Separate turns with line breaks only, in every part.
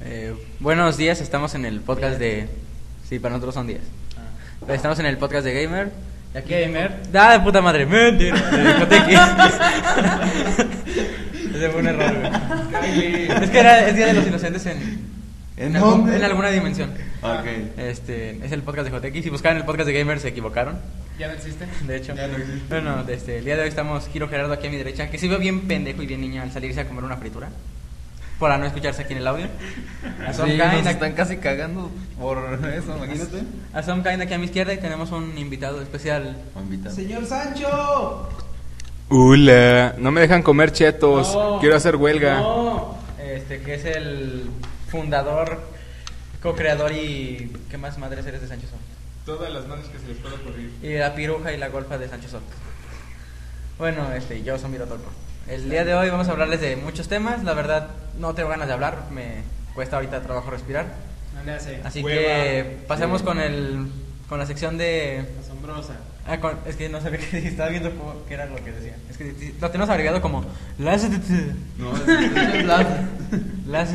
Eh, buenos días, estamos en el podcast de... Sí, para nosotros son días. Estamos en el podcast de Gamer. Y aquí...
Gamer.
¡Ah, de puta madre! ¡Mentira! De discoteca. Ese fue un error, güey. Es que era, es Día de los Inocentes en...
¿En
algún-
dónde?
en alguna dimensión.
Ok.
Este, es el podcast de Jotequi. Si buscaban el podcast de Gamer se equivocaron,
¿Ya no existe?
de hecho.
Ya no existe.
Bueno, este, el día de hoy estamos Giro Gerardo aquí a mi derecha, que se vio bien pendejo y bien niño al salirse a comer una fritura. Para no escucharse aquí en el audio. A
Sí,
Some
nos
Kind
están
aquí-
casi cagando por eso, imagínate.
a Some Kind aquí a mi izquierda y tenemos un invitado especial.
Señor Sancho.
Hola, no me dejan comer chetos,
No,
quiero hacer huelga.
no, este, que es el fundador, co-creador y. ¿Qué más madres eres de Sancho Soft?
Todas las manos que se les pueda ocurrir.
Y la piruja y la golfa de Sancho Soto. Bueno, este, yo soy Miro Torco. El día de hoy vamos a hablarles de muchos temas. La verdad, no tengo ganas de hablar. Me cuesta ahorita trabajo respirar.
No le hace.
Así
Hueva.
que pasemos con, el, con la sección de...
Asombrosa.
ah, con- es que no sabía que estaba viendo cómo- qué era lo que decía. Es que sí, lo tenemos agregado como... "Las-
No, es- es la-
las-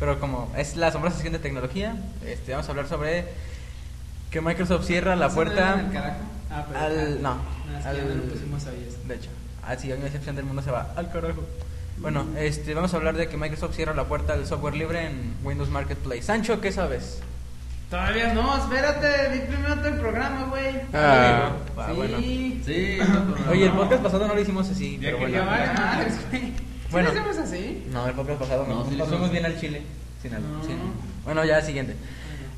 Pero como es la asombrosa sección de tecnología, este, vamos a hablar sobre que Microsoft cierra la
¿Eso no
puerta...
era en el carajo? Ah, pero.
Al, no.
Nada, es que ya
al-
no lo pusimos ahí. este. eso.
De hecho, así mi excepción del mundo se va al carajo. Bueno, este, vamos a hablar de que Microsoft cierra la puerta al software libre en Windows Marketplace. Sancho, ¿qué sabes?
Todavía no, espérate. Vi primero todo el programa, güey.
Ah,
va,
sí.
bueno.
Sí, no, pero
Oye, el
no.
podcast pasado no lo hicimos así,
Ya
pero
que
bueno.
Ya vale, madres, güey.
Bueno.
Bueno. ¿Sí lo hacemos así?
No, el podcast pasado
No,
no.
sí lo
Nos
hicimos.
fuimos bien al Chile. Sin al-
No.
sin- Bueno, ya siguiente.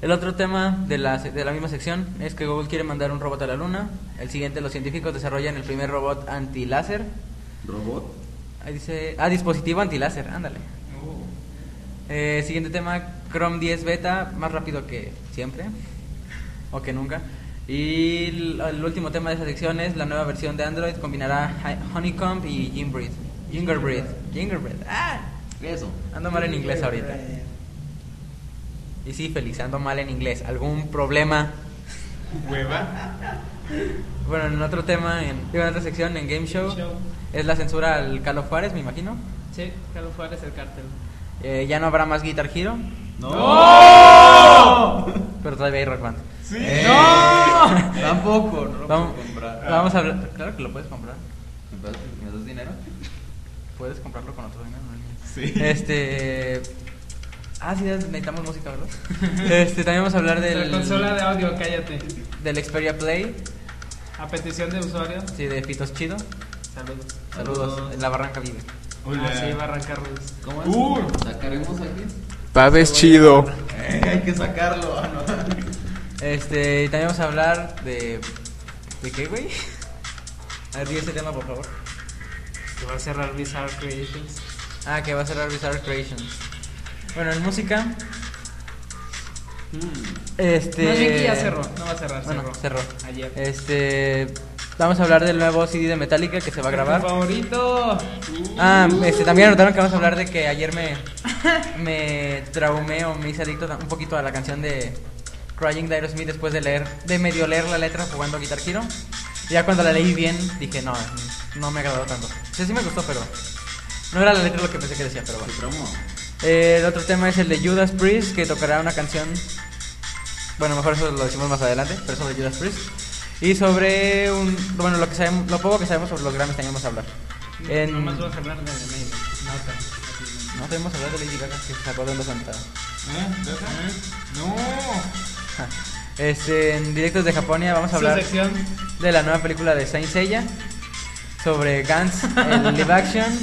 El otro tema de la, se- de la misma sección es que Google quiere mandar un robot a la luna. El siguiente, los científicos desarrollan el primer robot antiláser.
¿Robot?
Ahí dice, ah, dispositivo antiláser, ándale. Eh, siguiente tema, Chrome 10 beta, más rápido que siempre, o que nunca. Y el, el último tema de esa sección es la nueva versión de Android, combinará Hi- Honeycomb y Gingerbread. Gingerbread. Gingerbread. Ah,
Eso.
ando mal en inglés ahorita. Y sí, Félix, ando mal en inglés. ¿Algún problema?
¿Hueva?
Bueno, en otro tema, en, digo, en otra sección, en Game Show,
Show.
es la censura al Call of Juárez, me imagino.
Sí, Carlos Juárez, el cártel.
Eh, ya no habrá más Guitar Hero,
¡No!
pero todavía hay Rock Band.
Sí.
Eh,
¡No! Tampoco, no lo
Vamos,
puedo comprar.
vamos a hablar. Claro que lo puedes comprar.
¿Me das- ¿Me das dinero?
Puedes comprarlo con otro dinero. ¿no?
Sí.
Este. Ah, sí, necesitamos música, ¿verdad? Este, también vamos a hablar del.
La consola de audio, cállate.
Del Xperia Play.
A petición de usuario.
Sí, de Pitos Chido.
Saludos.
Saludos.
Saludos.
En la barranca vive.
Ah, sí, Barranca Ruiz.
¿Cómo es?
Uh.
¿Sacaremos aquí?
Paves chido.
Eh, hay que sacarlo. ah, no.
Este, y también vamos a hablar de. ¿De qué, güey? A ver, di ese tema, por favor.
Que va a cerrar Bizarre Creations.
Ah, que va a cerrar Bizarre Creations. Bueno, en música.
Hmm.
Este.
No, Yankee ya cerró. No va a cerrar,
Bueno,
cerró.
cerró.
Ayer.
Este. Vamos a hablar del nuevo CD de Metallica que se va a grabar.
Tu favorito.
Ah, este, también anotaron que vamos a hablar de que ayer me, me traumé o me hice adicto ta- un poquito a la canción de Crying de Aerosmith después de leer, de medio leer la letra jugando Guitar Hero. Ya cuando la leí bien dije, no, no me agradó tanto. Sí, sí me gustó, pero no era la letra lo que pensé que decía, pero bueno.
¿Se tramo?
Eh, el otro tema es el de Judas Priest, que tocará una canción. Bueno, mejor eso lo decimos más adelante, pero sobre Judas Priest. Y sobre un. Bueno, lo, que sabemos, lo poco que sabemos sobre los Grammys también vamos a hablar. En-
Nomás vas a hablar de Maiden. Nota. Así,
No debemos hablar de Lady Gaga, que se sacó de onda sentada.
¿Eh?
¿Eh?
No.
Ja. Este, en directos de Japonia vamos
Su
a hablar
sección.
de la nueva película de Saint Seiya, sobre Gans en live action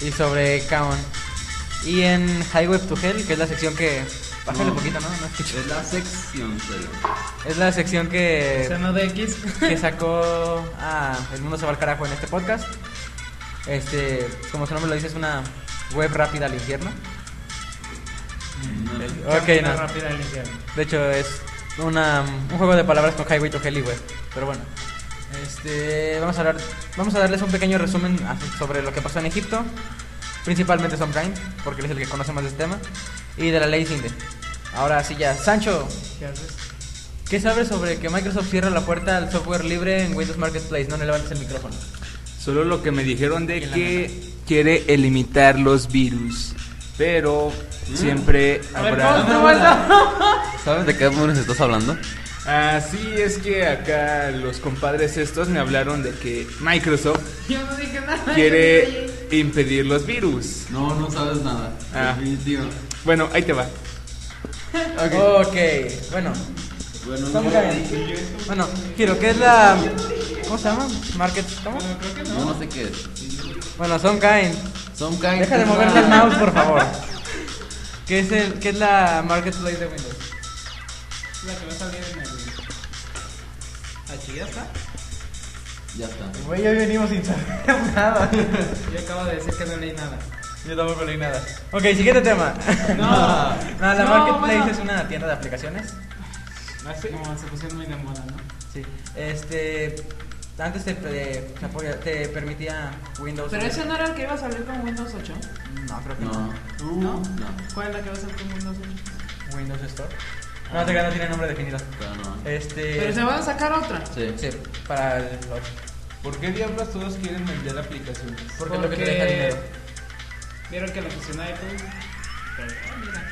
y sobre Kaon. Y en Highway to Hell, que es la sección que. Bájale
No.
poquito, ¿no? No escucho.
Es la sección, cero.
Es la sección que,
Seno de X.
que sacó ah, El Mundo se va al carajo en este podcast. Este, como su nombre lo dice, es una web rápida al infierno.
No.
Ok,
Campana
no.
rápida del infierno.
De hecho, es una, un juego de palabras con Highway to Hell y web. Pero bueno, este, vamos, a hablar, vamos a darles un pequeño resumen a- sobre lo que pasó en Egipto. Principalmente Son Prime, porque él es el que conoce más de este tema. Y de la ley Sinde. Ahora sí ya, Sancho,
¿Qué haces?
¿qué sabes sobre que Microsoft cierra la puerta al software libre en Windows Marketplace? No le levantes el micrófono.
Solo lo que me dijeron de
Y la
que quiere eliminar los virus. Pero siempre...
A ver,
habrá-
¿cómo se vuelta?
¿Sabes de qué demonios estás hablando?
Así es que acá los compadres estos me hablaron de que Microsoft
Yo no dije nada.
quiere impedir los virus.
No, no sabes nada.
Ah.
Definitivo.
Bueno, ahí te va.
Ok, bueno.
Bueno,
Tom
no,
Brady. Bueno, Giro, ¿qué es la. ¿Cómo se llama? Market. ¿Cómo?
no, no sé qué es.
Bueno, Some Kind.
Son kind.
Deja de moverle el mouse, por favor. ¿Qué es, el, ¿Qué es la Marketplace de Windows?
La que va a salir en el.
Ah,
Aquí ya está.
Ya está.
Güey, hoy venimos sin saber nada.
Yo acabo de decir que no leí nada.
Yo tampoco leí nada. Ok, siguiente tema.
No.
No, la
No,
Marketplace
bueno.
es una tienda de aplicaciones.
Como se pusieron muy de moda, ¿no?
Sí. Este. Antes te, te, te apoya- te permitía Windows.
Pero ese no era el que iba a salir con Windows 8.
No, creo que
No.
no.
No. No.
¿Cuál es la que va a salir con Windows 8?
Windows Store. No, te creas, no tiene nombre definido.
Pero no.
Este.
Pero se van a sacar otra.
Sí.
Sí, para el blog.
¿Por qué diablos todos quieren vender aplicaciones?
Porque es lo que te deja dinero.
Vieron que la fusión iTunes. Ah, mira.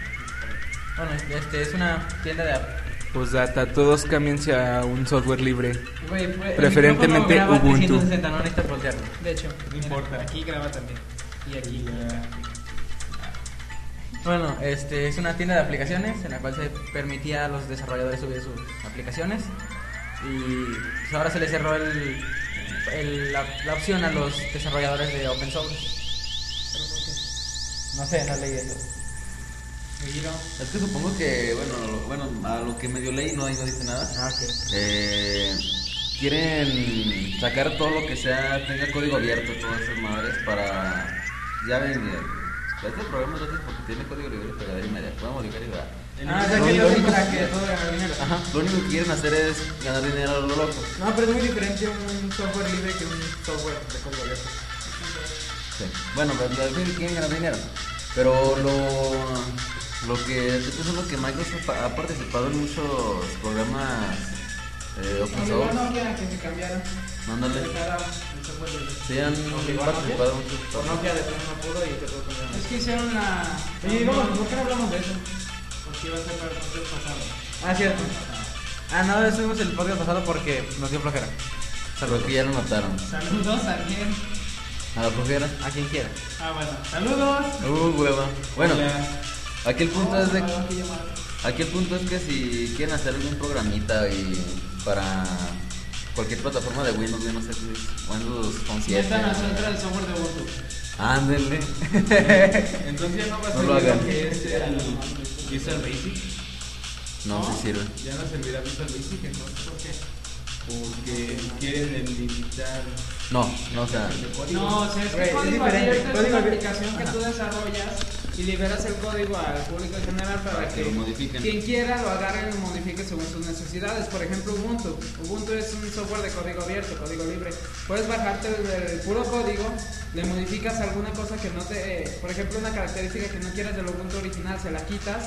Bueno, este es una tienda de app.
Pues data, todos cámbiense a un software libre.
Güey, pues, el
Preferentemente
micrófono graba
Ubuntu.
360, no necesitas voltearlo.
De hecho.
No importa. Aquí graba también. Y aquí.
Bueno, este es una tienda de aplicaciones en la cual se permitía a los desarrolladores subir sus aplicaciones. Y pues, ahora se le cerró el, el- la, la opción a los desarrolladores de open source. No sé, no leí eso.
Es que supongo que, bueno, lo- bueno, a lo que medio leí no, no dice nada.
Ah, ok.
Eh, quieren sacar todo lo que sea, tenga código abierto, todas esas madres para. Ya ven, mira, este programa lo haces porque tiene código libre, pero de media. Podemos modificar y va.
Ah, o sea
Lo
que
único-
lo hacen para que todo ganara dinero.
Ajá, lo único que quieren hacer es ganar dinero a lo loco.
No, pero es muy diferente un software libre que un software de código abierto.
Sí. Bueno, pero al fin quieren ganar dinero. Pero lo, lo que estoy pensando que Microsoft pa- ha participado en muchos programas eh, open source.
Obligó a Nokia a que se cambiara.
Mándale.
Dejara el software libre.
Sí, han
Obligó a
participado en
Por
muchos.
Nokia de plano no pudo y te pudo cambiar.
Es que hicieron la.
Oye, vamos, ¿por qué no hablamos de eso?
Porque iba a ser para el paseo pasado.
Ah, cierto. Ah, no, eso subimos el podcast pasado porque nos dio flojera.
Creo que ya lo mataron.
Saludos a quién.
A la flojera.
A quien quiera.
Ah, bueno. Saludos.
Uh, hueva. Bueno,
Hola.
aquí el punto es de,
Ah, qué llamada.
aquí el punto es que si quieren hacer algún programita y para cualquier plataforma de Windows, yo no sé si es Windows con
Ya
7.
están a su entrada el software de Ubuntu.
Ándele.
Entonces ya no va
No lo hagan.
es el Visual Basic.
No, se sirve.
Ya no servirá Visual Basic, entonces ¿por qué? Porque quieren limitar.
No, no, o sea.
No, o sea, es
Güey,
que
es
código
diferente.
abierto es
Código
una
abierto.
aplicación que tú desarrollas y liberas el código al público en general para
que
que,
lo modifiquen.
quien quiera lo agarre y lo modifique según sus necesidades. Por ejemplo, Ubuntu. Ubuntu es un software de código abierto, código libre. Puedes bajarte el, el puro código, le modificas alguna cosa que no te. eh, por ejemplo, una característica que no quieras del Ubuntu original, se la quitas.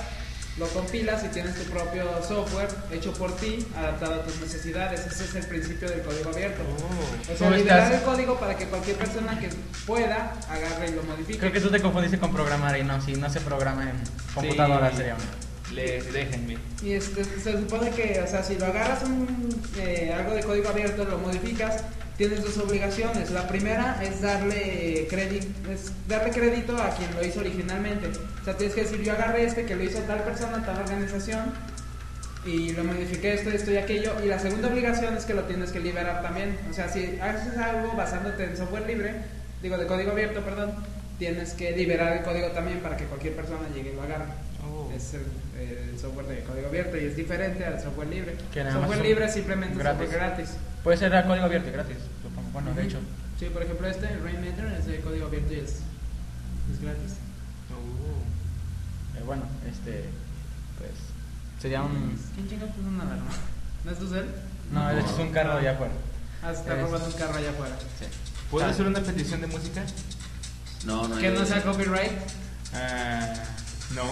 Lo compilas y tienes tu propio software hecho por ti, adaptado a tus necesidades. Ese es el principio del código abierto.
Uh,
O sea,
¿Cómo
liberar
estás?
el código para que cualquier persona que pueda agarre y lo modifique.
Creo que tú te confundiste con programar y no, si no se programa en computadora sería una.
Les déjenme.
Y este, se supone que, o sea, si lo agarras un, eh, algo de código abierto, lo modificas, tienes dos obligaciones. La primera es darle crédito, es darle crédito a quien lo hizo originalmente. O sea, tienes que decir, yo agarré este que lo hizo tal persona, tal organización, y lo modifiqué esto, esto y aquello. Y la segunda obligación es que lo tienes que liberar también. O sea, si haces algo basándote en software libre, digo, de código abierto, perdón, tienes que liberar el código también para que cualquier persona llegue y lo agarre.
Oh.
Es el, eh, el software de código abierto y es diferente al software libre.
Que nada más
software
son
libre simplemente
gratis.
es software gratis.
Puede ser a código abierto y gratis, supongo. Bueno, de hecho.
Sí, por ejemplo este, el Rainmaker, es de código abierto y es, es gratis.
eh, bueno, este. Pues. Sería un.
¿Quién chinga puso una alarma? ¿No es tu cel?
No, de hecho es un carro allá afuera.
Ah, se está
Es-
robando un carro allá afuera.
sí.
¿Puedo hacer una petición de música?
No, no.
¿Que no
hay-
sea copyright?
Ah, no.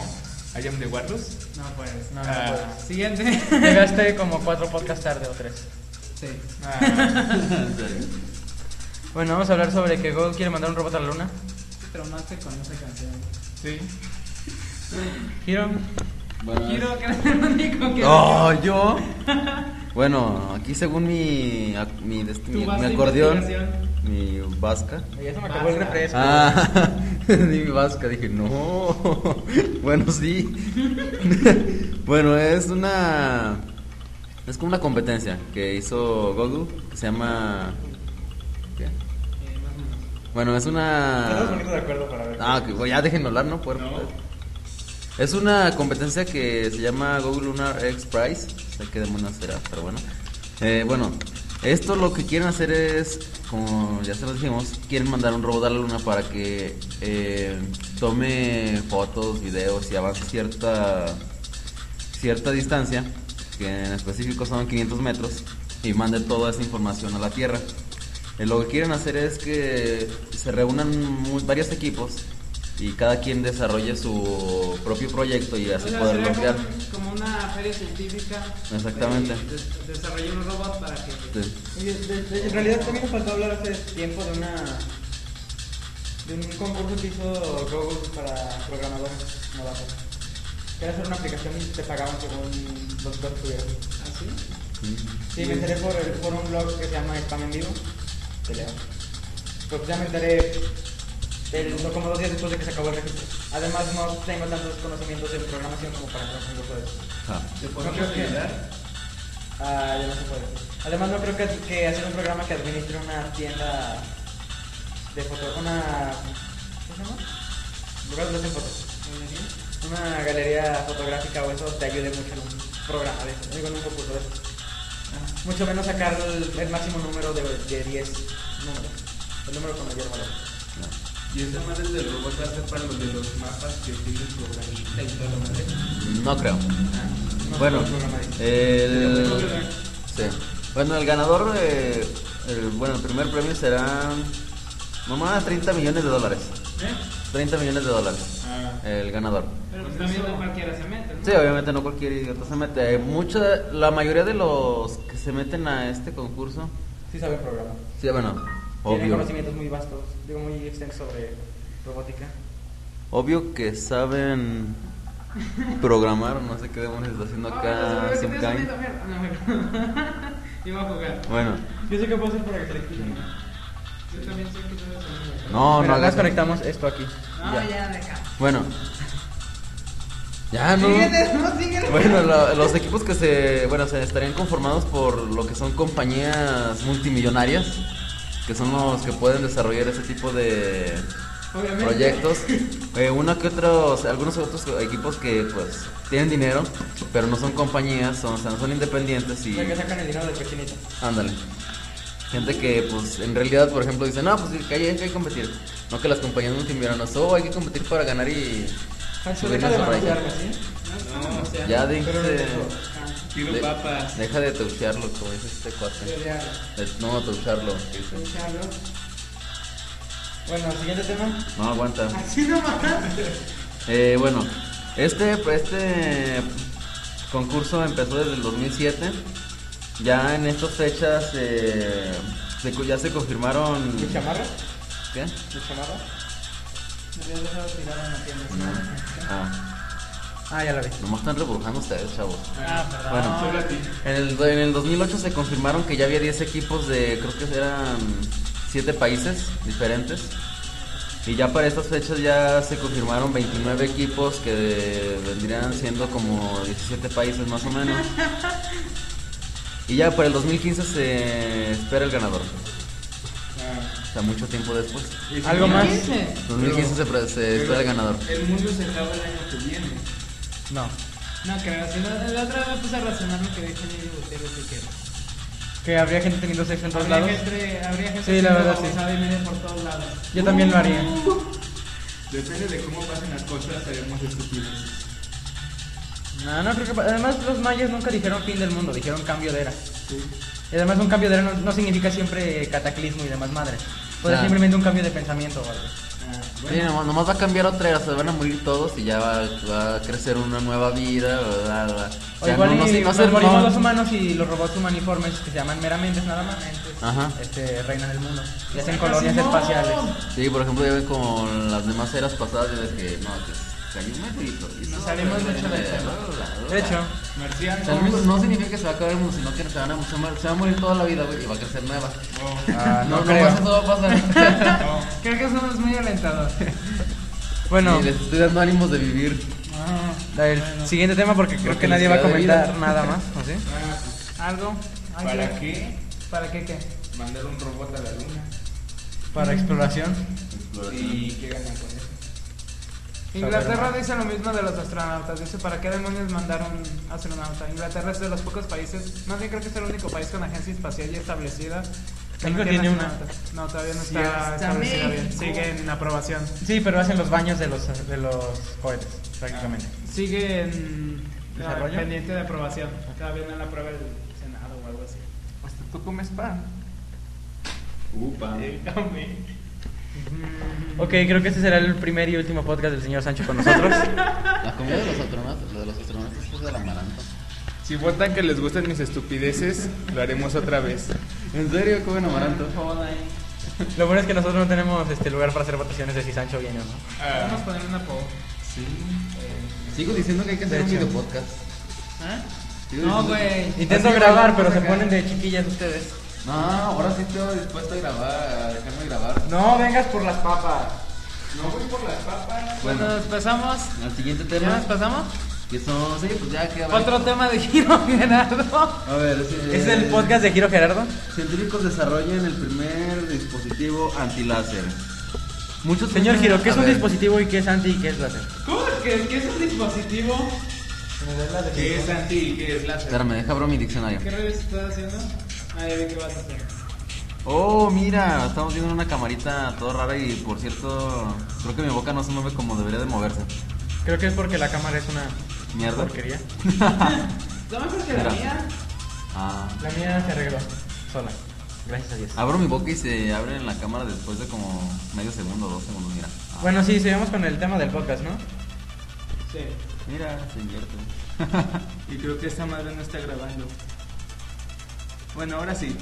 I am the Warlords.
No puedes.
No, pues. no
Ah.
Siguiente.
puedes. Llegaste como cuatro podcasts tarde o tres.
sí.
Ah,
En serio.
Bueno, vamos a hablar sobre que Google quiere mandar un robot a la luna.
Te traumaste con esa canción.
Sí.
Giro.
Bueno,
Giro, que era el único que.
Oh, yo. Bueno, aquí según mi ac- mi, dest- mi, mi
vasta
acordeón,
investigación.
mi vasca.
Ya se me acabó el refresco.
Ah, di mi vasca, dije, no. Bueno, sí. Bueno, es una es como una competencia que hizo Google que se llama ¿qué? Bueno, es
Ah.
Estamos un
una
poquito de acuerdo para ver.
Ah, que- ya déjenme hablar, ¿no? Puerco. Es una competencia que se llama Google Lunar X Prize. O sea, qué demonios será, pero bueno. Eh, bueno, esto lo que quieren hacer es, como ya se los dijimos, quieren mandar un robot a la luna para que eh, tome fotos, videos y avance cierta, cierta distancia, que en específico son 500 metros, y mande toda esa información a la Tierra. Eh, lo que quieren hacer es que se reúnan mu- varios equipos y cada quien desarrolle su propio proyecto y
O
así
sea,
poder
sería
bloquear.
como- como una feria científica.
Exactamente.
Eh,
de- de- Desarrollé un robot para que.
Sí.
Oye, de- de- en realidad también nos faltó hablar hace tiempo de una. de un concurso que hizo Google para programadores novatos. Que era hacer una aplicación y te pagaban según los blogs que tuvieras.
¿Ah, sí?
mm,
Sí, me enteré por, el- por un blog que se llama Spam en Vivo. Te leo. Pues ya me enteré el- como dos días después de que se acabó el registro. Además, no tengo tantos conocimientos de programación como para hacer un grupo de eso.
Ah.
¿Te
podemos ayudar? Ah, ya no se puede. Además, no creo que, que hacer un programa que administre una tienda de fotos, una... ¿Qué se llama? Lugar donde hacen fotos. Una galería fotográfica o eso te ayude mucho en un programa de eso, digo, en un concurso de eso. Mucho menos sacar el, el máximo número de, de 10 números. El número con mayor valor.
Y esa madre del robot va a ser para los de los mapas que tienen programita y todo lo madre.
No creo. Bueno,
creo que lo programáis.
el, sí. bueno, el ganador, eh, el- bueno, el primer premio será, mamá, 30 millones de dólares. 30 millones de dólares,
Ah.
el ganador.
Pero pues también no cualquiera se mete, ¿no?
Sí, obviamente no cualquier idiota se mete. Hay Mucha, la mayoría de los que se meten a este concurso,
Sí saben programar.
sí, bueno,
Tienen
obvio,
conocimientos muy vastos, digo, muy extensos sobre robótica.
obvio que saben programar, no sé qué demonios está haciendo
Ah, bueno,
acá.
se me ve que
Simkai.
te has metido mierda. Ah, no, me- Iba a jugar.
Bueno,
Yo sé que puedo hacer por electricidad.
Yo también soy que sabes hacer.
no, no
Mira,
hagas
las
eso.
conectamos esto aquí.
No, ya, deja.
Bueno. Ya, Ah, no.
Síguete, no, síguete.
Bueno, lo- los equipos que se, bueno, se estarían conformados por lo que son compañías multimillonarias, que son los que pueden desarrollar ese tipo de
Obviamente.
proyectos. Eh, uno que otros, algunos otros equipos que pues tienen dinero, pero no son compañías, son, o sea, son independientes y
Ya que sacan el dinero del cochinito.
ándale. Gente que pues en realidad, por ejemplo, dice, no, pues que hay, hay que competir. No que las compañías multimillonarias, oh, hay que competir para ganar y...
Pancho,
subirnos
deja de
por ahí".
mancharme, ¿sí?
No, o sea,
Ya deja
Pero no
de,
dejo.
tiro
de-
papas.
deja de toucharlo, como dice este cuate. De- no, toucharlo. que dice.
Bueno, siguiente tema.
No aguanta.
Así nomás.
Eh, bueno, este, este concurso empezó desde el 2007. Ya en estas fechas eh, se co- ya se confirmaron.
¿Mi chamarra?
¿Qué?
¿Mi chamarra? Me había dejado tirar en la tienda.
No. Ah,
Ah, ya la vi.
nomás están rebujando ustedes, chavos.
Ah, perdón.
Bueno.
Solo a ti.
En el, do- en el 2008 se confirmaron que ya había 10 equipos de, creo que eran 7 países diferentes. Y ya para estas fechas ya se confirmaron 29 equipos que de- vendrían siendo como 17 países más o menos. Y ya para el 2015 se espera el ganador.
Ah.
O sea, mucho tiempo después.
Y si
¿Algo
no,
más?
2015 se, pre- se
pero
espera el ganador.
El mundo se acaba el año que viene.
No.
No creo, si no, la otra vez me puse a razonar lo que dije en el botero que quiero.
Que habría gente teniendo sexo en todos
Habría
lados.
gente, habría gente
Sí, la
haciendo
verdad, sí.
babosada y media por todos lados.
Yo también lo haría.
Depende de cómo pasen las cosas, seremos estupideces.
No, no creo que. pa- Además, los mayas nunca dijeron fin del mundo, dijeron cambio de era. Y además, un cambio de era no, no significa siempre cataclismo y demás madres. Puede ser
Ah.
simplemente un cambio de pensamiento o algo.
Sí, nomás, nomás va a cambiar otra era, se van a morir todos y ya va, va a crecer una nueva vida, bla, bla, bla. O
O
sea,
igual
no, no,
y
sé, no
nos
sé,
morimos
no-
los humanos y los robots humaniformes que se llaman meramente nada más
Ajá.
este, reinan el mundo. Y hacen colonias espaciales.
Sí, por ejemplo, ya ven con las demás eras pasadas, ya ves que no, que cayó un meteorito. y no,
salimos
bla,
mucho
bla,
de
bla,
eso.
bla, bla, bla.
De hecho,
O sea, no, no significa que se va a acabar el mundo, sino que se, van a, se, va, se va a morir toda la vida, güey, y va a crecer nueva.
ah,
no,
no
no,
creo.
pasa, eso va a pasar.
Uh, Creo que eso no es muy alentador.
Bueno,
Y les estoy dando ánimos de vivir.
el siguiente tema porque creo que nadie va a
felicidad de
comentar
vida.
nada más. ¿o sí?
¿Algo? Ay,
¿Para
Dios.
qué
¿Para qué qué?
mandar un robot a la luna?
Para exploración.
¿Y qué ganan con eso?
Inglaterra dice lo mismo de los astronautas. Dice, ¿para qué demonios mandar un astronauta? Inglaterra es de los pocos países, más bien creo que es el único país con agencia espacial ya establecida. que
México
no
tiene una.
astronautas. No, todavía no
Sí,
está
hasta
establecida bien.
México.
Sigue en aprobación.
Sí, pero hacen los baños de los, de los cohetes, prácticamente.
Sigue en
¿Desarrollo?
pendiente de aprobación. Todavía no la aprueba el Senado o algo así.
Hasta tú comes pan.
Upa.
Ok, creo que este será el primer y último podcast del señor Sancho con nosotros.
La comida de los astronautas, la de los astronautas es de la maranta.
Si votan que les gustan mis estupideces, lo haremos otra vez.
¿En serio comen amaranto?
Lo bueno es que nosotros no tenemos este lugar para hacer votaciones de si Sancho viene o no.
Vamos
Ah,
a poner una ¿eh? apodo.
Sí. Sigo diciendo que hay que hacer
De
un
hecho.
video podcast. Sigo
No,
diciendo-
güey.
Intento
Así
grabar,
grabamos
pero se
acá.
ponen de chiquillas ustedes.
No, ahora sí estoy dispuesto a grabar, a dejarme grabar.
No vengas por las papas.
No voy por las papas.
Bueno,
Nos pasamos.
al siguiente
¿Ya
tema,
nos pasamos?
que son... Sí, pues ya que...
Otro tema de giro, Gerardo.
A ver, es, eh,
¿Es el podcast de Giro Gerardo?
Científicos desarrollan el primer dispositivo antiláser. Muchos...
Señor Giro, ¿qué es
A
un
ver,
dispositivo y qué es anti y qué es láser?
¿Cómo? ¿Qué, qué es un dispositivo? ¿Qué es anti y qué es láser?
Espérame, deja abro mi diccionario.
¿Qué rayos estás haciendo? Ah, ya vi que vas a hacer.
Oh, mira, estamos viendo una camarita todo rara y por cierto, creo que mi boca no se mueve como debería de moverse.
Creo que es porque la cámara es una
Mierda.
porquería.
No mejor que
Mira.
la mía.
Ah.
La mía se arregló sola. Gracias a Dios.
Abro mi boca y se abre en la cámara después de como medio segundo, dos segundos, mira. Ah,
Bueno, sí, sigamos con el tema del podcast, ¿no?
Sí.
Mira, se invierte.
Y creo que esta madre no está grabando. Bueno, ahora sí.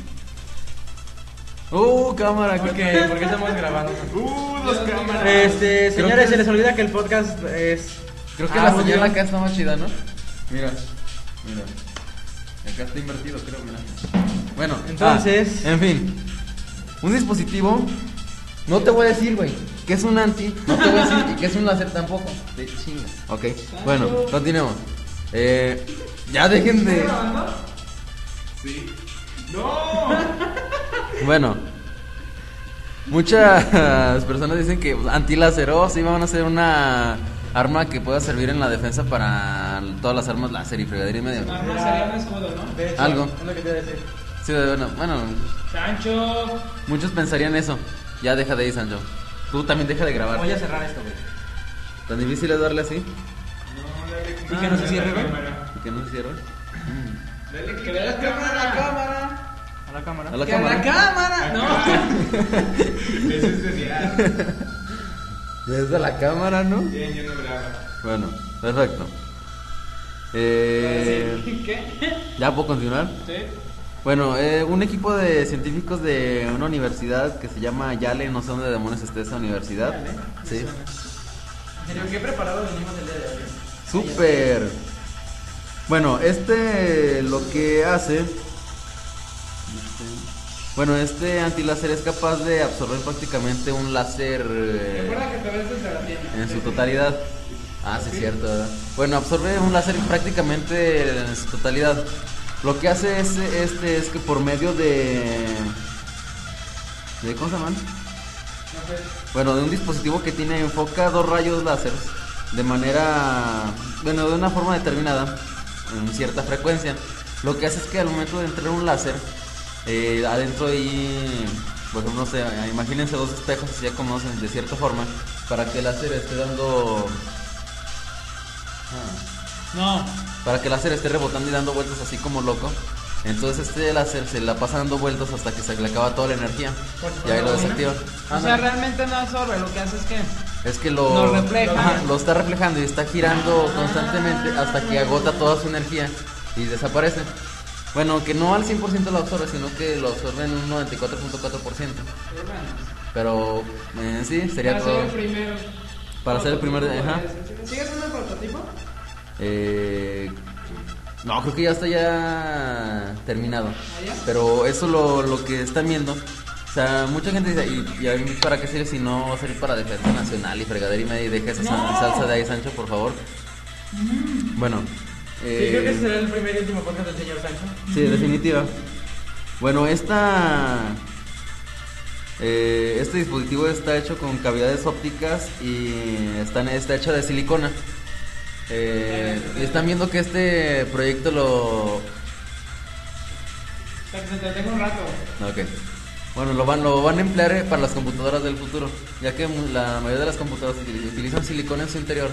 ¡Uh, cámara!
¿Por
cámara.
qué, por qué estamos grabando?
¡Uh, dos cámaras!
Este,
Creo
señores,
que-
se les olvida que el podcast es.
Creo que la
audio.
señal acá está más chida, ¿no? Mira, mira. Acá está invertido, creo, mira. Bueno,
Entonces-
ah, en fin. Un dispositivo. No te voy a decir, güey, que es un anti. No te voy a decir y que es un láser tampoco. De chinga. Ok, bueno, continuemos. Eh, ya dejen de.
Sí. ¡No!
Bueno. Muchas personas dicen que antiláser, oh, sí, van a ser una arma que pueda servir en la defensa para todas las armas láser y fregadera y medio.
Arma Ah, sería un escudo, ¿no?
De hecho,
Algo.
Es lo que te iba a decir.
Sí, bueno, bueno,
Sancho.
muchos pensarían eso. Ya deja de ir, Sancho. Tú también deja de grabar.
Voy a cerrar esto, güey.
Tan difícil es darle así
No, dale
¿Y que no se cierre, güey?
y que no se cierre.
Dale
Que le das cámara a la cámara.
A la cámara.
A la
Que a la
cámara.
cámara. No.
Eso es genial.
Desde la cámara, ¿no?
Bien, yo no grabo.
Bueno, perfecto. Eh,
¿Qué?
¿Ya puedo continuar?
Sí.
Bueno, eh, un equipo de científicos de una universidad que se llama Yale, no sé dónde demonios esté esa universidad. Sí.
En serio, qué preparado venimos el día de hoy.
Super. Bueno, este lo que hace. este, Bueno, este antiláser es capaz de absorber prácticamente un láser eh,
Recuerda que te ves desde la tienda.
en su totalidad. Ah, sí, cierto. ¿verdad? Bueno, absorbe un láser prácticamente en su totalidad. Lo que hace es, este es que por medio de. ¿De cómo se llaman? Bueno, de un dispositivo que tiene enfoca dos rayos láser de manera, bueno, de una forma determinada, en cierta frecuencia. Lo que hace es que al momento de entrar un láser, eh, adentro ahí, por ejemplo, no sé, imagínense dos espejos que ya conocen de cierta forma, para que el láser esté dando,
No.
para que el láser esté rebotando y dando vueltas así como loco. Entonces este láser se la pasa dando vueltas hasta que se le acaba toda la energía.
Por si
Y ahí
fuera
lo
buena.
desactiva.
pues,
Ah,
O sea, realmente no absorbe, lo que hace es que.
Es que lo,
Lo refleja.
Ajá, lo está reflejando y está girando constantemente hasta que agota toda su energía y desaparece. Bueno, que no al 100% lo absorbe, sino que lo absorbe en un 94.4%. Pero en sí sería
Hace
todo.
el primero.
Para ser el primer. Ajá.
¿Sigues siendo el prototipo?
Eh, no, creo que ya está ya terminado.
ya?
Pero eso lo, lo que están viendo. O sea, mucha gente dice, ¿y, y a mí para qué sirve si no va a servir para defensa nacional y fregadera y media? Y deja esa sal- salsa de ahí, Sancho, por favor. Bueno. eh,
creo que ese será el primer y último podcast del señor Sancho.
Sí, definitiva. Bueno, esta. eh, este dispositivo está hecho con cavidades ópticas y están, está hecho de silicona. Eh, y están viendo que este proyecto lo.
Para que se entretenga un rato.
Ok. Bueno, lo van, lo van a emplear eh, para las computadoras del futuro, ya que mu- la mayoría de las computadoras utili- utilizan silicona en su interior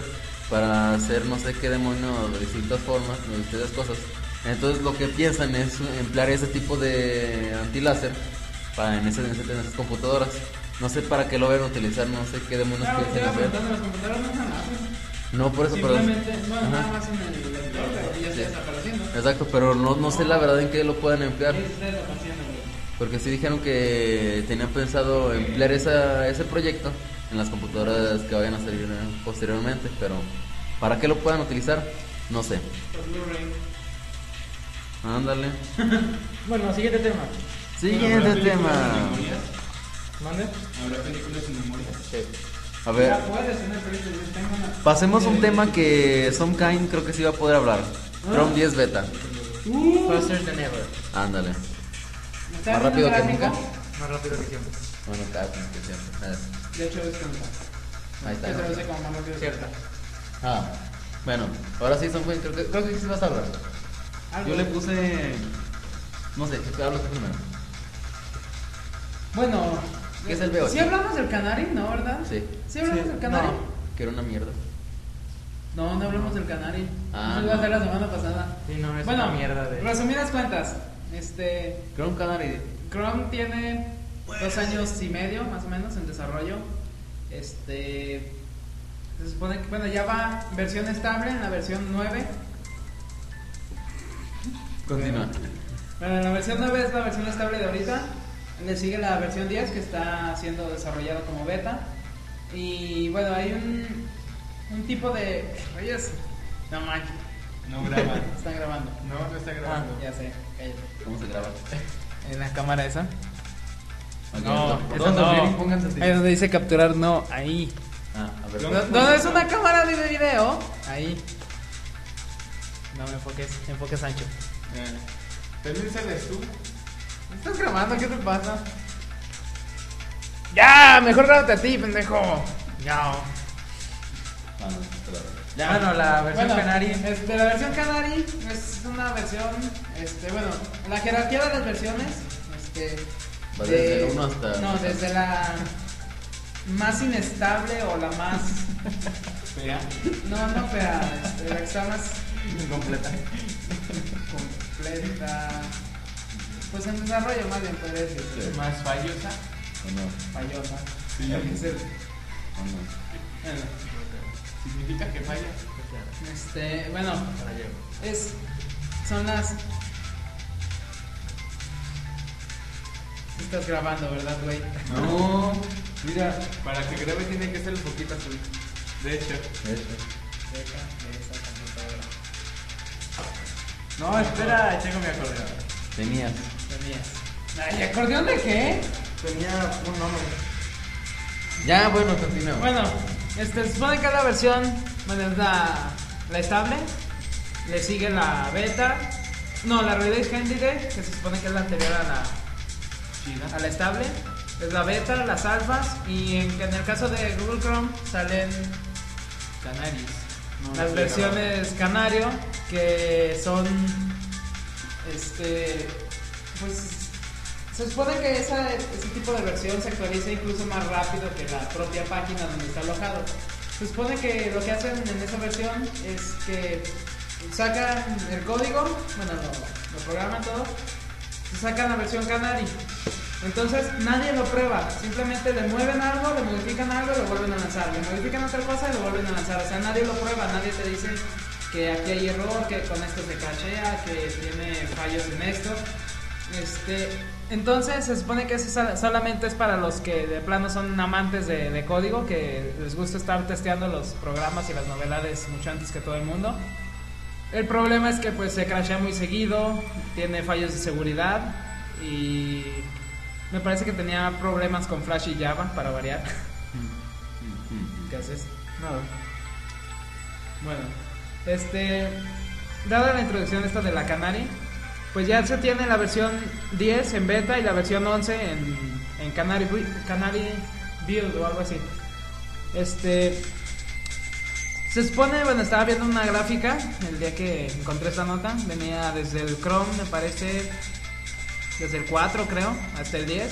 para hacer no sé qué demonios de distintas formas, de distintas cosas. Entonces lo que piensan es emplear ese tipo de antiláser para en, ese- en ese- en esas computadoras. No sé para qué lo van a utilizar, no sé qué demonios
Claro, te
piensan
iba
hacer.
preguntando, las computadoras no usan láser.
No, por eso, pero...
Simplemente, no,
Ajá.
nada más en el ventilador, pero ya
Sí.
está desapareciendo.
Exacto, pero no, no sé la verdad en qué lo puedan emplear.
Ya está desapareciendo, güey.
Porque sí dijeron que tenían pensado emplear esa, ese proyecto en las computadoras que vayan a salir eh, posteriormente, pero ¿para qué lo puedan utilizar? No sé.
Por Blu-ray.
Ándale.
Bueno, siguiente tema.
Siguiente tema.
¿Mande?
¿Habrá películas sin memoria?
A ver,
Ya puedes tener películas, tengo una.
pasemos a un tema que Some Kind creo que sí va a poder hablar. Chrome 10 Beta.
Faster than ever.
Ándale.
¿Me estás
Más rápido que
haciendo
nunca.
gráfico?
Más rápido que siempre.
Bueno, cada quien que siempre. Nada.
De hecho, es tonta.
Ahí
Que se
está.
hace como más rápido.
Cierto.
Ah, bueno, ahora sí Some Kind creo que, creo que sí vas a hablar.
Algo.
Yo le puse... No sé, hablo tú primero.
Bueno,
¿Qué es el B8?
¿Sí hablamos del Canari? ¿No, verdad?
Sí.
¿Sí hablamos del Canari?
No.
Que era una mierda.
No, no hablamos del Canari.
Ah,
Eso iba a
no.
ser la semana pasada.
Sí, no, es
bueno,
una mierda de-
resumidas cuentas, este,
Chrome Canary.
Chrome tiene dos años y medio, más o menos, en desarrollo. Este, se supone que, bueno, ya va versión estable en la versión 9.
Continúa.
Bueno, la versión 9 es la versión estable de ahorita. Le sigue la versión 10 que está siendo desarrollada como beta. Y bueno, hay un, un tipo de... Oyes, no manches,
No graba.
están grabando.
No, no está grabando.
Ya sé, cállate.
¿Cómo se graba?
En la cámara esa.
eso
Ok, ¿dónde?
no.
¿Dónde? Pónganse así.
Ahí donde dice capturar, no, ahí.
Ah, a ver.
No, no, es una cámara de video. Ahí. No me enfoques, enfoque Sancho.
Eh, También sales tú.
¿Estás grabando? ¿Qué te pasa? Ya, mejor grábate a ti, pendejo. Ya.
Ah, no, te la doy.
Ya. Bueno, la versión
Bueno,
Canary.
este, la versión Canary es una versión, este, bueno, la jerarquía de las versiones, este,
Va
de-
desde el uno hasta-
no, desde la más inestable o la más,
Espera.
no, no, fea, este, la que está más
Incompleta.
completa, pues en desarrollo más bien podría decirse,
Sí.
más fallosa,
¿O no?
fallosa,
Sí.
porque es el-
¿O no?
bueno,
Significa que falla.
Este, bueno, es, son las. Estás grabando, ¿verdad, güey?
No. Mira, para que grabe tiene que ser el poquito azul. De hecho.
Este.
Deja de esa computadora.
No, espera, checo mi acordeón.
Tenías.
Tenías. Ay, acordeón de qué?
Tenía un nombre.
Ya, bueno, continúa.
Bueno, este, se supone que es la versión, bueno, es la, la estable, le sigue la beta, no, la release candidate, que se supone que es la anterior a la, a la estable, es la beta, las alfas, y en, en el caso de Google Chrome salen canarios,
No, no
las
sé,
versiones canario, que son, este, pues... Se supone que esa, ese tipo de versión se actualiza incluso más rápido que la propia página donde está alojado. Se supone que lo que hacen en esa versión es que
sacan el código, bueno, lo, lo programan todo, y sacan la versión Canary. Entonces nadie lo prueba, simplemente le mueven algo, le modifican algo y lo vuelven a lanzar, le modifican otra cosa y lo vuelven a lanzar. O sea, nadie lo prueba, nadie te dice que aquí hay error, que con esto se cachea, que tiene fallos en esto. Este, entonces se supone que eso sol- solamente es para los que de plano son amantes de, de código, que les gusta estar testeando los programas y las novedades mucho antes que todo el mundo. El problema es que pues se crashea muy seguido, tiene fallos de seguridad y me parece que tenía problemas con Flash y Java para variar. ¿Qué haces? Nada.
Bueno, este, dada la introducción esta de la Canary, pues ya se tiene la versión 10 en beta y la versión 11 en, en Canary, Bui- Canary Build o algo así. Este, se supone, bueno, estaba viendo una gráfica el día que encontré esta nota, venía desde el Chrome, me parece, desde el 4 creo, hasta el 10.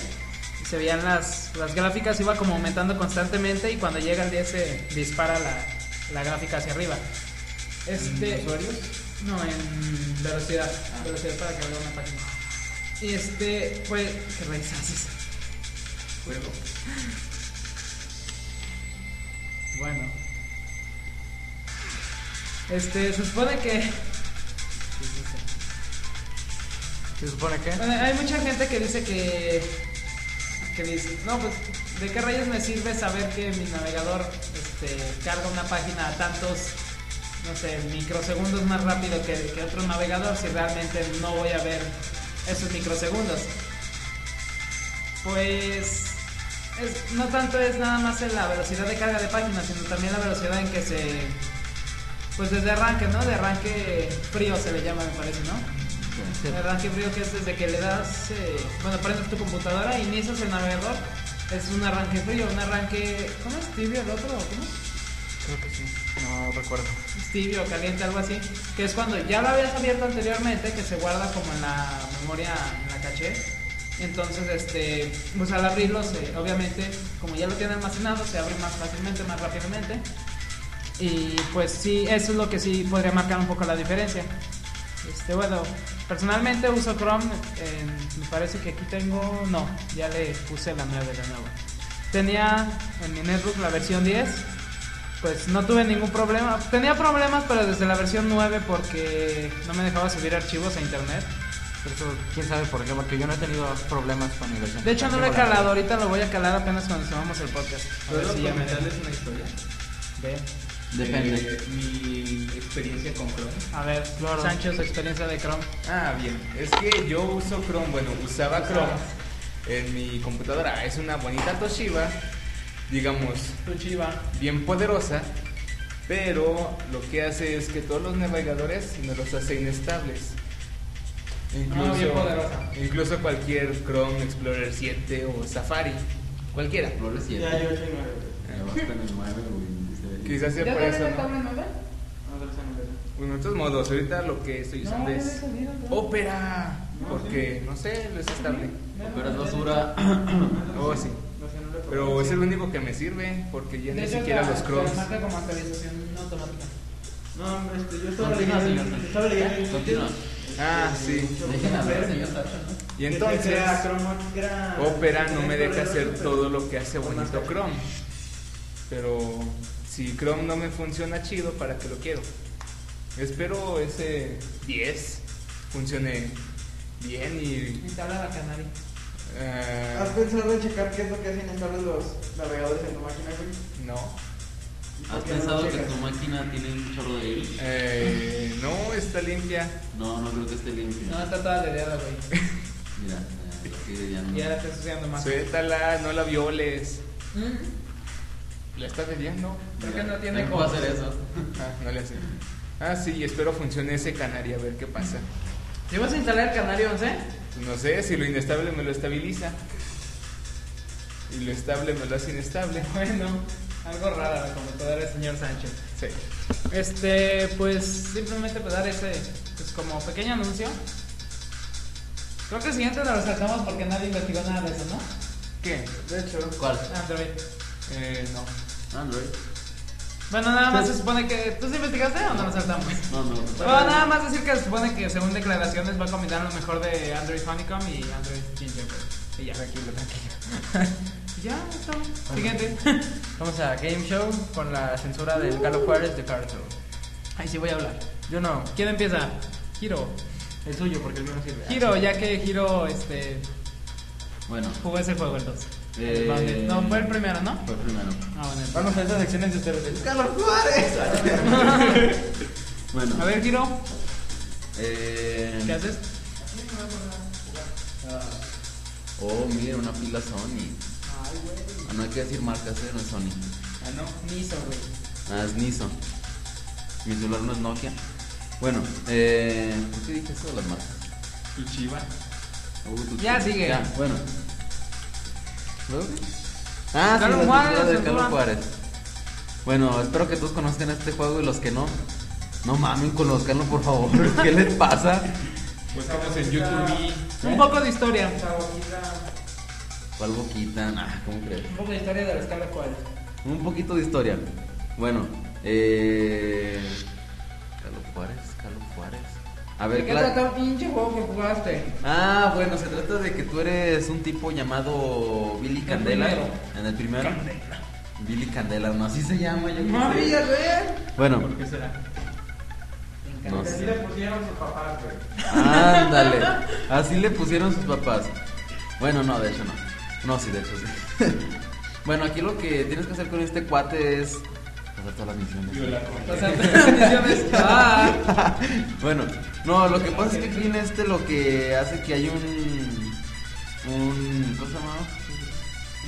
y Se veían las, las gráficas, iba como aumentando constantemente y cuando llega el 10 se dispara la, la gráfica hacia arriba. Este, No, en velocidad. Velocidad para cargar una página. Y este, pues, ¿qué rayos haces? Bueno. Este, se supone que
¿Se supone que?
Bueno, hay mucha gente que dice que. que dice, no, pues, ¿de qué rayos me sirve saber que mi navegador este, carga una página a tantos, no sé, microsegundos más rápido que, que otro navegador si realmente no voy a ver esos microsegundos? Pues. es- no tanto es nada más en la velocidad de carga de página, sino también la velocidad en que se. Pues desde arranque, ¿no? De arranque frío se le llama, me parece, ¿no?
Sí.
El arranque frío que es desde que le das, eh, bueno, prendes tu computadora, inicias el navegador, es un arranque frío, un arranque, ¿cómo es tibio el otro? ¿Cómo es?
Creo que sí. No recuerdo.
Es Tibio, caliente, algo así, que es cuando ya lo habías abierto anteriormente, que se guarda como en la memoria, en la caché. Entonces, este, pues al abrirlo, se- obviamente, como ya lo tiene almacenado, se abre más fácilmente, más rápidamente. Y pues sí, eso es lo que sí podría marcar un poco la diferencia. Este, bueno, personalmente uso Chrome, en- me parece que aquí tengo, no, ya le puse la 9 de nuevo. Tenía en mi netbook la versión 10, pues no tuve ningún problema. Tenía problemas, pero desde la versión 9 porque no me dejaba subir archivos a internet.
Pero eso, quién sabe por qué, porque yo no he tenido problemas con mi versión.
De hecho, no lo he
Regular.
calado, ahorita lo voy a calar apenas cuando subamos el podcast. A ver
¿Puedo
si ya me
comentarles una historia?
ve.
Depende.
Eh, mi experiencia con Chrome.
A ver, Sancho, su experiencia de Chrome.
Ah, bien. Es que yo uso Chrome, bueno, usaba Chrome en mi computadora. Es una bonita Toshiba, digamos, bien poderosa, pero lo que hace es que todos los navegadores nos los hace inestables. Incluso,
Ah, bien poderosa.
incluso cualquier Chrome Explorer 7 o Safari, cualquiera.
Flores y
Ya, yo soy nueve.
Eh, vas con el nueve, güey.
Quizás sea por eso. ¿no?
Nosotros en el-
Bueno, de todos modos, ahorita lo que estoy usando es Opera, porque no sé, no es estable.
Pero es basura.
Oh, sí. Pero es el único que me sirve, porque ya ni siquiera los crocs.
marca como actualización automática.
No, hombre, este, yo estaba
Continúa,
leyendo.
señor.
Estaba leyendo.
Continúa.
Ah, sí.
Dejen hablar, señor Sacha. ¿no?
Y entonces,
Era Chrome, era-
Opera no me deja
era-
hacer todo lo que hace bonito Chrome. Pero si Chrome no me funciona chido, ¿para qué lo quiero? Espero ese 10 funcione bien y.
Instala la Canary.
eh,
¿Has pensado en checar qué es lo que hacen instalar los navegadores en tu máquina, güey?
no.
¿Por
¿Has
qué no
pensado que
checas?
tu máquina tiene un chorro de virus?
Eh, no, está limpia.
No, no creo que esté limpio.
No, está toda dereada, güey.
Mira, eh, lo que ya no.
Y ahora está sucediendo más.
Suéltala, no la violes.
Mm.
¿La estás bebiendo?
creo que
Mira,
no tiene
puedo
como-
hacer eso.
Ah, no le hace. Ah, sí, espero funcione ese canario, a ver qué pasa.
¿Sí vas a instalar el Canario 11?
Pues no sé, si lo inestable me lo estabiliza. Y lo estable me lo hace inestable.
Bueno, algo rara la computadora del señor Sánchez.
Sí.
Este, pues simplemente para dar ese, pues como pequeño anuncio. Creo que el siguiente lo resaltamos porque nadie investigó nada de eso, ¿no? Ah,
¿Qué?
De hecho,
¿Cuál?
Android.
Eh, no.
Android.
Bueno, nada más se supone que. ¿Tú sí investigaste o no nos saltamos?
No, no, no.
Bueno, nada más decir que se supone que según declaraciones va a combinar lo mejor de Android Honeycomb y Android Gingerbread. Y ya. Tranquilo, tranquilo. ya, estamos. Siguiente.
Vamos a Game Show con la censura del Carlos Juárez de Cartoon.
Ahí sí voy a hablar.
Yo no,
¿Quién empieza? Giro.
el suyo porque el mío no sirve.
Giro, ya que Giro este,
Bueno,
jugó ese juego el 2.
Eh,
No, fue el primero, ¿no?
fue primero.
Ah, bueno. el-
Vamos a esas secciones de ustedes.
¡Carlos Juárez! bueno,
A ver, Giro,
Eh,
¿qué haces?
Oh, mira, una pila Sony. Ah, No hay que decir marcas, eh, no es Sony.
Ah, no, Niso, güey.
Ah, es Nissan. Mi celular no es Nokia. Bueno, eh, ¿por qué dije eso de las marcas?
Tu chiva.
Uh, tú-
Ya, sigue.
Ya, bueno. ¿Luego? Ah,
Carlos
sí, la
Juárez,
censura de
censura.
Carlos Juárez. Bueno, espero que todos conozcan este juego y los que no, no mamen, conozcanlo por favor. ¿Qué les pasa?
Pues estamos en YouTube y.
Un poco de historia.
¿Cuál boquita? Nah, ¿cómo crees?
Un poco de historia de la escala cual.
Un poquito de historia. Bueno, eh. Carlos Juárez, Carlos Juárez. A
¿De
ver,
qué
cla-
trató el pinche juego que jugaste?
Ah, bueno, se trata de que tú eres un tipo llamado Billy Candela.
primero.
En el primero. Billy Candela, no, así se llama. Yo qué
Mami,
sé.
ya sé.
Bueno,
¿Por qué será?
no
Así
sé.
le pusieron sus papás, güey.
Ándale. Así le pusieron sus papás. Bueno, no, de hecho no. No, sí, de hecho sí. bueno, aquí lo que tienes que hacer con este cuate es hacer todas las misiones.
Yo la conté.
O sea, bendiciones. Ah.
bueno, no, lo que pasa es que Clean este lo que hace que hay un. un ¿Cómo se llama?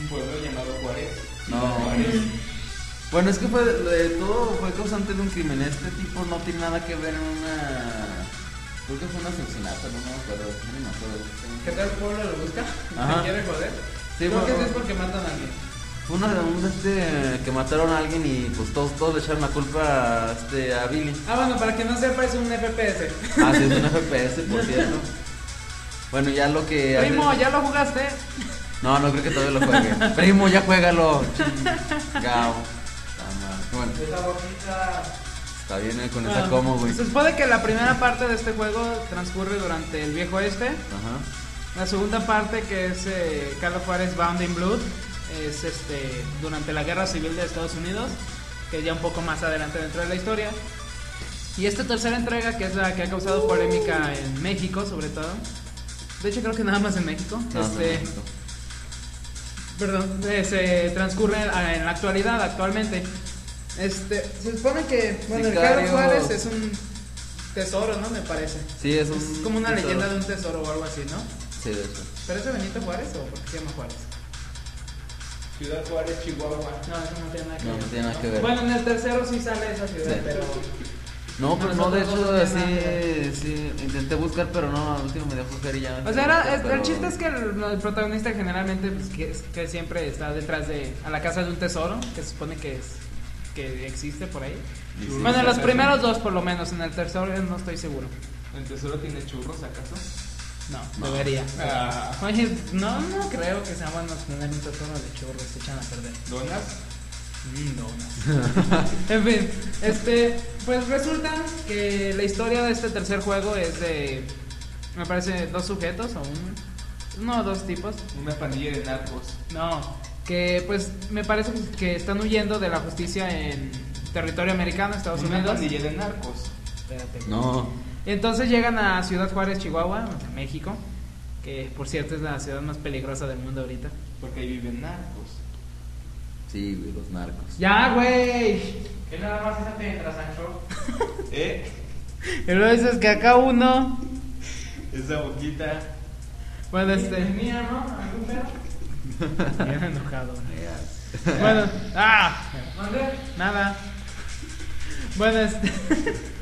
Un pueblo llamado Juárez.
No.
Juárez.
Bueno, es que fue, eh, todo fue causante de un crimen. Este tipo no tiene nada que ver en una. Creo que fue un asesinato, no me acuerdo. No me acuerdo.
¿Qué tal el pueblo lo busca?
Ajá.
¿Te quiere joder?
Sí,
Creo
fue-
que sí es porque matan a alguien.
Fue una de un, este, que mataron a alguien y pues todos, todos le echaron la culpa a, este, a Billy.
Ah, bueno, para quien no sepa, es un FPS.
Ah, sí, es un FPS, por cierto. Bueno, ya lo que.
Primo, ya lo jugaste.
No, no creo que todavía lo juegue. Primo, ya juégalo. Chingao. Está mal. Bueno,
Esa boquita.
está bien eh, con
Bueno,
esa como, güey.
Se supone que la primera parte de este juego transcurre durante el viejo este.
Ajá.
La segunda parte, que es eh, Carlos Juárez Bound in Blood, es este, durante la guerra civil de Estados Unidos, que ya un poco más adelante dentro de la historia. Y esta tercera entrega, que es la que ha causado polémica en México, sobre todo. De hecho, creo que nada más en México.
No, no,
este,
no, no.
Perdón, eh, se transcurre a- en la actualidad, actualmente. Este, se supone que, bueno, el Carlos
Sicarios.
Juárez es un tesoro, ¿no? Me parece.
Sí, es, un-
Es como una leyenda de un tesoro o algo así, ¿no?
Sí, de hecho.
¿Pero es de Benito Juárez o por qué se llama Juárez?
Ciudad Juárez, Chihuahua.
No, eso no tiene nada que
No,
ver.
no tiene nada que ver.
Bueno, en el tercero sí sale esa ciudad,
Sí.
pero...
No, pero no, de hecho,
Nosotros no
sí, sí, intenté buscar, pero no, al último me dejó buscar y ya.
O sea, era- es-
Pero-
el chiste es que el, el protagonista generalmente pues, que, es- que siempre está detrás de... a la casa de un tesoro, que se supone que es que existe por ahí.
Y sí,
Bueno, en los
sí.
primeros dos por lo menos, en el tercero eh, no estoy seguro.
¿El tesoro tiene churros acaso?
No,
No.
debería.
Ah.
Oye, no, no creo que sea bueno tener un tesoro de churros, se echan a perder.
¿Donas?
Mm, donas. en fin, este, pues resulta que la historia de este tercer juego es de, me parece, dos sujetos o un, no, dos tipos.
Una pandilla de narcos.
No, que pues me parece que están huyendo de la justicia en territorio americano, Estados
Una
Unidos.
pandilla de narcos.
Espérate, güey.
No,
Entonces llegan a Ciudad Juárez, Chihuahua, o sea, México, que por cierto es la ciudad más peligrosa del mundo ahorita.
Porque ahí viven narcos.
sí, güey, los narcos.
Ya, güey.
Es nada más esa mientras Sancho.
¿Eh?
Y luego dices que acá uno.
Esa boquita.
Bueno, este.
Es mía, ¿no? ¿Algún pedo?
Bien enojado. Bueno, ah,
¿Mande?
nada. Bueno, este.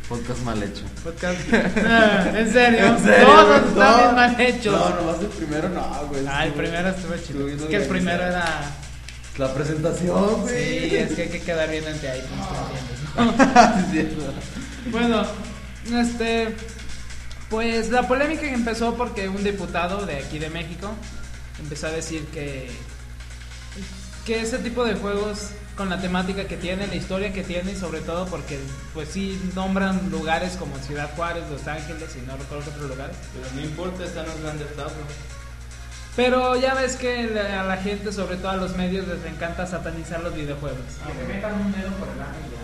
Podcast mal hecho.
Podcast. Ah, en serio.
¿En serio?
Todos están
No.
bien mal hechos.
No, nomás el primero no, güey.
Ah, el primero estuvo chido. Es que el primero era.
La presentación, güey.
Sí, es que hay que quedar bien ante ahí, pues, ¿tú entiendes, no? Bueno, este. Pues la polémica que empezó porque un diputado de aquí de México empezó a decir que. que ese tipo de juegos con la temática que tiene, la historia que tiene y sobre todo porque pues sí nombran lugares como Ciudad Juárez, Los Ángeles y no recuerdo qué otros lugares.
Pero no importa, están los grandes tablos.
Pero ya ves que la- a la gente, sobre todo a los medios, les encanta satanizar los videojuegos.
Que te metan un dedo por el ano y ya.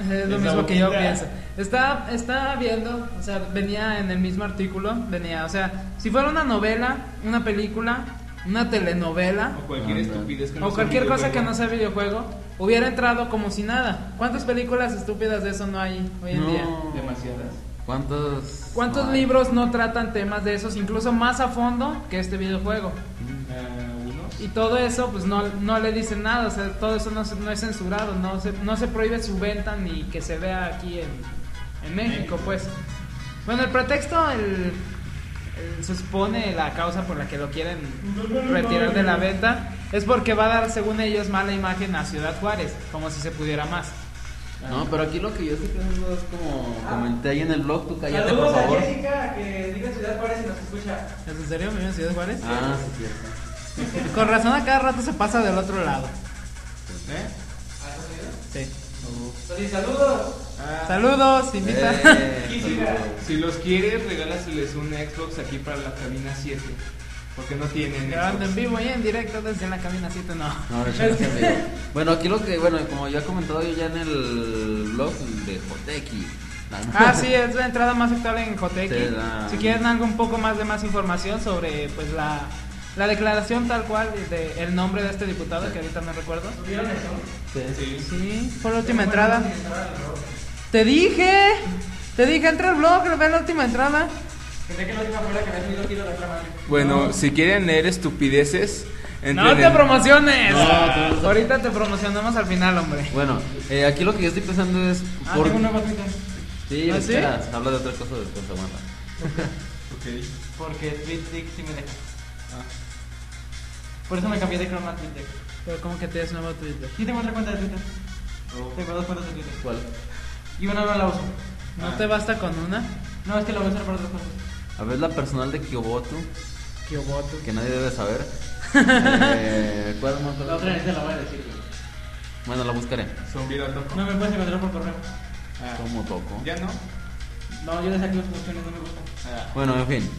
Es lo
Es la
mismo que yo
boquita.
pienso. Está, está viendo, o sea, venía en el mismo artículo, venía, o sea, si fuera una novela, una película, una telenovela
O cualquier
Ah,
estupidez que no
o
sea
cualquier cosa
videojuego.
que no sea videojuego, hubiera entrado como si nada. ¿Cuántas películas estúpidas de eso no hay hoy en día?
Demasiadas.
¿Cuántos?
¿Cuántos
no hay?
libros no tratan temas de esos, incluso más a fondo que este videojuego?
Eh, unos.
Y todo eso, pues no, no le dicen nada, o sea, todo eso no, se- no es censurado, no se, no se prohíbe su venta ni que se vea aquí en, en México, pues. Bueno, el pretexto, el, el- se supone la causa por la que lo quieren retirar de la venta, es porque va a dar, según ellos, mala imagen a Ciudad Juárez, como si se pudiera más.
No, pero aquí lo que yo estoy pensando es como comenté ahí en el blog, tú cállate por
Saludos a
favor.
Jessica, que vive en Ciudad Juárez y nos escucha.
¿Es en serio? ¿Me en Ciudad Juárez?
Ah, sí, cierto.
Con razón, a cada rato se pasa del otro lado.
¿Eh?
Sí.
Oye, saludos.
Ah,
Saludos, invita.
Eh,
Jessica.
saludos.
Si los quieres, regálaseles un Xbox aquí para la cabina 7. Porque no tienen
Grabando en
Xbox.
vivo y en directo desde la cabina 7, no.
No, de hecho, no se ve. Bueno, aquí lo que, bueno, como ya he comentado yo ya en el blog de Jotequi.
Ah, sí, es la entrada más actual en Joteki.
Te dan-
Si quieren algo un poco más de más información sobre pues la, la declaración tal cual de el nombre de este diputado que ahorita no recuerdo.
¿Vieron eso?
Sí.
Sí, fue la última entrada. Te dije, te dije entra al blog, ve la última entrada.
Pensé que la última fuera que me he ido quiero reclamar.
Bueno, si quieren leer estupideces,
No
entren
te
en-
promociones.
No, te vas a-
ahorita te promocionamos al final, hombre.
Bueno, eh, aquí lo que yo estoy pensando es.
Ah,
por-
tengo una cosita.
Sí,
¿Ah, sí?
espera, habla de otra cosa después, aguanta.
Ok. Ah,
Porque Tweet Deck sí me deja. Por eso me cambié de Chrome a Tweet Deck.
Pero como que tienes nuevo Twitter.
Sí tengo otra cuenta de Twitter. Tengo dos cuentas de Twitter.
¿Cuál?
Y una no la uso.
¿No
Ah.
te basta con una?
No, es que la voy a usar para otras cosas.
A ver, la personal de Kyoboto,
Que voto.
que nadie debe saber. Eh, ¿Cuál más?
La otra vez te la voy a decir. güey.
Bueno, la buscaré.
Zombie lo toco.
No me puedes encontrar por correo.
Ah,
¿Cómo toco?
¿Ya no?
No, yo desactivo sus opciones, no me gusta.
Ah,
Bueno, en fin.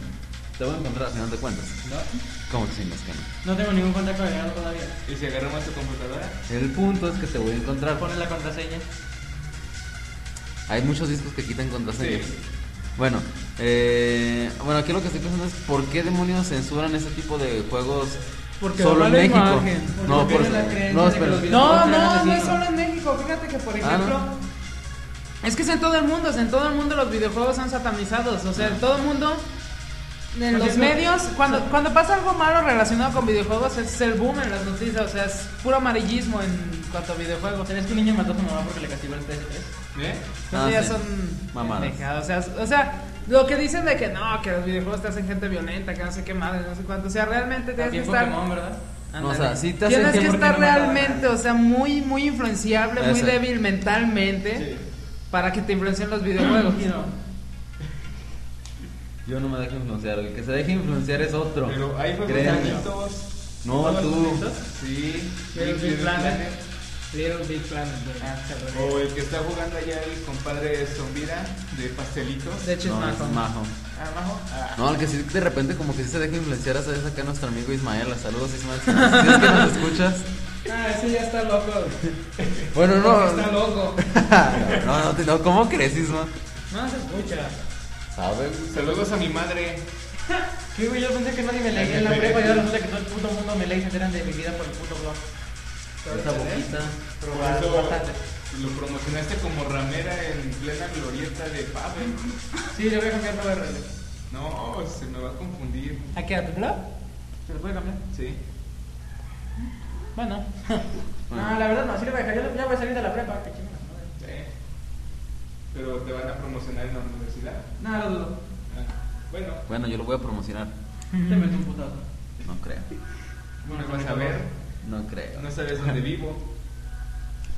Te voy a encontrar al final de cuentas.
¿No?
¿Cómo que sin que no?
No tengo ningún contacto agregado todavía.
¿Y si agarramos tu computadora?
El punto es que te voy a encontrar.
Pones la contraseña.
Hay muchos discos que quitan contraseñas.
Sí.
Bueno, eh, bueno, aquí lo que estoy pensando es por qué demonios censuran ese tipo de juegos
Porque
solo
da
en
mala
México.
imagen.
No,
Porque
por
tienen la creencia
no,
de que
espera.
los videos-
No,
Otro era
no, no es
asesino.
solo en México. Fíjate que, por
Ah, ¿no?
ejemplo, es que es en todo el mundo. es En todo el mundo los videojuegos son satanizados. O sea, en todo el mundo, en
Ah. Por
los
ejemplo,
medios, cuando, cuando pasa algo malo relacionado con videojuegos, es el boom en las noticias. O sea, es puro amarillismo en cuanto a videojuegos.
¿Sabías que un niño mató a su mamá porque le castigó el PS3?
¿Eh?
Entonces
Ah,
ya
sí.
son
Mamadas.
pendejadas, O sea, o sea, lo que dicen de que no, que los videojuegos te hacen gente violenta, que no sé qué madre, no sé cuánto. O sea, realmente tienes que
También
estar.
Pokémon, ¿verdad?
No, o sea, sí te hacen
Tienes que
tiempo
estar
no mataban a
realmente, o sea, muy, muy influenciable, muy
Eso.
débil mentalmente para que te influencien los videojuegos.
Yo no me dejo influenciar, el que se deje influenciar es otro.
Pero hay
Créanme.
juegos
No, tú.
Sí.
Little
Little
Big Planet. ¿eh?
Planet.
Little Big Planet. Oh,
O el que está jugando allá el compadre Zombira de pastelitos.
De hecho,
No,
es
ese es
majo.
majo.
Ah, majo. Ah.
No, el que sí de repente como que sí se deja influenciar, ¿sabes? Acá nuestro amigo Ismael. Saludos, Ismael. Si es que nos escuchas.
Ah, ese ya está loco.
Bueno, no.
Está loco.
no, no, te- no, ¿cómo crees, Isma?
No se escucha.
¿Sabes?
Saludos a mi madre.
¿Qué, güey? Yo pensé que nadie me leía en la prepa y ahora resulta que todo el puto mundo me leía y se enteran de mi vida por el puto blog.
Esa boquita.
Por
Probado,
eso
bastante.
Lo promocionaste como ramera en plena glorieta de Pavel.
Sí, le voy a cambiar para verlo.
No, se me va a confundir.
¿A qué? ¿A tu blog?
¿Se lo puede cambiar?
Sí.
Bueno.
No, la verdad no, sí le voy a dejar. Yo ya voy a salir de la prepa. que chingada madre.
Sí. Pero te van a promocionar en la universidad.
No, lo dudo.
Ah, Bueno,
Bueno, yo lo voy a promocionar.
Te meto un putado.
No creo.
no vas a ver.
No creo.
No sabes dónde vivo.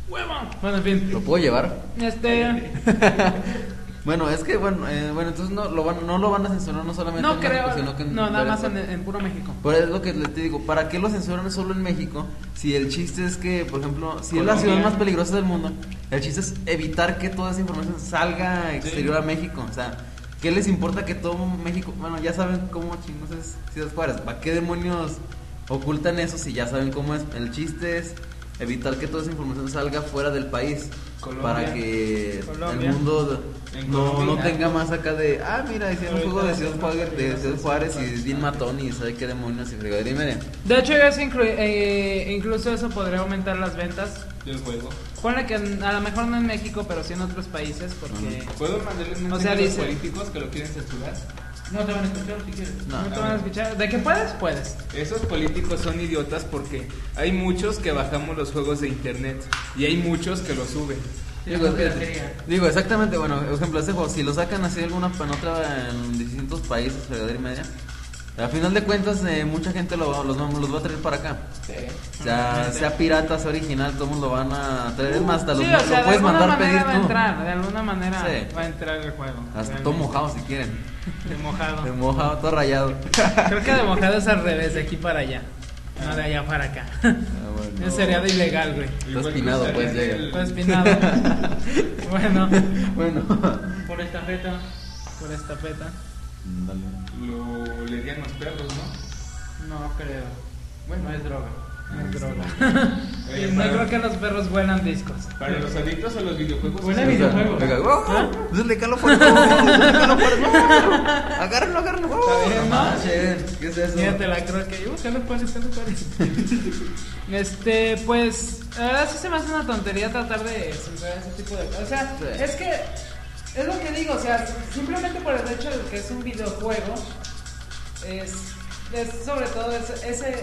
Bueno, en fin.
¿Lo puedo llevar?
Este.
Bueno, es que bueno, eh, bueno, entonces no lo van, no lo van a censurar no solamente
No
en México,
creo.
sino que en
No, nada
varias
más en,
partes.
en puro México.
Pero es lo que le- te digo, ¿para qué lo censuran solo en México? Si el chiste es que, por ejemplo, si es la ciudad más peligrosa del mundo, el chiste es evitar que toda esa información salga exterior a México. O sea, ¿qué les importa que todo México, bueno, ya saben cómo chingos es Ciudad Juárez? ¿Para qué demonios ocultan eso si ya saben cómo es? El chiste es evitar que toda esa información salga fuera del país.
Colombia.
Para que
Colombia.
el mundo
En
no, no
Colombia.
tenga más acá de, ah, mira, hicieron un
Ahorita
juego de
no sé,
Ciudad Juárez,
no sé,
de
no
Ciudad
sé,
Juárez
no
y
sé.
es bien matón y sabe qué demonios y fregadera y miren.
De hecho, eso inclu- eh, incluso eso podría aumentar las ventas.
del juego.
Ponle que en- a lo mejor no en México, pero sí en otros países, porque
¿Puedo mandarles mensajes
O sea,
a los
dice-
políticos que lo quieren censurar?
No te van a escuchar si quieres.
No,
no te van a escuchar. ¿De que puedes? Puedes.
Esos políticos son idiotas porque hay muchos que bajamos los juegos de internet y hay muchos que lo suben.
digo, digo, exactamente, bueno, por ejemplo, este juego, si lo sacan así alguna en otra en distintos países, fregadera y media, al final de cuentas eh, mucha gente lo, va- los, va- los va a traer para acá. O sea, sea pirata, sea original, todos lo van a traer. Es más, hasta los,
sí, o sea,
lo
de
puedes
alguna
mandar
manera
pedir
va a
tú.
entrar, de alguna manera
Sí.
va a entrar el juego.
Hasta
realmente.
todo mojado si quieren.
De mojado.
De mojado, todo rayado. Ah,
Creo que de mojado es al revés, de aquí para allá. No de allá para acá.
Ah, bueno.
Eso sería de ilegal, güey.
Está espinado, pues, llega.
Todo espinado. bueno,
bueno.
Por estafeta.
por estafeta.
Dale.
Lo leerían los perros, ¿no?
No creo. Bueno, es droga.
No es droga.
Oye,
Y no
para-
creo que los perros huelan discos.
Para los adictos a los videojuegos.
Buena
es-
video- videojuego.
Venga, venga, ¡oh! Pues le calo fuerte, ¡oh! Le calo fuerte, ¡oh! Agárrenlo, agárrenlo. ¡oh!
Está bien, ¿no?
manches, ¿Qué es eso?
Fíjate la creo que yo, ¿qué le parece? ¿Qué le parece? Este, pues, la verdad sí se me hace una tontería tratar de censurar ese tipo de cosas. O sea,
Sí.
es que
Es lo que digo, o sea, simplemente por el hecho de que es un videojuego, es, es sobre todo es- ese,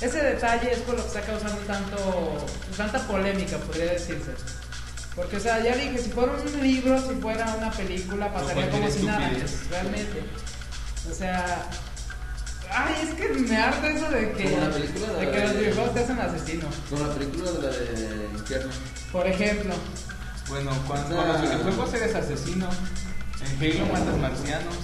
ese detalle es por lo que está causando tanto, tanta polémica, podría decirse. Porque, o sea, ya dije, si fuera un libro, si fuera una película, pasaría
cualquier
como si nada,
estupidez.
realmente. O sea, ay, es que me harta eso de que,
Como la película de-
de que los videojuegos te hacen asesino,
Con la película de la de Infierno. ¿Eh?
por ejemplo.
Bueno, cuando con los videojuegos eres asesino. En Halo matas marcianos.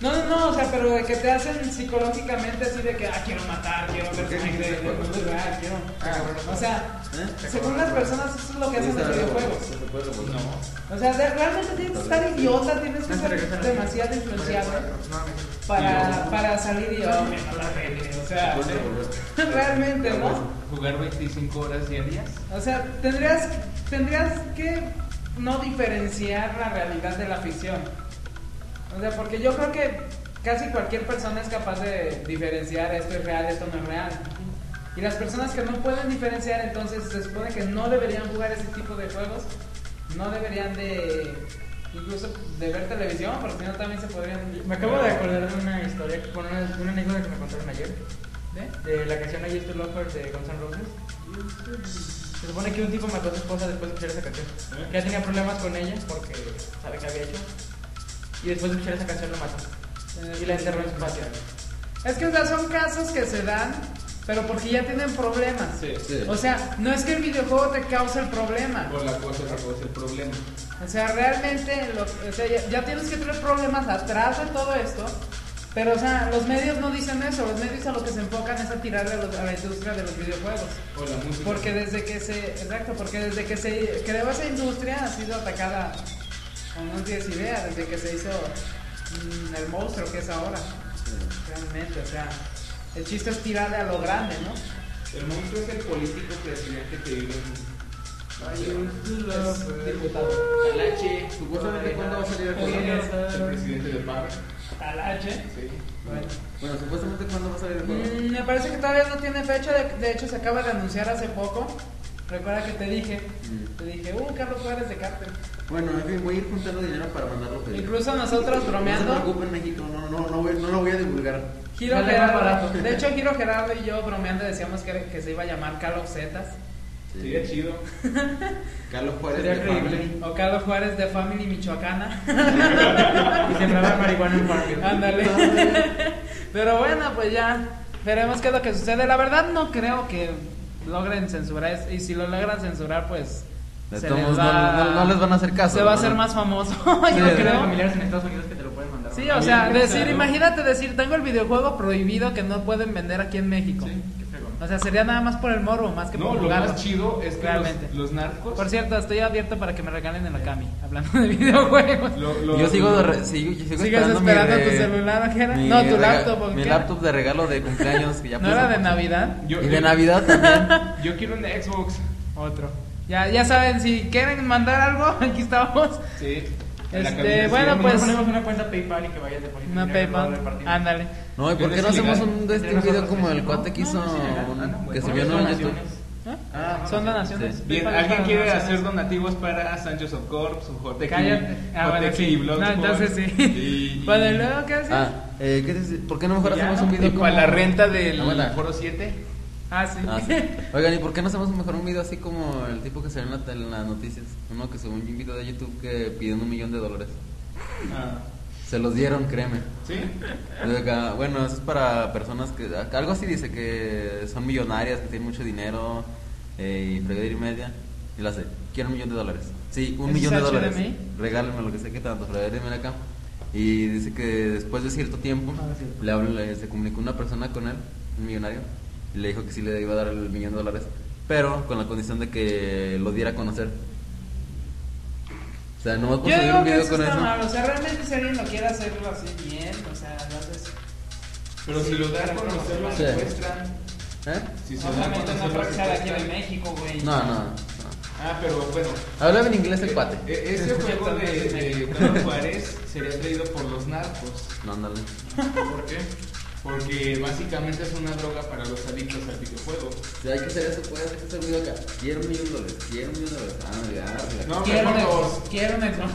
No, no, no, o sea, pero de que te hacen psicológicamente así de que, ah, quiero matar, quiero ver
qué
sangre,
dices,
quiero
bueno?
torturar, quiero...
Ah,
O sea,
¿Eh?
según las personas eso es lo que hacen los videojuegos.
No.
O sea, de- realmente tienes que estar idiota, tienes que ser demasiado influenciado para, para salir y... "Oh, me no la regué", O sea, realmente, ¿no?
Jugar 25 horas diarias.
O sea, tendrías, tendrías que no diferenciar la realidad de la ficción. O sea, porque yo creo que casi cualquier persona es capaz de diferenciar esto es real, esto no es real. Y las personas que no pueden diferenciar, entonces se supone que no deberían jugar ese tipo de juegos, no deberían de incluso de ver televisión, porque si no también se podrían...
Me acabo de acordar de una historia, que- con una, una anécdota que me contaron ayer.
¿eh?
De la canción I Used to Love Her de Guns N' Roses. Se supone que un tipo mató a su esposa después de escuchar esa canción. Ya tenía problemas con ella porque sabe que había hecho. Y después de escuchar esa canción lo mató. Y la enterró en su patio.
Eh, Es que o sea, son casos que se dan, pero porque ya tienen problemas.
Sí.
Sí.
O sea, no es que el videojuego te cause el problema.
Por la cosa que es el problema.
O sea, realmente lo- o sea, ya, ya tienes que tener problemas atrás de todo esto. Pero, o sea, los medios no dicen eso. Los medios a lo que se enfocan es a tirarle a, los- a la industria de los videojuegos.
O la música.
Porque desde que se. Exacto, porque desde que se creó esa industria ha sido atacada con unos 10 ideas. Desde que se hizo mm, el monstruo que es ahora. Realmente, o sea, el chiste es tirarle a lo grande, ¿no?
El monstruo es el político presidente que vive en.
Es diputado.
Supuestamente cuándo va a salir el juego.
El presidente de Parra. Sí.
Bueno.
Bueno, supuestamente cuándo va a salir el juego.
Mm, me parece que todavía no tiene fecha, de, de hecho se acaba de anunciar hace poco. Recuerda que te dije,
Mm.
te dije, uh, Carlos Juárez de Carter.
Bueno, en fin, voy a ir juntando dinero para mandarlo a pedir.
Incluso nosotros
No se
bromeando,
preocupen, México, no, no, no, voy- no lo voy a divulgar.
Giro
Dale más
Gerardo,
barato.
de hecho Giro Gerardo y yo bromeando decíamos que, que se iba a llamar Carlos Zetas
Sería chido.
Carlos Juárez
Sería
de
creíble.
Family.
o Carlos Juárez de Family Michoacana.
Y sembraba marihuana en un parque.
Ándale. Pero bueno, pues ya veremos qué es lo que sucede. La verdad no creo que logren censurar es- y si lo logran censurar pues
De
Se
todos
les
modos, no,
va-
no- no les van a hacer caso.
Se va a
¿no?
hacer más famoso,
Sí,
yo
de-
creo.
de familiares en Estados Unidos que te lo pueden mandar.
Sí,
¿no?
o sea,
Bien,
decir,
claro.
imagínate decir, tengo el videojuego prohibido que no pueden vender aquí en México. O sea, sería nada más por el morbo, más que
No,
por
lo
jugarlo.
más chido es que
Realmente.
los, los narcos.
Por cierto, estoy abierto para que me regalen el Akami, hablando de videojuegos.
lo- lo-
Yo sigo, de re- sigo, yo sigo
¿Sigues
esperando, mi
esperando
re-
tu celular, Ojera?
mi
No, tu
rega-
laptop, ¿o
Mi
qué?
laptop de regalo de cumpleaños que ya
¿No era
puse.
de Navidad?
yo-
Y
yo-
de Navidad también.
Yo quiero un Xbox.
Otro. Ya, ya saben, si quieren mandar algo, aquí estamos.
Sí. en la
Este,
cabina.
bueno, pues,
Ponemos una cuenta PayPal y que vayas de poniendo
una
dinero y luego
PayPal.
repartimos.
Ándale.
No, ¿y por
Pero
qué
es
no hacemos
ilegal.
un, de este,
Entre
un video
nosotros,
como el
¿no?
cuate que
No, no,
hizo
sí, legal. Ah, no,
un- que
bueno.
subió
Son
en YouTube?
donaciones.
¿Ah?
Ah,
Son donaciones.
Bien,
PayPal
¿alguien
para
quiere
donaciones.
hacer donativos para Sancho Socorp, su Jotequi?
Cállate. Ah, bueno,
Jotequi
sí.
y Blogspot?
No, entonces sí.
Y, y-
Bueno, ¿y luego qué haces?
Ah,
Ah,
eh, ¿qué dices? ¿por qué no mejor
y ya,
hacemos
¿no?
un video
Y
como...
para la renta del
Abuela.
Foro 7.
sí.
Ah, sí. Oigan, ¿y por qué no hacemos mejor un video así como el tipo que se ve en, la- en las noticias? Uno que subió un video de YouTube que pidiendo un millón de dólares.
Ah,
Se los dieron, créeme.
¿Sí?
De acá, Bueno, eso es para personas que... Algo así dice que son millonarias, que tienen mucho dinero eh, y prever y media. Y la hace, quiero un millón de dólares. Sí, un
¿Eso
millón de
es
dólares.
HDMI?
Regálenme lo que sea que tanto, prever y media acá. Y dice que después de cierto tiempo
Ah,
le habla- le- se comunicó una persona con él, un millonario, y le dijo que sí le iba a dar el millón de dólares, pero con la condición de que lo diera a conocer. O sea, nomás por
Yo
subir
digo
un
que
video
eso
con
está
eso.
mal, o sea, realmente si alguien lo quiere hacerlo así bien, o sea, lo haces...
Pero si lo dan a conocer, lo
Sí.
secuestran.
¿Eh?
Si pues, se lo dan a
Obviamente no
conocer, lo
creo que sea de aquí en
secuestran.
México, güey.
No, no, no.
Ah, pero bueno.
Hablaba en inglés el cuate.
E- Ese juego de, de Carlos Juárez sería traído por los narcos.
No, ándale.
¿Por qué? Porque básicamente es una droga para los adictos al videojuego.
Si hay que hacer eso, puedes hacer este video acá. Quiero un millón de dólares, quiero un millón de dólares. Ah, ya,
No,
Quiero
mejor
un
dos.
Xbox, quiero un Xbox.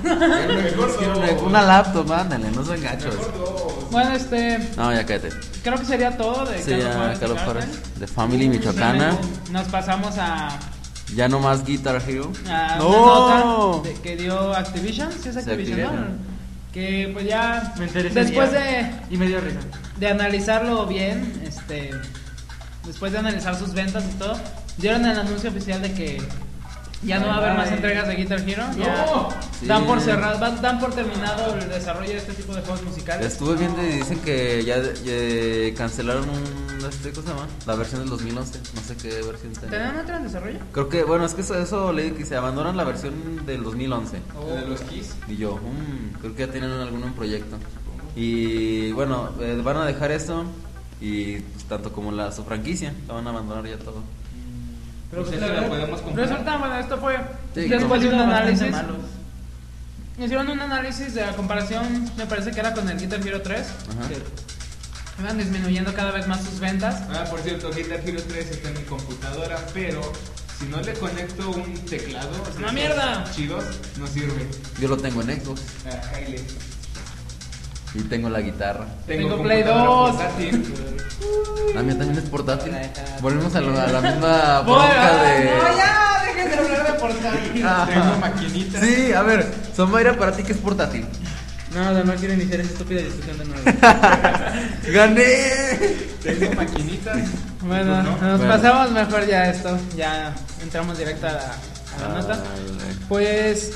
Quiero un-
Mejor
quiero un-
no.
Una laptop, ándale, no son gachos.
Mejor dos.
Bueno, este,
No, ya cállate.
creo que sería todo de
Sí,
Carlos
ya,
Juárez de
Carlos
Cartel.
Juárez. De Family Michoacana.
Nos pasamos a,
Ya no más Guitar Hero.
a una
¡No!
nota de- que dio Activision, sí es
Sí,
Activision,
Activision.
¿no? Que pues ya,
Me enteré ese
después
día
de,
Y me dio risa.
de analizarlo bien, este, después de analizar sus ventas y todo, dieron el anuncio oficial de que ya no va a haber más
Ay.
entregas de Guitar Hero. Ya
No.
dan
Sí.
por cerrado, van- dan por terminado el desarrollo de este tipo de juegos musicales.
Estuve viendo y dicen que ya, ya cancelaron un. Este, ¿Cómo se llama? La versión del 2011. No sé qué versión
¿Tenían
tenía.
otra en desarrollo?
Creo que, bueno, es que eso, eso leí que se abandonan la versión del 2011.
De los Kiss.
Y yo, "Mm, creo que ya tienen alguno en proyecto. Y bueno, eh, van a dejar eso. Y pues, tanto como la su franquicia, la van a abandonar ya todo.
Pero pues, esa la podemos comprar.
Resulta, bueno, esto fue
Sí,
después de un
Bastante
análisis.
malos.
Hicieron un análisis de la comparación, me parece que era con el Guitar Hero 3.
Ajá.
Que iban disminuyendo cada vez más sus ventas.
Ah, por cierto, Guitar Hero 3 está en mi computadora, pero si no le conecto un teclado, o sea,
¡Una
esos
mierda!
Chidos, no sirve.
Yo lo tengo en Xbox
Ah, Jaile.
y tengo la guitarra.
Tengo Play dos.
computadora portátil.
La mía también es portátil. Volvemos a, la- a la misma
Voy
bronca
ah,
a-
de.
voy
Ya, dejen de hablar de portátil.
Ah.
Tengo maquinita.
Sí, a ver, Somaira, para ti que es portátil.
No, no, no quiero iniciar esa estúpida discusión de nuevo.
¡Gané!
Tengo maquinita. Pues
Bueno,
¿No?
nos
Bueno.
pasamos mejor ya a esto. Ya entramos directa a la, a
Ah,
Ah.
la nota. Pues,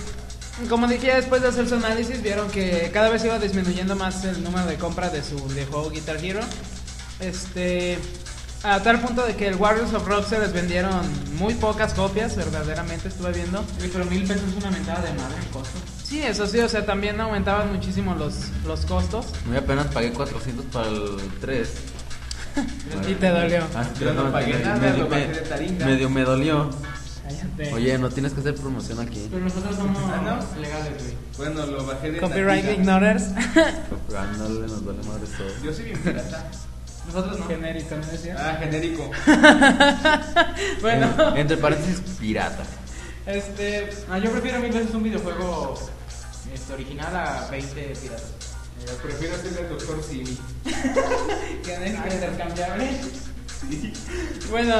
como dije, después de hacer su análisis, vieron que cada vez iba disminuyendo más el número de compras de su videojuego Guitar Hero. Este, a tal punto de que el Warriors of Rock se les vendieron muy pocas copias, verdaderamente estuve viendo.
Güey, Pero mil pesos es una mentada de madre el costo.
Sí, eso sí, o sea, también aumentaban muchísimo los, los costos.
Muy apenas pagué 400 para el Ah, 3.
Y te dolió.
Yo no pagué nada, lo bajé de Taringa.
Medio me dolió.
Cállate.
Oye, no tienes que hacer promoción aquí.
Pero nosotros
Ah,
somos
¿no?
legales, güey.
Bueno, lo bajé de
Copyright
Taringa.
ignorers.
Ah, no le nos vale madre todo.
Yo soy bien pirata.
Nosotros no.
Genérico, ¿no decías?
Ah, genérico.
Bueno.
Eh, Entre paréntesis, pirata.
Este, ah, yo prefiero mil veces un videojuego este, original a 20 piratas.
Eh, Prefiero ser el doctor Simi.
Que es intercambiable.
Bueno,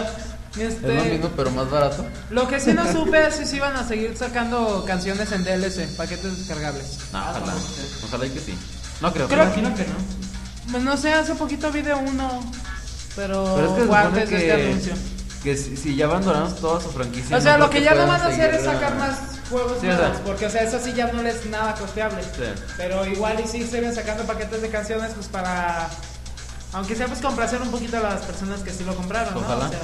Es lo
este,
mismo, pero más barato.
lo que sí no supe es si se iban a seguir sacando canciones en DLC, paquetes descargables.
No, ojalá. Ojalá y que sí. No creo.
Creo-
Imagino que no.
Pues no sé, hace poquito vi de uno, pero,
Pero es que se
fue
supone
antes de este
que-
anuncio.
que si, si ya abandonaron toda su franquicia.
o sea,
no
lo
creo
que ya no
puedan
van a hacer
seguir
es
la-
sacar más juegos
Sí, o sea.
nuevos, porque o sea, eso sí ya no les es nada costeable.
Sí.
Pero igual y sí se ven sacando paquetes de canciones pues para aunque sea pues complacer un poquito a las personas que sí lo compraron, ¿no?
Ojalá.
O sea,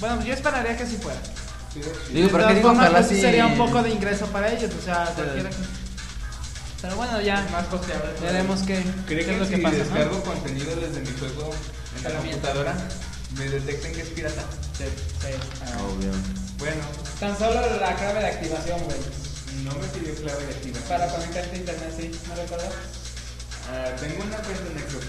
bueno, yo esperaría que sí fuera.
Digo, pero
De
que digo,
todas formas,
ojalá
pues,
sí.
sería un poco de ingreso para ellos, o sea, cualquiera que- Pero bueno, ya más costeable. Veremos qué,
¿Cree
qué
que,
es lo
si
que pasa, ¿no?
descargo contenido desde mi juego en la computadora, me detecten que es pirata?
Sí, sí.
Obvio.
Bueno,
Tan solo la clave de activación, güey.
no me pidió clave de activa.
Para conectarte a internet, sí, ¿no recuerdas?
Ah, tengo una cuenta en Xbox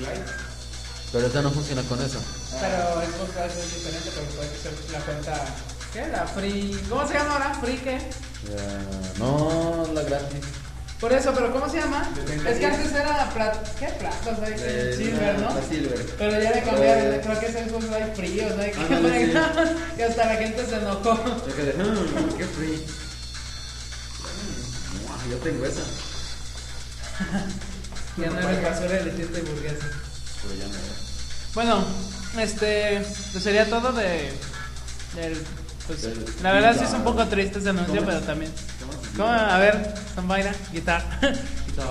Pero esta no funciona con eso.
Pero es por clase es diferente porque puedes hacer la cuenta. ¿Qué? La free. ¿Cómo se llama ahora? ¿Free qué?
Ya, no, la gratis.
Por eso, pero ¿cómo se llama?
De 30
Es que
días.
antes era plata. ¿Qué plata? O sea,
Eh,
silver,
la-
¿no?
la Silver.
Pero ya le cambiaron,
Eh.
creo que es el Xbox Live Free, o sea, que
Ándale, sí.
y hasta la gente se enojó.
Yo quedé, "Mm, qué free. Mua, Yo tengo esa.
Ya no eres basura de chiste burguesa.
Pero ya no.
Bueno, este, pues sería todo de, del- pues,
Del-
la verdad sí es un poco triste este anuncio, pero también. ¿Cómo? A ver, Zambaira, guitarra.
No,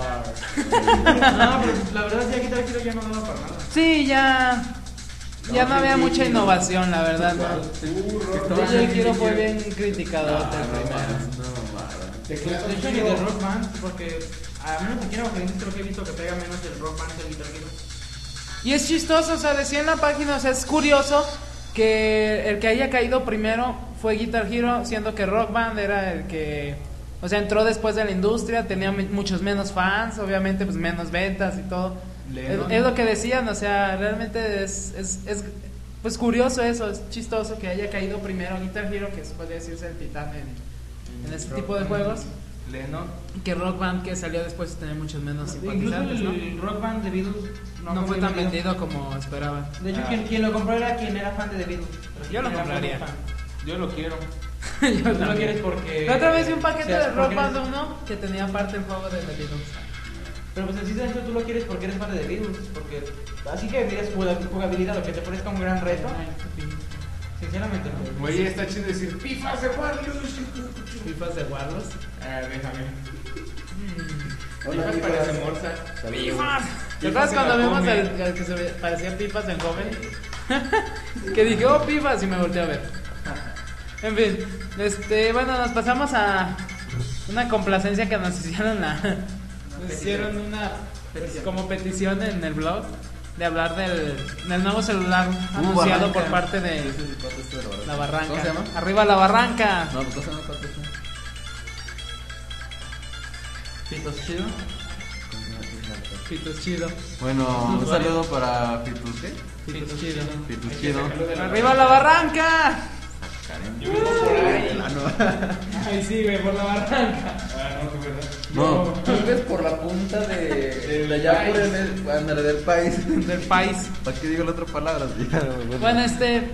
pero la verdad, ya quitar quiero ya no daba para nada.
Sí, ya, ya no había mucha innovación, la verdad. ¿no?
Estaba-
DJ Kiro fue bien criticado.
Ah, no, mames, no, mames.
De hecho, ni de Rock Band, porque a menos aquí en Aguascalientes creo que he visto que pega menos el Rock Band que el Guitar Hero.
Y es chistoso, o sea, decía en la página, o sea, es curioso que el que haya caído primero fue Guitar Hero, siendo que Rock Band era el que, o sea, entró después de la industria, tenía me- muchos menos fans, obviamente, pues menos ventas y todo. Es,
Lennon.
es lo que decían, o sea, realmente es, es, es, pues curioso eso, es chistoso que haya caído primero Guitar Hero, que se puede decirse el titán en, en este tipo de juegos,
Lennon.
que Rock Band que salió después tenía muchos menos
Incluso
simpatizantes,
el,
¿no?
Rock Band de Beatles
No fue
muy
tan vendido como esperaban.
De hecho,
Ah.
quien, quien lo compró era quien era fan de The Beatles. Pero
Yo lo
quien era fan
compraría.
de Rock Band.
Yo lo quiero.
Yo
Tú lo
también. Eh,
quieres porque.
La otra vez vi un paquete
seas-
de Rock
porque eres-
Band 1 que tenía aparte el juego de The Beatles.
Pero pues en sí, de hecho, tú lo quieres porque eres fan de The Beatles. Porque. Así que dirías jugab- jugabilidad, lo que te parezca un gran reto. Sinceramente, no.
Oye, está chido decir pifas de Warlords.
Pipas de Warlos.
Ah, déjame.
Hola,
Pifas
pifas.
parece morsa.
Saludos.
¡Pipas! ¿Te
Pipas
acuerdas
en la
cuando vimos
come.
al, al que se ve- parecía Pipas en joven? que dije, oh, Pipas, y me volteé a ver. En fin, este, bueno, nos pasamos a una complacencia que nos hicieron la. Nos hicieron una. pues, como petición en el blog de hablar del, del nuevo celular anunciado
barranca.
por parte de
Sí, sí, cuatro estrellas, la
La
verdad.
Barranca.
¿Cómo se llama?
Arriba la Barranca.
No, pues ¿cómo se llama cuatro estrellas?
pues,
Pitos chido.
¿Cómo se llama?
Pitos chido.
Bueno, un saludo para Pitus, ¿qué?
Pitos chido.
Pitus Chido.
Arriba la barranca.
Yo vivo por ahí.
Ah,
Ay, sí, güey, por la barranca.
Ah, no, qué verdad.
No, no. tú ves por la punta de, de allá por el, el- ándale, del país.
Del país.
¿Para qué digo la otra palabra? Ya, bueno.
Bueno, este.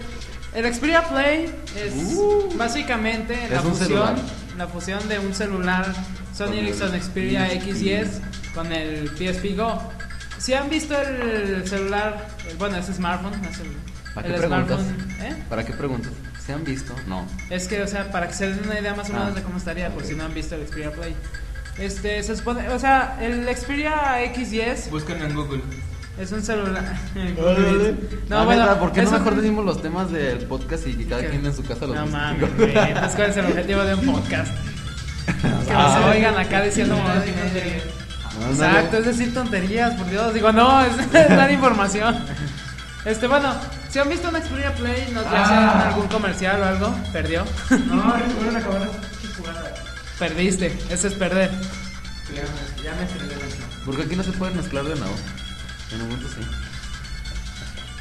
El Xperia Play es
Uh.
básicamente
Es
la
un
fusión.
celular.
La fusión de un celular Sony
Con el
Ericsson Xperia
X10.
X10 con el PSP Go. Si han visto el celular, el- bueno, ese smartphone, no es el,
¿Para
el
qué preguntas?
¿eh?
¿Para qué preguntas? ¿Se han visto? No.
Es que, o sea, para que se den una idea más o
Ah,
menos de cómo estaría, por
ok.
si no han visto el Xperia Play. Este, se supone, o sea, el Xperia X10
Búsquenlo en Google.
es un celular.
No, bueno, ¿por qué no mejor decimos los temas del podcast y que cada quien en su casa los
No
busque?
mames, güey. Entonces, ¿cuál es el objetivo de un podcast? Que nos
Ah.
oigan acá diciendo mamadas y tonterías. Exacto, es decir tonterías, por Dios. Digo, no, es, es dar información. Este, bueno, si han visto una Xperia Play, no
Ah.
te hacen algún comercial o algo, perdió.
Ah,
No, recuerdan acabar las pinches jugadas.
Perdiste, eso es perder.
Ya me- Ya me estrené la mano.
Porque aquí no se pueden mezclar de nuevo. En un punto sí.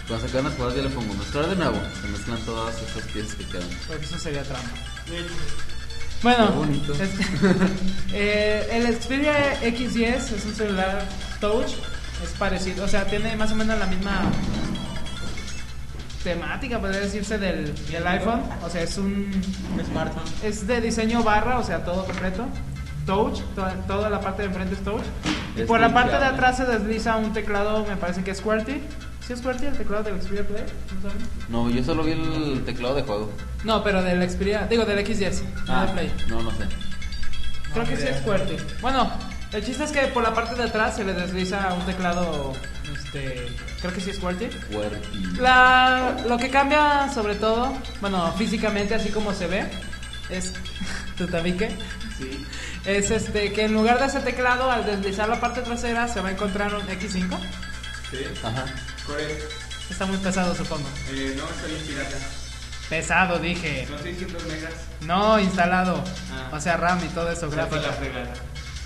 Cuando sacan las jugadas yo le pongo mezclar de nuevo. Se mezclan todas estas piezas que quedan.
Porque Pues eso sería trampa.
De hecho,
Bueno,
Qué bonito.
este, eh, el Xperia X10 es un celular touch, es parecido, o sea, tiene más o menos la misma temática, podría decirse, del, del iPhone. O sea, es un
Un smartphone.
es de diseño barra, o sea, todo completo. Touch, toda, toda la parte de enfrente es touch. Y
Es
por la parte de
limpiable.
atrás se desliza un teclado, me parece que es QWERTY, ¿Sí es fuerte el teclado del Xperia Play? ¿No saben?
No, yo solo vi el teclado de juego.
No, pero del Xperia, digo del X10,
Ah.
no del Ah, Play.
no, no sé.
Creo que sí es fuerte. Bueno, el chiste es que por la parte de atrás se le desliza un teclado, este, creo que sí es fuerte.
Fuerte.
La, lo que cambia sobre todo, bueno, físicamente así como se ve, es tu tabique. Es este que en lugar de ese teclado, al deslizar la parte trasera, se va a encontrar un X5.
Sí.
Ajá.
Core.
Está muy pesado, supongo.
Eh, no, está bien pirata.
Pesado, dije.
Son 600 megas.
No, instalado.
Ah.
O sea, RAM y todo eso,
Está para
gráfico.
la fregada.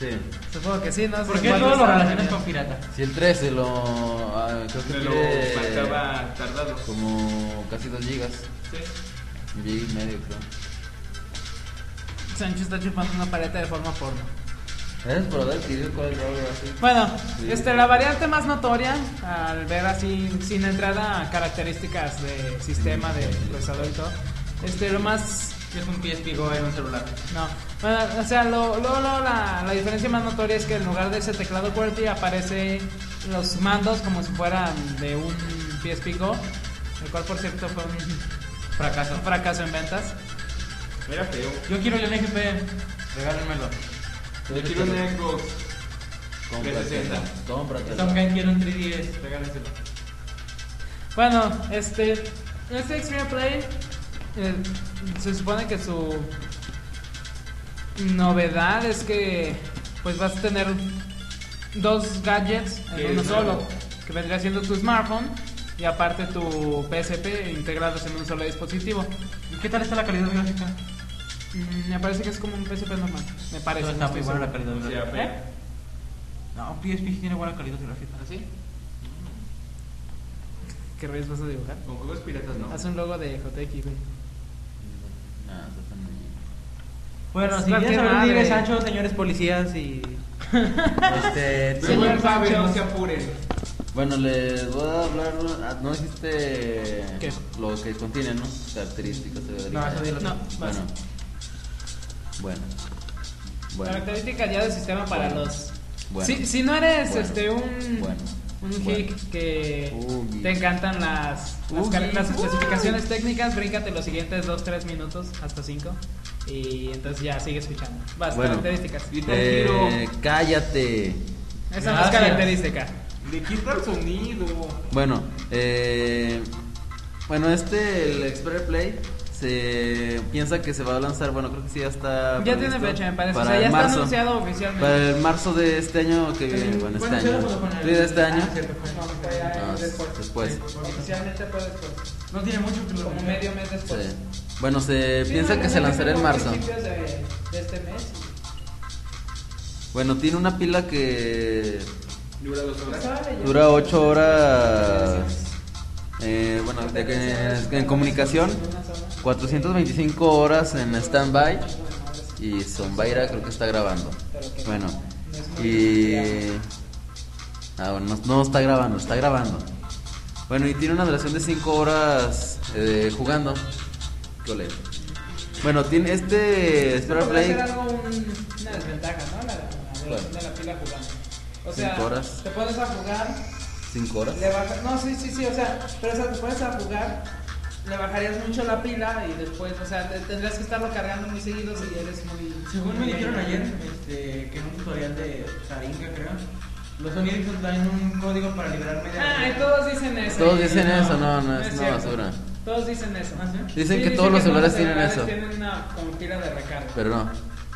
Sí.
Supongo que sí, ¿no?
¿Por
Se
qué
puede
todo lo
usar.
relacionas con pirata?
Si el 13 lo. ah, creo que
Me lo
quiere
marcaba tardado.
Como casi 2 gigas.
Sí.
Un giga y medio, creo.
Sancho está chupando una paleta de forma porno.
Gracias por haber adquirido cuál es el así.
Bueno,
Sí.
este, la variante más notoria al ver así sin entrada a características de sistema de procesador y todo, este, lo más
Es un PSP Go en un celular.
no, bueno, o sea, lo, lo- lo- la, la diferencia más notoria es que en lugar de ese teclado QWERTY aparece los mandos como si fueran de un PSP Go, el cual por cierto fue un fracaso, un fracaso en ventas.
Era feo.
Yo quiero yo un XP. Regálenmelo.
Yo quiero un Xbox.
Cómpratelo.
360.
Tom
Cómpratelo.
Gunn quiere un 3DS. Regálenselo.
Bueno, este, este Xperia Play eh, se supone que su novedad es que pues vas a tener dos gadgets
Que
en uno
es nuevo.
solo, que vendría siendo tu smartphone y aparte tu PSP integrados en un solo dispositivo.
¿Y qué tal está la calidad gráfica?
Mm, Me parece que es como un PSP normal, me parece.
No,
no
está
estoy
muy buena
seguro.
la calidad
O sea,
gráfica.
feo.
¿Eh?
No, PSP sí tiene buena calidad gráfica.
¿Ah,
¿Así?
¿Qué reyes vas a dibujar?
Con juegos piratas, ¿no?
Haz un logo de JX, güey.
Nah, eso está muy
Bueno,
Es
si quieren
cualquier
saber dónde vive
Pues madre.
Sancho, señores policías y.
bien. Este,
Luego
Señor
el Faber,
Sancho.
no se apuren.
Bueno, les voy a hablar. ah, No dijiste
¿Qué?
lo que contiene, ¿no? Características.
No, eso dilo.
No, vas.
Bueno. Bueno. Bueno.
Características ya del sistema para
Bueno.
los.
Bueno.
si, si no eres
Bueno.
este un
Bueno.
un
Bueno.
geek que
Un geek.
te encantan las las,
Un
car-
geek.
las especificaciones técnicas, bríncate los siguientes 2 3 minutos hasta 5 y entonces ya sigue escuchando. Vas,
Bueno.
características.
Eh, cállate.
Esa no es
Gracias.
característica.
Le quita el sonido.
Bueno, eh, bueno, este, el Xperia Play, se piensa que se va a lanzar, bueno, creo que sí, ya está.
Ya tiene
previsto
fecha, me parece. O
para
sea, ya
el
está
marzo.
anunciado oficialmente.
Para el marzo de este año que viene, bueno, este
¿Cuándo se
año.
lo puedo poner?
Sí, de este año.
Ah, cierto, fue- no, fue-
No, después.
Oficialmente fue después,
No tiene mucho que lo
como medio mes después.
Sí. Bueno, se
Sí,
piensa
no,
que
no,
se
no,
lanzará en
como
marzo.
principios de, de este mes.
Bueno, tiene una pila que
Dura dos horas.
dura 8 horas. eh, bueno, de que- en comunicación, 425 horas en standby y Zombaira creo que está grabando. Bueno, y ah, bueno, no, no está grabando, está grabando. Bueno, y tiene una duración de 5 horas eh, jugando. ¿Qué ole? Bueno, tiene este Spare
Podría
Play.
ser algo un- una desventaja, ¿no? La, la duración de la pila jugando. O sea,
Cinco horas.
te pones a jugar,
5 horas.
le bajas. No, sí, sí, sí, o sea, pero o sea, te pones a jugar, le bajarías mucho la pila y después, o sea, te- tendrías que estarlo cargando muy seguido si eres muy.
Según me
muy
dijeron
mañana.
ayer, este, que en un tutorial de Taringa, creo, los sonidos traen un código para liberarme
Ah.
de.
Ay, Ah, todos dicen eso.
Todos
Sí,
dicen
no,
eso, no, no, es una
cierto.
basura.
Todos dicen eso.
¿Ah, sí?
Dicen que todos los celulares tienen eso.
Tienen una como pila de recarga.
Pero no.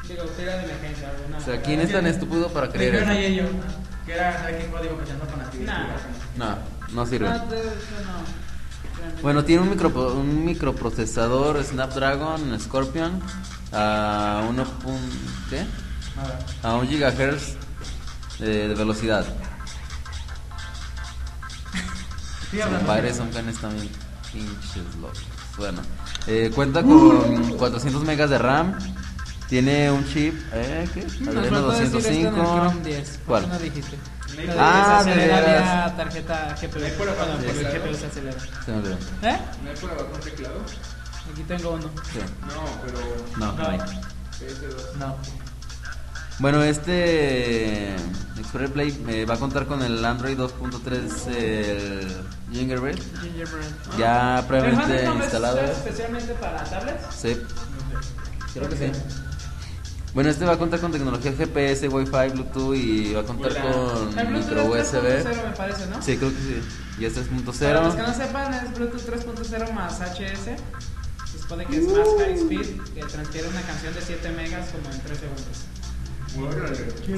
Digo, pila de emergencia. alguna
O sea, ¿quién es tan estúpido para
Me
creer
dijeron
eso?
ayer yo que era saber qué código pensando con actividad.
Nah.
No, no sirve.
No, de hecho, no. Realmente.
Bueno, tiene un, micro, un microprocesador Snapdragon Scorpion a 1. pun- ¿qué?
Nada.
A 1 GHz de, de velocidad.
Sí,
Sus
hablando.
padres son canes también. Pinches locos. Bueno, eh, cuenta con 400 megas de RAM. Tiene un chip. ¿Eh? ¿Qué?
Nos
Adreno
faltó decir esto en el
205.
Chrome 10. ¿por qué
¿Cuál?
no dijiste?
Lo de
Ah, de
acelera
veras.
vía tarjeta GPU.
Ahí por abajo,
Bueno,
sí,
pues el
claro.
GPU se acelera.
Se me olvidó.
¿Eh?
¿No hay por abajo un teclado?
Aquí tengo uno.
Sí.
No, pero.
No, no hay.
ese dos.
No.
Bueno, este Explorer Play eh, va a contar con el Android 2.3 el Gingerbread,
Gingerbread.
ya previamente
¿El Handicap es
instalado.
especialmente para tablets?
Sí. Creo que sí. Bueno, este va a contar con tecnología GPS, Wi-Fi, Pues Bluetooth y va a contar
El
con micro
Bluetooth
USB.
3.0 me parece, ¿no?
Sí, creo que sí. Y este es
Para los que
3.0.
no sepan, es Bluetooth 3.0 más HS. Se supone que es más high
Uh.
speed, que transfiere una canción de 7 megas como en 3 segundos.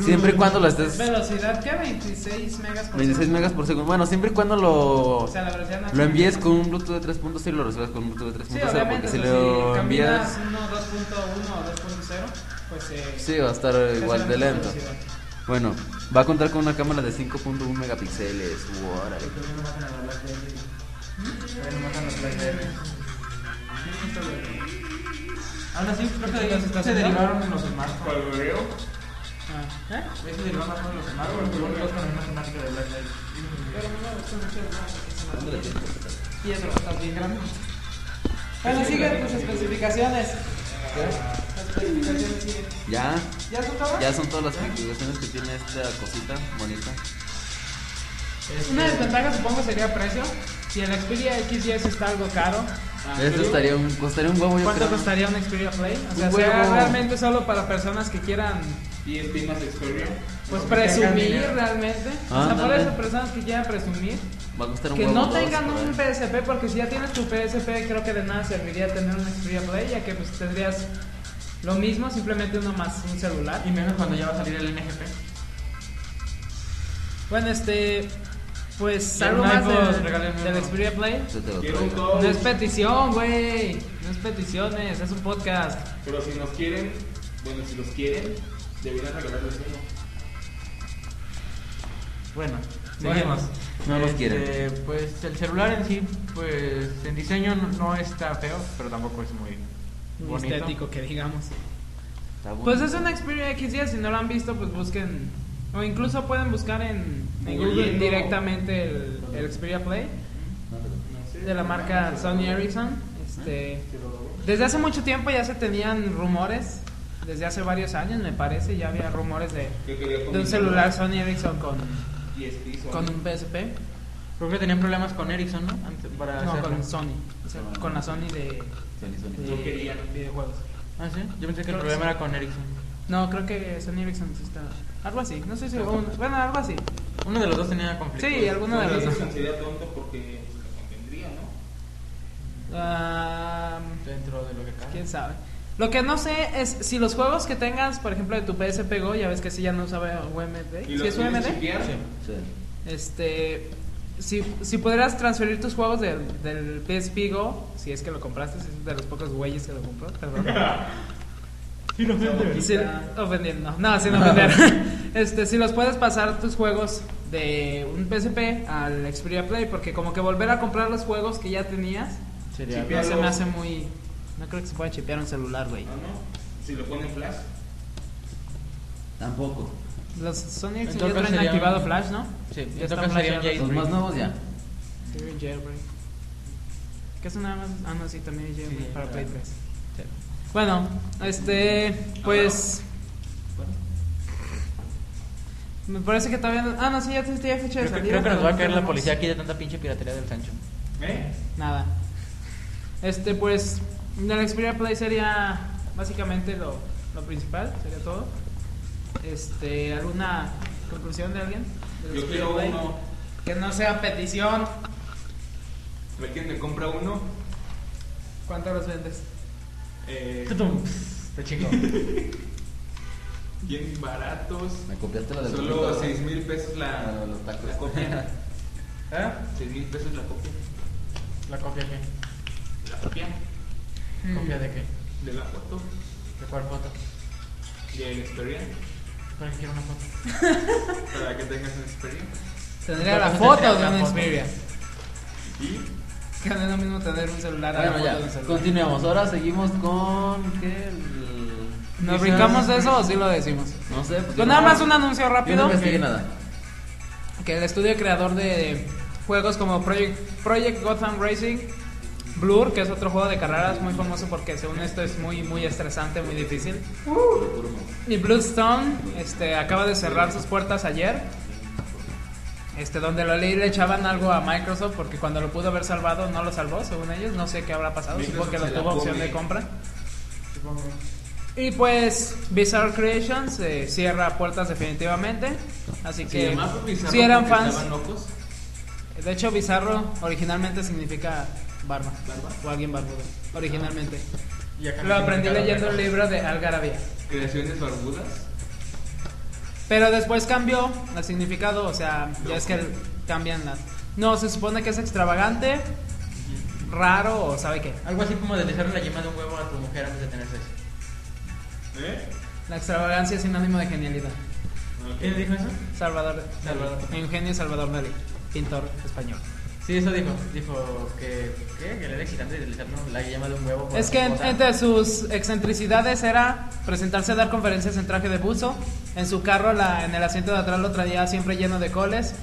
Siempre y cuando lo estés
Velocidad que 26 megas por
26
segundo.
Pues megas por segundo. Bueno, siempre y cuando lo
O sea, la velocidad máxima.
lo envíes con un Bluetooth de 3.0 y lo recibas con un Bluetooth de
Sí,
3.0
obviamente.
porque
o
si
sea, Si,
lo
caminas
envías
1, 2.1 o 2.0, pues eh,
sí va a estar
es la
igual de
misma
lento.
velocidad.
Bueno, va a contar con una cámara de 5.1 megapíxeles. Órale.
Aún así, creo que
Entonces,
ahí
¿estás
se
en
derivaron en los smartphones.
¿Cuál veo?
Ah, ¿eh?
Ahí se derivaron más en los smartphones. porque todos con la misma temática de Black Lives.
Piedra, estás bien grande. Bueno, siguen tus especificaciones. Las especificaciones siguen.
Ya,
¿Ya son todas?
ya son todas las configuraciones que tiene esta cosita bonita.
Una desventaja supongo sería precio. Si el Xperia XS está algo caro,
Esto estaría un, costaría un huevo yo
Ah, ¿cuánto
creo.
costaría un Xperia Play? O sea,
Un
sea
huevo.
realmente solo para personas que quieran
Y el Pimas Explorer.
pues
Porque tengan
presumir
dinero.
realmente. o sea,
Ah, Ándale.
por eso personas que quieran presumir.
Va a costar un
Que
huevo
no
dos,
tengan
por
un
ahí.
PSP, porque si ya tienes tu PSP, creo que de nada serviría tener un Xperia Play, ya que pues tendrías lo mismo, simplemente uno más un celular.
Y menos cuando ya va a salir el NGP.
Bueno, este, pues
Y el
algo más
iPhone,
del-
regálenme
del
uno.
Xperia Play.
Yo te lo
Quiero un
traigo.
coach,
No es petición, güey. No es peticiones, es un podcast.
Pero si nos quieren, bueno, si los quieren, deberían regalarles uno.
Bueno,
Bueno,
seguimos.
no los
Este,
quieren.
Pues el celular en sí, pues en diseño no, no está feo, pero tampoco es muy
Muy
bonito.
Estético que digamos.
Está bueno.
Pues es un Xperia XS, si no lo han visto, pues busquen. O incluso pueden buscar en, en
Google,
Google
¿no?
directamente el, el Xperia Play de la marca Sony Ericsson. Este, desde hace mucho tiempo ya se tenían rumores, desde hace varios años me parece, ya había rumores de,
Yo
de
quería
un
combinar
celular Sony Ericsson con,
10 pisos.
con un PSP.
Creo que tenían problemas con Ericsson, ¿no? Antes,
Ah,
para
No,
hacerlo.
con Sony. o sea, con la Sony de,
Sony, Sony.
de
No querían.
videojuegos.
Ah, sí. Yo pensé que
Creo
el
que
problema
sí.
era con Ericsson.
No, creo que Sony Ericsson sí está. Algo así, no sé si. un- bueno, algo así.
Uno de los dos tenía conflicto.
Sí, alguno de los dos.
Sería tonto porque lo contendría, ¿no?
Ah,
Dentro de lo que cabe.
Quién sabe. Lo que no sé es si los juegos que tengas, por ejemplo, de tu PSP Go, ya ves que si ya no sabe UMD.
¿Y
Si
los
es
quieren
UMD,
chipear?
Sí.
este. Si, si pudieras transferir tus juegos del, del PSP Go, si es que lo compraste, si es de los pocos güeyes que lo compró, perdón. Sin ofender, no, no, sin ofender. este, si los puedes pasar tus juegos de un PSP al Xperia Play, porque como que volver a comprar los juegos que ya tenías,
Sería.
no se me
Chipearlos.
hace muy. No creo que se pueda chipear un celular, güey.
Ah, no. Si lo ponen flash.
Tampoco.
Los Sony
En
Ericsson
todo
ya
caso
traen
sería
activado
un-
Flash, ¿no?
Sí, en
ya
todo
está
caso sería un
flasheado.
Los más nuevos ya.
Sí, un jailbreak. ¿Qué es una más? Ah, no, sí, también es jailbreak
Sí,
para Play
claro.
3. Bueno, este, pues. Me parece que todavía. no- Ah, no, sí, ya tenía fecha de
Creo que,
salida.
creo que
pero
nos va a
no
caer la
tenemos
policía aquí de tanta pinche piratería del Sancho.
¿Eh?
Nada. Este, pues. El Xperia Play sería básicamente lo, lo principal, sería todo. Este, ¿alguna conclusión de alguien? del
Yo
Xperia
quiero
Play?
uno.
Que no sea petición.
¿Me quién me compra uno?
¿Cuánto los vendes?
Eh,
Te chingo.
bien baratos.
Me copiaste la de
Solo 6 mil pesos la,
La de los tacos.
la copia. ¿Ah? 6 mil pesos la copia.
¿La copia qué?
La copia
Mm.
¿Copia de qué?
de la foto.
¿De cuál foto?
De la experiencia.
¿Para qué quiero una foto?
Para que tengas una experiencia.
Tendría
Creo
la
que
foto
tendría
de
la
un
foto.
Xperia.
Y
Que no es lo mismo tener un celular a la
Bueno,
foto de un
ya.
celular.
Continuemos. Ahora seguimos con. ¿Qué? El-
¿Nos
quizás-
brincamos de eso o sí lo decimos?
No sé. pues, yo
Pues nada
no-
más un anuncio
Yo no
rápido.
investigué
Que,
nada.
que el estudio creador de juegos como Project, Project Gotham Racing Blur, que es otro juego de carreras muy famoso porque según esto es muy muy estresante, muy difícil. Y Bloodstone este, acaba de cerrar sus puertas ayer. Este, donde lo leí le echaban algo a Microsoft porque cuando lo pudo haber salvado no lo salvó, según ellos. No sé qué habrá pasado, supongo
Microsoft
que
se
lo
la
tuvo opción
come.
de compra. Y pues Bizarre Creations eh, cierra puertas definitivamente. Así
Se
que
pues,
llamaba Bizarro
si eran
porque
fans,
Estaban locos.
de hecho, bizarro originalmente significa barba. O alguien barbudo. Originalmente.
Y acá
Lo aprendí
cada
leyendo un
cosa.
libro de Algarabía.
Creaciones barbudas.
Pero después cambió el significado, o sea, ya es que cambian las. No, se supone que es extravagante, raro o sabe qué.
Algo así como deslizarle la yema de un huevo a tu mujer antes de tener sexo.
¿Eh?
La extravagancia es sinónimo de genialidad.
¿Quién dijo eso?
Salvador.
Salvador.
Eugenio Salvador Dalí, pintor español.
Sí, eso dijo. Dijo que, ¿qué? que le era excitante deslizar ¿no? la yema de un huevo. por
Es
su
que en-
esposa.
entre sus excentricidades era presentarse a dar conferencias en traje de buzo. En su carro, la- en el asiento de atrás, lo traía siempre lleno de coles.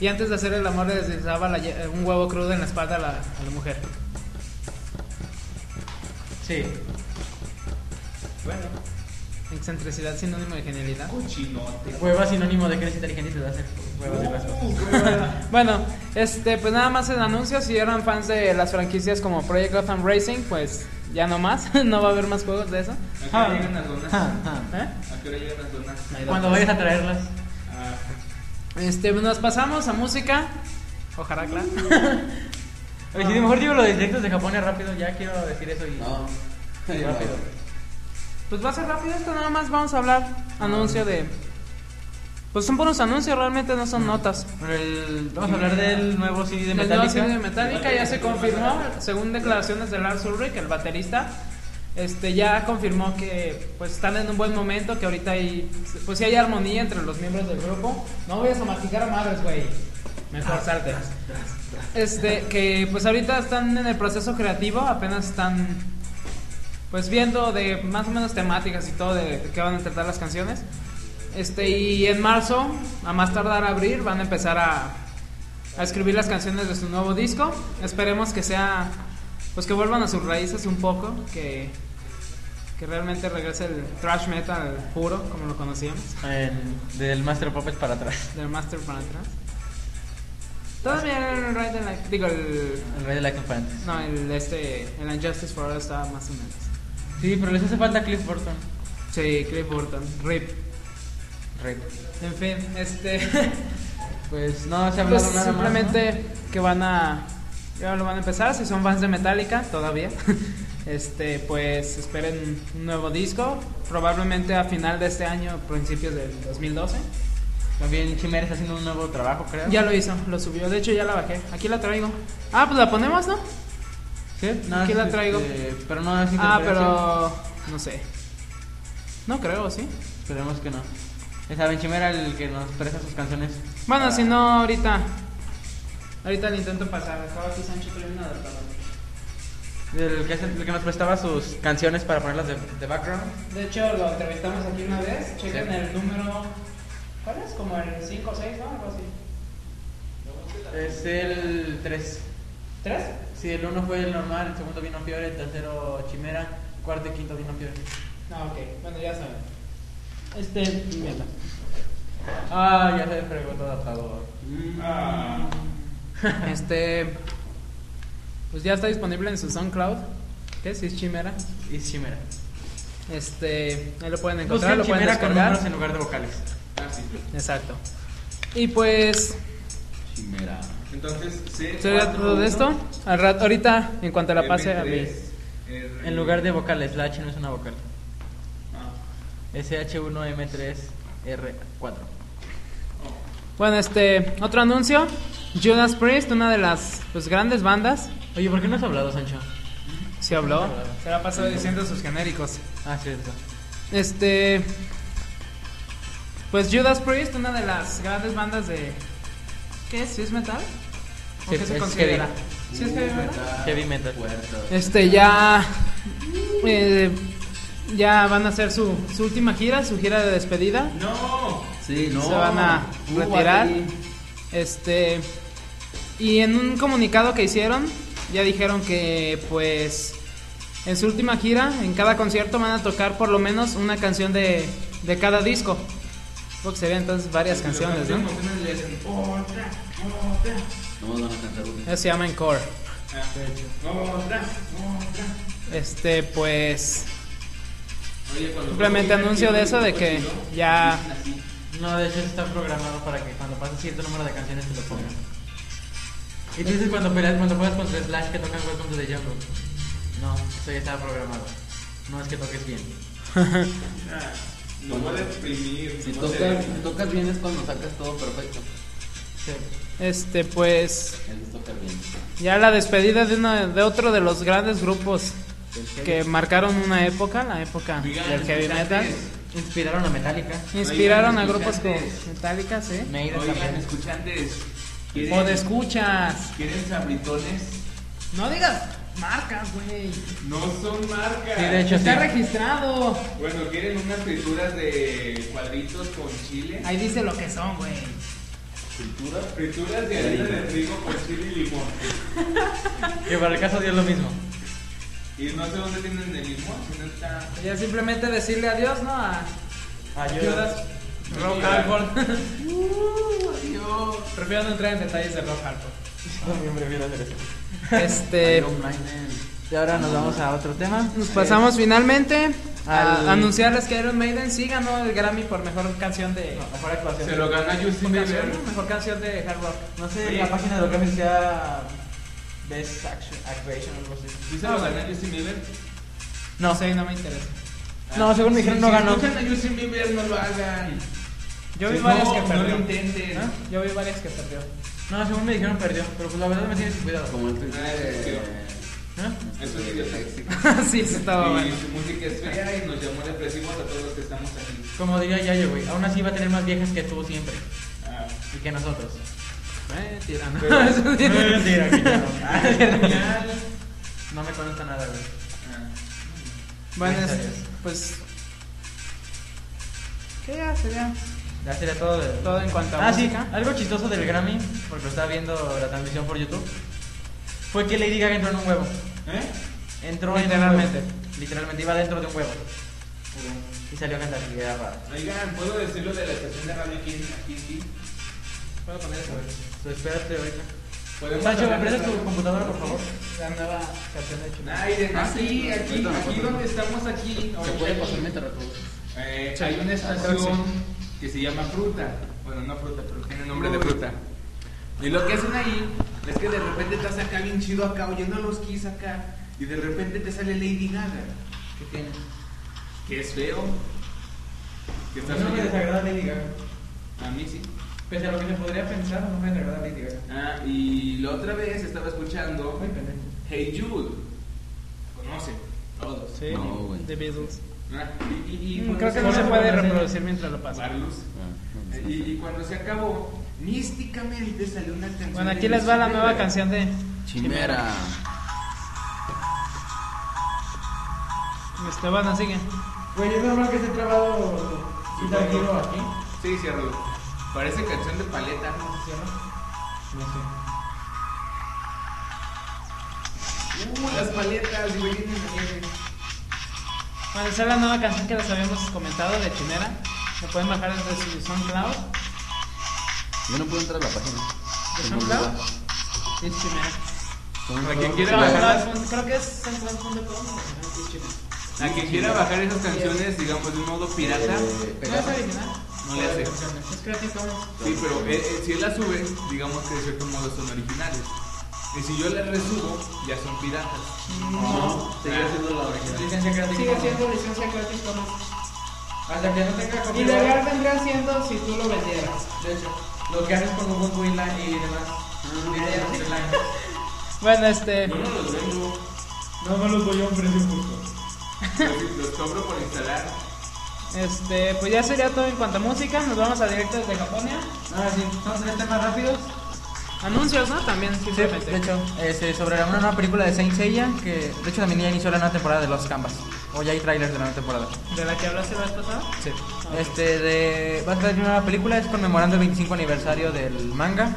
Y antes de hacer el amor, le deslizaba la ye- un huevo crudo en la espalda a la, a la mujer.
Sí.
Bueno,
Excentricidad sinónimo de genialidad.
cochinote. Uh,
Hueva sinónimo de que eres inteligente y te das el huevo de rasgo.
bueno, este, pues nada más en anuncios. Si eran fans de las franquicias como Project Gotham Racing, pues ya no más. no va a haber más juegos de eso.
¿A
Ah.
qué hora llegan las donas?
¿Eh?
¿A qué hora llegan las donas?
Cuando vayas a traerlas.
Ah,
Este, nos pasamos a música. Ojalá, claro.
Oye, si mejor digo lo de directos de Japón es rápido, ya quiero decir eso y.
No.
Rápido.
Pues va a ser rápido esto, nada más vamos a hablar. Anuncio de. Pues son puros anuncios, realmente no son notas.
Pero el- vamos a hablar del nuevo CD de
El nuevo
Metallica.
CD de Metallica ya se confirmó, según declaraciones de Lars Ulrich, el baterista. Este ya confirmó que pues están en un buen momento, que ahorita hay pues sí hay armonía entre los miembros del grupo. No voy a somaticar a madres, güey. Mejor salte. Este que pues ahorita están en el proceso creativo, apenas están pues viendo de más o menos temáticas y todo de, de qué van a tratar las canciones. Este, y en marzo, a más tardar abril, van a empezar a, a escribir las canciones de su nuevo disco. Esperemos que sea, pues que vuelvan a sus raíces un poco, que, que realmente regrese el thrash metal puro, como lo conocíamos,
El- del Master of Puppets para atrás.
del Master para atrás. Todavía el Ride the Light- digo, el,
El Rey de la para antes.
no, el, este, el Injustice for All estaba más o menos.
Sí, pero les hace falta Cliff Burton.
Sí, Cliff Burton, RIP.
Rip.
En fin, este.
Pues no se ha hablado nada
pues
más. ¿no?
simplemente que van a. Ya lo van a empezar. Si son fans de Metallica, todavía. Este, pues esperen un nuevo disco. Probablemente a final de este año, principios del 2012.
También Chimera está haciendo un nuevo trabajo, creo.
Ya lo hizo, lo subió. De hecho, ya la bajé. Aquí la traigo. Ah, pues la ponemos, ¿no?
¿Sí? No,
Aquí
es,
la traigo.
este, pero no es
Ah,
interferencia.
pero. No sé. No creo, ¿sí?
Esperemos que no. Ya saben, Chimera el que nos presta sus canciones.
Bueno, si no, ahorita. Ahorita le intento pasar. Acaba aquí Sancho termina de hablar.
El que, es el, el que nos prestaba sus canciones para ponerlas de, de background.
De hecho, lo entrevistamos aquí una vez. Chequen el número. ¿Cuál es? Como el 5 o 6, ¿no? Algo así.
Es el 3.
¿Tres?
Sí, el 1 fue el normal, el segundo vino Fiore, el tercero Chimera, cuarto y quinto vino Fiore.
No, ok. Bueno, ya saben. Este. Mierda.
Ah, ya se fregó todo apagó.
Mm.
Ah.
Este. Pues ya está disponible en su SoundCloud. ¿Qué? Si es Chimera.
Y Chimera.
Este. Ahí lo pueden encontrar,
Busquen
lo pueden
Chimera con números en
descargar.
lugar de vocales.
ah, sí.
Exacto. Y pues.
Chimera.
Entonces, C.
¿Sería todo de esto? Al rato, ahorita, en cuanto la pase a mí.
mí.
En lugar de vocales, la H no es una vocal.
Ah,
SH1M3R4.
Bueno, este, otro anuncio. Judas Priest, una de las pues, grandes bandas.
Oye, ¿por qué no has hablado, Sancho?
Se habló. Se la ha pasado diciendo sus genéricos.
Ah, cierto.
Este. Pues Judas Priest, una de las grandes bandas de. ¿Qué es? ¿Sí es metal? ¿O
Sí,
qué se
es
considera?
heavy.
¿Sí es heavy metal?
Heavy metal.
Este, ya. eh, ya van a hacer su, su última gira, su gira de despedida.
No.
Sí, no.
Se van a
Uh,
retirar.
ahí.
Este. Y en un comunicado que hicieron, ya dijeron que pues en su última gira, en cada concierto van a tocar por lo menos una canción de, de cada disco. Porque serían entonces varias canciones, ¿no?
Otra, otra.
No nos van a cantar una.
Eso se llama encore.
Otra, otra.
Este, pues
Oye, cuando-
Simplemente anuncio de eso de que ya-
No, de hecho está programado para que cuando pases cierto número de canciones te lo pongan. Y tú dices cuando peleas, cuando juegas contra Slash que tocan Welcome to the Jungle. No, eso ya estaba programado. No es que toques bien.
Ah, No voy a deprimir.
Si
no voy a
tocas,
deprimir.
si tocas bien es cuando sacas todo perfecto.
Sí.
este pues
Eso es tocar bien.
ya la despedida de uno de otro de los grandes grupos que marcaron una época, la época del heavy metal.
Inspiraron a Metallica.
Inspiraron a
Oigan,
grupos como
escuchantes.
Metallica, sí.
Meira
Oigan,
también.
escuchantes.
O
¿Quieren,
de escuchas.
¿quieren sabritones?
No digas marcas, güey.
No son marcas.
Sí, de hecho sí.
Está registrado.
Bueno, ¿quieren unas frituras de cuadritos con chile?
Ahí dice lo que son, güey.
Frituras de harina de trigo con chile y limón.
Que para el caso dio lo mismo.
Y no sé dónde tienen de limón, si no está...
Ya simplemente decirle adiós, ¿no? A
Ayudas.
Rob Halford. Prefiero no entrar en detalles de Rob Halford.
También prefiero hacer eso.
Este,
Y ahora nos vamos a otro tema.
nos pasamos finalmente a
Al-
anunciarles que Iron Maiden sí ganó el Grammy por mejor canción de.
Mejor actuación.
Se lo gana Justin
Mejor canción,
Bieber.
¿no? Mejor canción de hard rock.
No sé, la página de lo que me decía Best Action, Actuation o algo así.
¿Sí se lo gana Justin Bieber?
No sé, no me interesa.
No, según me dijeron no ganó.
Si escuchan a Justin Bieber, no lo hagan.
Yo
Sí,
vi varias
no,
que
No lo
perdió.
intenten.
¿Ah? Yo vi varias que perdió.
No, según me dijeron perdió, pero pues la verdad me tienes cuidado.
Como el eh, tuyo.
Ah, es que- Eso es idiotexia.
sí, eso estaba
Y
bueno.
su música es fea y nos llamó depresivos a todos los que estamos aquí.
Como diría Yayo, güey, aún así va a tener más viejas que tú siempre
Ah,
y que nosotros. Mentira, no.
Pero-
Mentira, que yo no.
ah, genial.
No me consta nada, güey.
Ah.
Bueno, es-
Gracias.
pues. ¿Qué ya sería?
Ya sería todo de...
Todo en cuanto a
Ah, sí,
música.
algo chistoso del Grammy, porque lo estaba viendo la transmisión por YouTube, fue que Lady Gaga entró en un huevo.
¿Eh?
Entró
Literalmente.
En un huevo. Literalmente, iba dentro de un huevo. Y salió a cantar y era raro.
Oigan, ¿puedo decir lo de la estación de radio aquí en aquí en ti?
¿Puedo poner eso, güey?
pues,
So, espérate ahorita.
¿Podemos
Pancho, ¿me
hablar de
prestas tu
otra-
computadora, por favor?
La nueva canción de Chula.
Ay, de- aquí, aquí,
Ahorita me
aquí
acuerdo.
donde estamos aquí.
¿Se
ahorita
puede
aquí,
pasarme tarraco?
eh, hay una estación que se llama fruta. Bueno, no fruta, pero tiene nombre de fruta. Y lo que hacen ahí es que de repente estás acá bien chido acá oyendo los keys acá y de repente te sale Lady Gaga.
¿Qué tiene?
Que es feo. Que estás
No me
oyendo-
desagrada Lady Gaga.
A mí sí.
Pese a lo que se podría pensar, no me desagrada Lady Gaga.
Ah, y la otra vez estaba escuchando
Muy pendejo.
Hey Jude. Conocen todos.
Sí,
No, güey.
The Beatles.
Ah, y- y- y
Mm,
cuando
Creo que no se
acabó-
puede reproducir mientras lo pasa.
Barlus.
Ah, no,
Y, y cuando se acabó, místicamente salió una canción.
Bueno,
de
aquí les va la
Justin
nueva
Bieber.
canción de.
Chimera.
Esteban, Este, sigue.
Güey, es normal que se trabado
Sí,
Guitar
bueno.
Hero aquí.
Sí, ciérralo. Parece canción de paleta.
¿Cómo se llama?
Uh, las paletas, güey. tienen nieve.
Bueno, esa es la nueva canción que les habíamos comentado de Chimera. Lo pueden bajar desde su SoundCloud.
Yo no puedo entrar a la página.
¿De
Se me
SoundCloud?
olvidó.
Sí, es Chimera.
Para quien quiera
Creo-
bajar,
creo- Creo que es SoundCloud.com. Sí, es Chimera.
a quien quiera bajar esas canciones, digamos, de un modo pirata,
Eh,
¿No es
pegada.
original?
no le hace.
Es Creative Commons.
Sí, pero eh, eh, si él las sube, digamos que de cierto modo son originales. Y si yo las resubo, ya son piratas.
No.
Seguirá siendo la
Licencia Creative
Sigue
Commons.
siendo licencia Creative Commons.
Hasta que no tenga copyright.
Ilegal vendría siendo si tú lo vendieras.
De hecho, lo que haces con Ubuntu y, la, y demás.
Mm.
videos online.
Bueno, este.
Yo no los vendo,
No me los doy a un precio justo.
los, los cobro por instalar.
Este, pues ya sería todo en cuanto a música. Nos vamos a directo desde Japonia.
Ah, sí. Vamos a hacer temas rápidos.
Anuncios, ¿no? También,
Sí, de
simplemente.
hecho, este, sobre una nueva película de Saint Seiya, que de hecho también ya inició la nueva temporada de Los Canvas. O ya hay trailers de la nueva temporada.
¿De la que hablaste la vez pasada?
Sí. Este, de, va a traer una nueva película, es conmemorando el 25 aniversario del manga.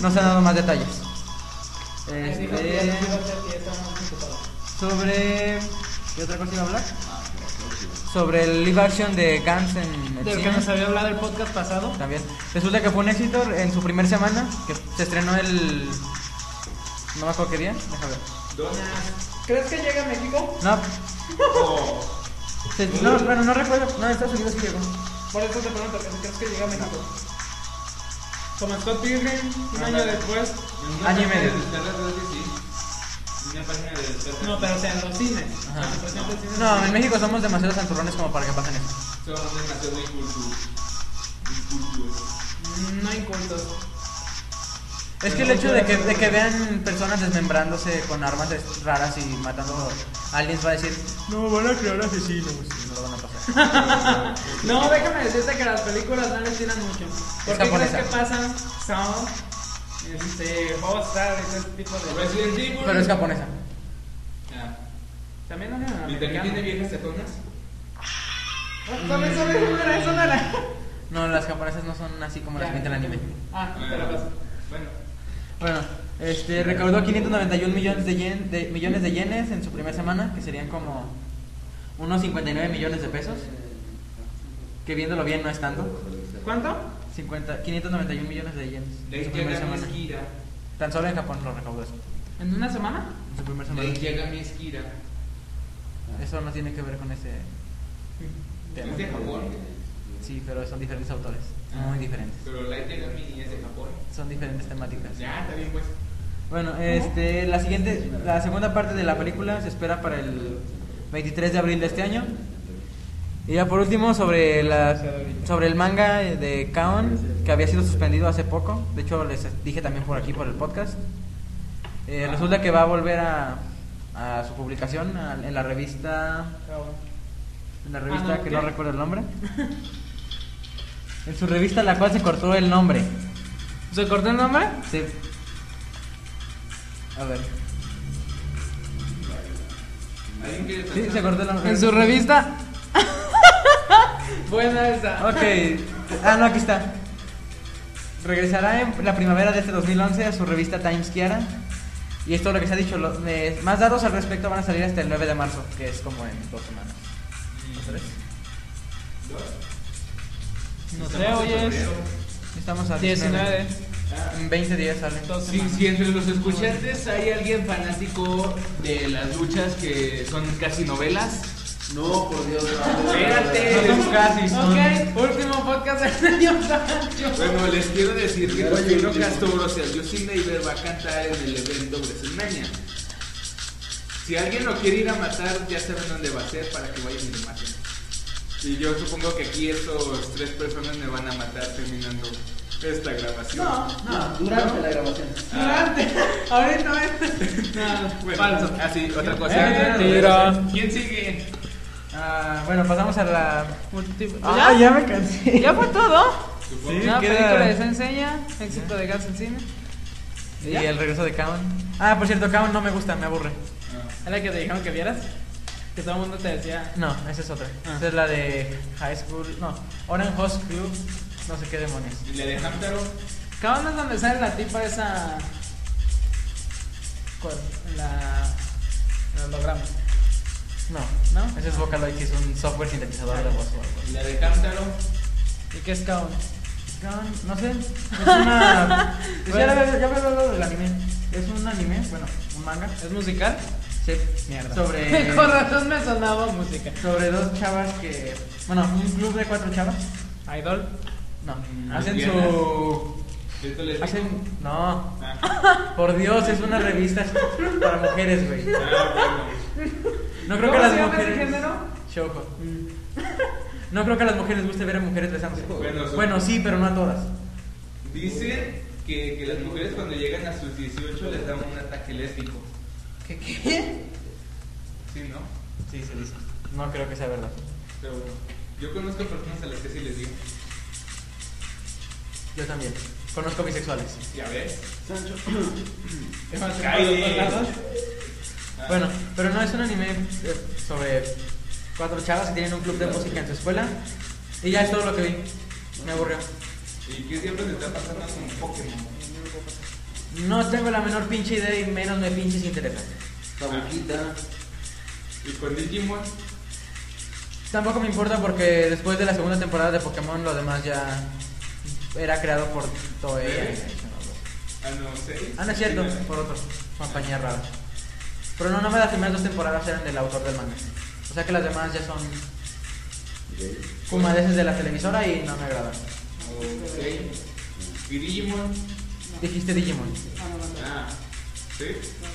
No se han dado más detalles. Este, sobre. ¿Qué otra cosa iba a hablar? Sobre el live action de Guns en el
Del
cine.
que nos había hablado el podcast pasado.
También. Resulta que fue un éxito en su primera semana, que se estrenó el. No me acuerdo qué día, déjame ver.
Dos.
¿Crees que llega a México?
No,
Oh,
se- no, bueno, no recuerdo. No, en Estados Unidos sí llegó.
Por eso te pregunto, ¿crees que llega a México?
Como Scott Pilgrim, un año después.
Año y medio.
No, pero o sea, en los cines.
Ajá.
O sea, por ejemplo, en cines-
No, en México somos demasiados santurrones como para que pasen eso.
Mm, No hay cultos.
Es que el hecho de que, de que vean personas desmembrándose con armas es- raras y matando aliens va a decir, no, van a crear asesinos. Y No lo van a pasar.
No, déjame decirte que las películas no les tiran mucho. ¿Por qué crees
japonesa.
que pasan? Son. Este. Hotstar, ese tipo de.
Pero es japonesa.
También no no,
¿Y también
americano.
tiene viejas tetonas?
Sobre, sobre, sobre, eso no era.
No, las japonesas no son así como las pinta el anime.
Ah, pero pues.
Bueno.
Bueno, este, recaudó 591 millones de, yen- de- millones de yenes en su primera semana, que serían como unos 59 millones de pesos. Que viéndolo bien no es tanto.
¿Cuánto?
50, 591 millones de yenes en su
Lady
primera
Gaga mi
semana.
esquira.
Tan solo en Japón lo recaudó eso,
¿En una semana?
en su primera semana.
Lady Gaga mi esquira.
Eso no tiene que ver con ese tema.
Es de Japón.
Sí, pero son diferentes autores, muy diferentes.
Pero Lady Gaga mi es de Japón.
Son diferentes temáticas.
Ya, está bien pues.
Bueno, este, la siguiente, la segunda parte de la película se espera para el 23 de abril de este año. Y ya por último sobre la, sobre el manga de Kaon que había sido suspendido hace poco. De hecho les dije también por aquí por el podcast. Eh, resulta que va a volver a, a su publicación a- en la revista, en la revista
Ah, no,
que
¿qué?
no recuerdo el nombre. En su revista la cual se cortó el nombre.
¿Se cortó el nombre?
Sí. A ver.
¿Alguien quiere
Sí, se cortó la
En su revista. Buena esa.
Ok. Ah, no, aquí está. Regresará en la primavera de este 2011 a su revista Times Kiara. Y esto es lo que se ha dicho. lo- eh, más datos al respecto van a salir hasta el 9 de marzo, que es como en dos semanas. ¿O tres?
Mm. No sé, hoy es
Estamos a
19.
En 20 días salen.
Dos
Si,
semanas.
si entre los escuchantes hay alguien fanático de las luchas que son casi novelas,
No, por Dios.
espérate, no son casi, son...
Ok, último podcast del año Sancho.
Bueno, les quiero decir que
Ya
Rocino
oye,
Castro, o sea, Justin Bieber va a cantar en el evento WrestleMania. Si alguien lo quiere ir a matar, ya saben dónde va a ser para que vayan y lo maten. Y yo supongo que aquí estos tres personas me van a matar terminando esta grabación.
No, durante la grabación.
Durante. Ahorita este.
Ah, Bueno,
falso.
Así, otra
Eh,
cosa.
tira.
¿Quién sigue?
Ah, bueno, pasamos a la.
Multi-
Ah, ya me cansé.
¿Ya fue todo?
Sí, queda-
Una película de enseña, éxito de Gas en cine.
Y el regreso de Kaon. Ah, por cierto, Kaon no me gusta, me aburre.
Ah,
¿Es la que te dijeron que vieras? Que todo el mundo te decía.
No, esa es otra. Esa es la de High School. No, Orange Host Club. No sé qué demonios.
¿Y ¿La de Hamtaro?
Cabrón es donde sale la tipa esa. ¿Cuál? La. El holograma.
No,
¿No?
ese es Vocaloid, que es un software sintetizador de voz o algo.
¿Y ¿La de Hamtaro?
¿Y qué es Cabrón?
No, No sé. Es una. Pues ya había- ya había hablado del anime. Es un anime, bueno, un manga.
¿Es musical?
Sí, mierda.
Con
Sobre.
razón me sonaba música.
Sobre dos chavas que. Bueno, un club de cuatro chavas.
Idol.
No.
Mm,
Hacen
lesbianas.
su.
¿Esto les
Hacen. No.
Ah,
Por Dios, es una revista para mujeres, güey.
ah, bueno.
No creo
¿Cómo
que
se
las
llama ese
mujeres.
género? Mm.
Shoujo. No creo que a las mujeres les guste ver a mujeres besándose.
Bueno, sí.
Bueno, sí, pero no a todas.
Dicen que, que las mujeres cuando llegan a sus 18 les dan un ataque lésbico.
¿Qué? qué?
Sí, ¿no?
Sí, se dice. No creo que sea verdad.
Pero bueno, yo conozco personas a las que sí les digo.
Yo también. Conozco bisexuales.
Ya ves.
Sancho.
Cállate. Ah,
Bueno, pero no es un anime eh, sobre cuatro chavas que tienen un club de música en su escuela. Y ya es todo lo que vi. Me aburrió.
¿Y qué siempre te está pasando con Pokémon?
No tengo la menor pinche idea y menos me pinches interesa.
La boquita.
Y con Digimon,
Tampoco me importa porque después de la segunda temporada de Pokémon lo demás ya era creado por Toei.
ah, no sé.
Ah, no es cierto, por otra compañía rara. Pero no, no me las primeras dos temporadas eran del autor del manga. O sea que las demás ya son fumadeces de la televisora y no me agradan.
Ok. Y Digimon,
Dijiste Digimon.
ah, sí.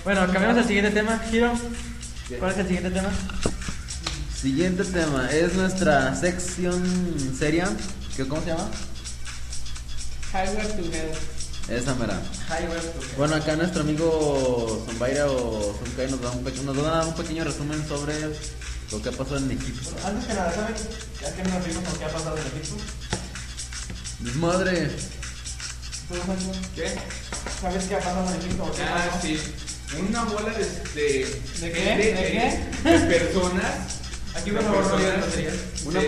Bueno, cambiamos al siguiente tema, Hiro. ¿Cuál es el siguiente tema?
Siguiente tema es nuestra sección seria. ¿Qué, ¿Cómo se llama?
Highway to Hell.
Esa mera.
Highway to
Bueno, acá nuestro amigo Zombaira o Zonkai nos da un, pe- nos da un pequeño resumen sobre lo que ha pasado en Egipto.
Hell. Antes que nada, ¿saben a qué nos referimos con qué ha pasado en Egipto?
Desmadre.
¿Tú, Sancho?
¿Qué?
¿Sabes qué ha pasado en Egipto? o qué
Ah,
pasó?
sí. Una bola de. ¿De,
¿De qué?
gente, eh,
¿De qué?
de personas.
Aquí
de
una
personas.
Una
se-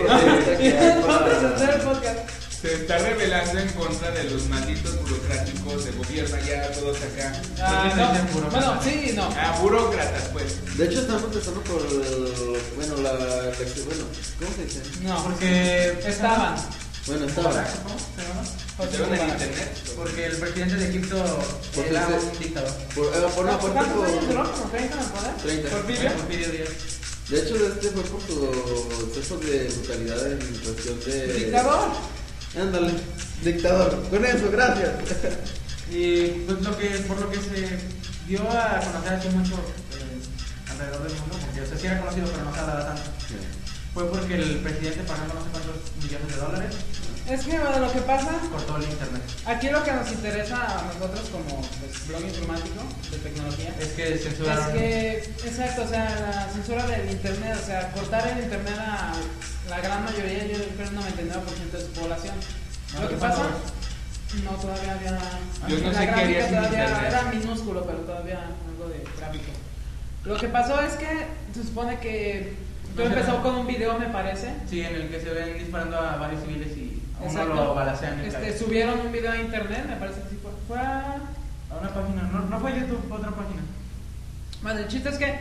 protesta que hay para-
Se está rebelando en contra de los malditos burocráticos del gobierno allá, todos acá.
Ah,
Entonces dicen
no.
puro
Bueno,
mamá.
sí, no.
Ah, burócratas, pues.
De hecho, estamos empezando por. el- Bueno, la. la- bueno, ¿cómo se dice?
No, porque estaban.
Bueno, estaba.
Se ven en internet.
Porque el presidente de Egipto
Por
era
ser-
un dictador.
Por, eh, por una parte
¿Cuántos años duró?
por.
¿Como 30 en el poder?
30.
Porfirio Díaz.
De hecho, este fue por sus hechos de brutalidad en cuestión de.
Dictador.
Ándale, dictador. Con eso, gracias.
Y pues lo que, por lo que se dio a conocer aquí mucho eh, alrededor del mundo, porque o sea, sí era conocido, pero no se hablaba tanto, fue porque el presidente pagando no sé cuántos millones de dólares
Es que bueno, lo que pasa
cortó el internet.
Aquí lo que nos interesa a nosotros como pues, blog informático de tecnología
Es que
es
censuraron.
que, exacto, o sea, la censura del internet, o sea, cortar el internet a la gran mayoría, yo creo el 99% de su población.
No,
lo que
¿qué
pasa,
pasó?
no todavía había.
Ah, Yo no
la
sé qué
gráfica
haría sin
todavía
internet.
Era minúsculo, pero todavía algo de gráfico. Lo que pasó es que se supone que. Todo
No sé.
empezó con un video, me parece.
Sí, en el que se ven disparando a varios civiles y a uno
Exacto.
lo balacean. en la
Este,
calle.
subieron un video a internet, me parece que sí fue- fue a-
A una página, no, no fue YouTube, fue otra página.
Bueno, el chiste es que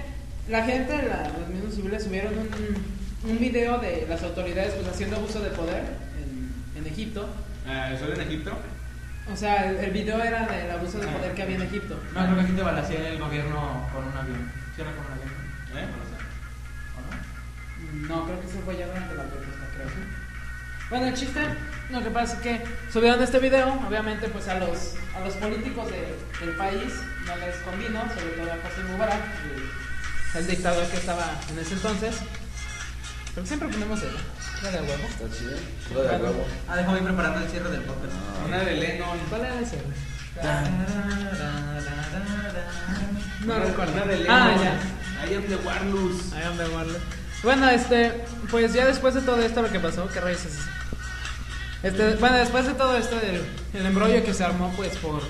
la gente, la- los mismos civiles subieron un, un video de las autoridades pues haciendo abuso de poder en, en Egipto.
Ah, ¿Solo en Egipto?
O sea, el, el video era del abuso de poder que había en Egipto.
No, creo que aquí te balacean el gobierno con un avión. ¿Sí era con un avión?
¿Eh?
¿O no?
No, creo que eso fue ya durante la protesta, creo. Bueno, el chiste, lo que pasa es que subieron este video, obviamente pues a los, a los políticos de- del país no les convino, sobre todo a Hosni Mubarak, el, el dictador que estaba en ese entonces. Pero siempre ponemos eso, era de huevo.
Está chido. Todo de huevo.
Ah, déjame ir preparando el cierre del podcast.
Una de Lennon.
¿Cuál era ese?
Una- Una de Lennon.
Ah, ya.
I am the Warlus.
I am the warlord. Bueno, este, pues ya después de todo esto lo que pasó, ¿qué rayos es eso? Este, bueno, después de todo esto, el, el embrollo que se armó, pues por,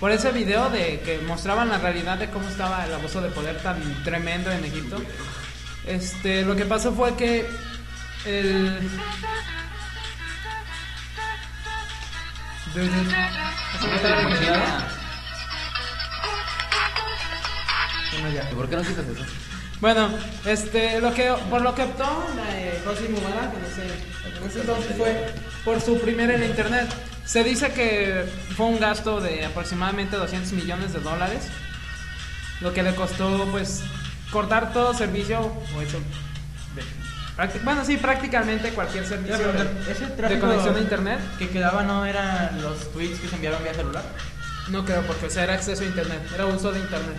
por ese video de que mostraban la realidad de cómo estaba el abuso de poder tan tremendo en Egipto. Este, lo que pasó fue que el.
¿Y por qué no quitas eso?
Bueno, este, lo que, por lo que optó eh, Hosni Mubarak en ese, en ese entonces fue por suprimir el internet. Se dice que fue un gasto de aproximadamente 200 millones de dólares, lo que le costó pues cortar todo servicio o eso. de- prácti- bueno, sí, prácticamente cualquier servicio
Te iba a preguntar,
de,
¿ese
de
tráfico-
conexión a internet.
Que quedaba no eran los tweets que se enviaron vía celular.
No creo, porque o sea, era acceso a internet, era uso de internet.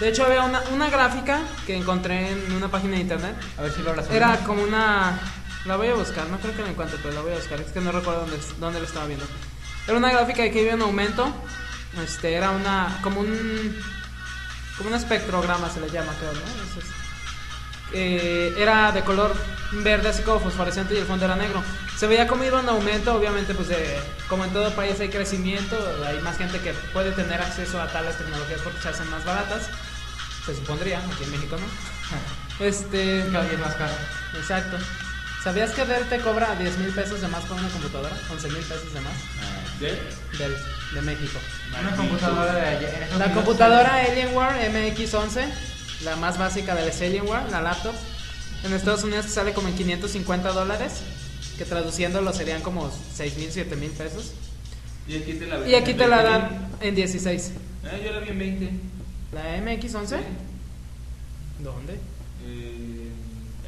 De hecho, había una, una gráfica que encontré en una página de internet
A ver si lo hablas.
Era como una. La voy a buscar, no creo que la encuentre, pero la voy a buscar. Es que no recuerdo dónde, dónde lo estaba viendo. Era una gráfica de que iba en aumento. Este, era una. como un. como un espectrograma se le llama, creo, ¿no? Eso es. Eh, era de color verde, así como fosforescente, y el fondo era negro. Se veía como iba en aumento, obviamente, pues de- como en todo país hay crecimiento, hay más gente que puede tener acceso a tales tecnologías porque se hacen más baratas. Se supondría, aquí en México, ¿no? Este.
Cada vez más caro.
Exacto. ¿Sabías que Dell te cobra 10 mil pesos de más por una computadora? 11 mil pesos de más.
Ah,
Dell, de México.
Una computadora de en Estados
La
Unidos.
computadora Alienware MX11, la más básica de las Alienware, la laptop, en Estados Unidos sale como en 550 dólares, que traduciéndolo serían como 6 mil, 7 mil pesos.
Y aquí te la
Y aquí te la
20.
dan en 16.
Ah, yo la vi en 20.
¿La MX11? ¿Dónde?
Eh,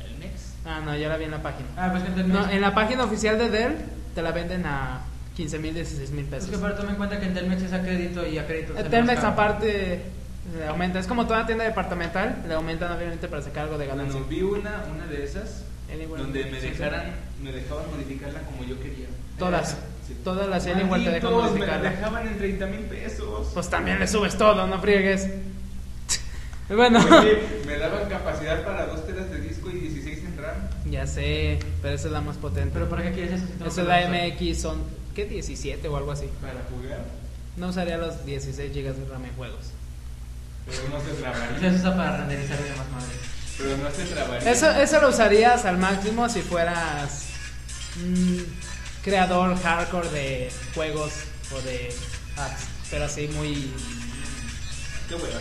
el Next.
Ah, no, yo la vi en la página.
Ah, pues que en
No,
Telmex.
en la página oficial de Dell te la venden a 15 mil, 16 mil
Es
pesos.
que pero toma en cuenta que en Telmex es a crédito y a crédito.
El Telmex aparte le aumenta, es como toda tienda departamental, le aumentan obviamente para sacar algo de ganancia.
Bueno, vi una, una de esas
Alienware,
donde me
sí, sí.
dejaran, me dejaban modificarla como yo quería.
Todas,
Sí.
todas las Alienware te
Malditos,
dejan
me la
modificarla.
dejaban en 30 mil pesos.
Pues también le subes todo, no friegues. bueno,
Pues
Oye, me daban capacidad para 2 teras de disco y 16 en RAM.
ya sé, pero esa es la más potente.
Pero ¿para qué quieres eso? si tengo
esa es
que
la
usar?
MX, son, ¿qué? 17 o algo así.
Para jugar,
No usaría los 16 GB de RAM en juegos.
pero no se
Se
trabaría.
usa para renderizar y demás madre.
Pero no se trabaría.
Eso, eso lo usarías al máximo si fueras mm, creador hardcore de juegos o de apps, pero así muy...
Qué hueva.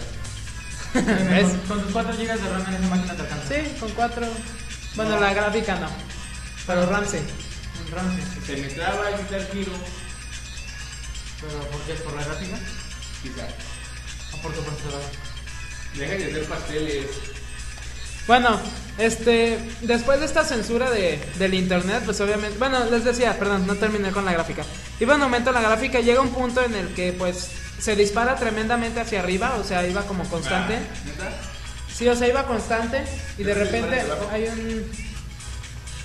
¿Ves?
Con- Con tus 4 GB de RAM en esa máquina te alcanza.
Sí, con cuatro. Bueno, la gráfica no, pero RAM sí.
Un RAM, sí.
Se me traba el Guitar Hero,
¿Pero por qué? ¿Por la gráfica?
quizá.
¿O por tu procesador?
Deja de hacer pasteles.
Bueno, este, después de esta censura de, del internet, pues obviamente, bueno, les decía, perdón, no terminé con la gráfica. Iba en aumento la gráfica, llega un punto en el que pues se dispara tremendamente hacia arriba, o sea, iba como constante.
Ah, ¿Neta?
Sí, o sea, iba constante y de
¿Pero se dispara
repente
hacia abajo?
hay un...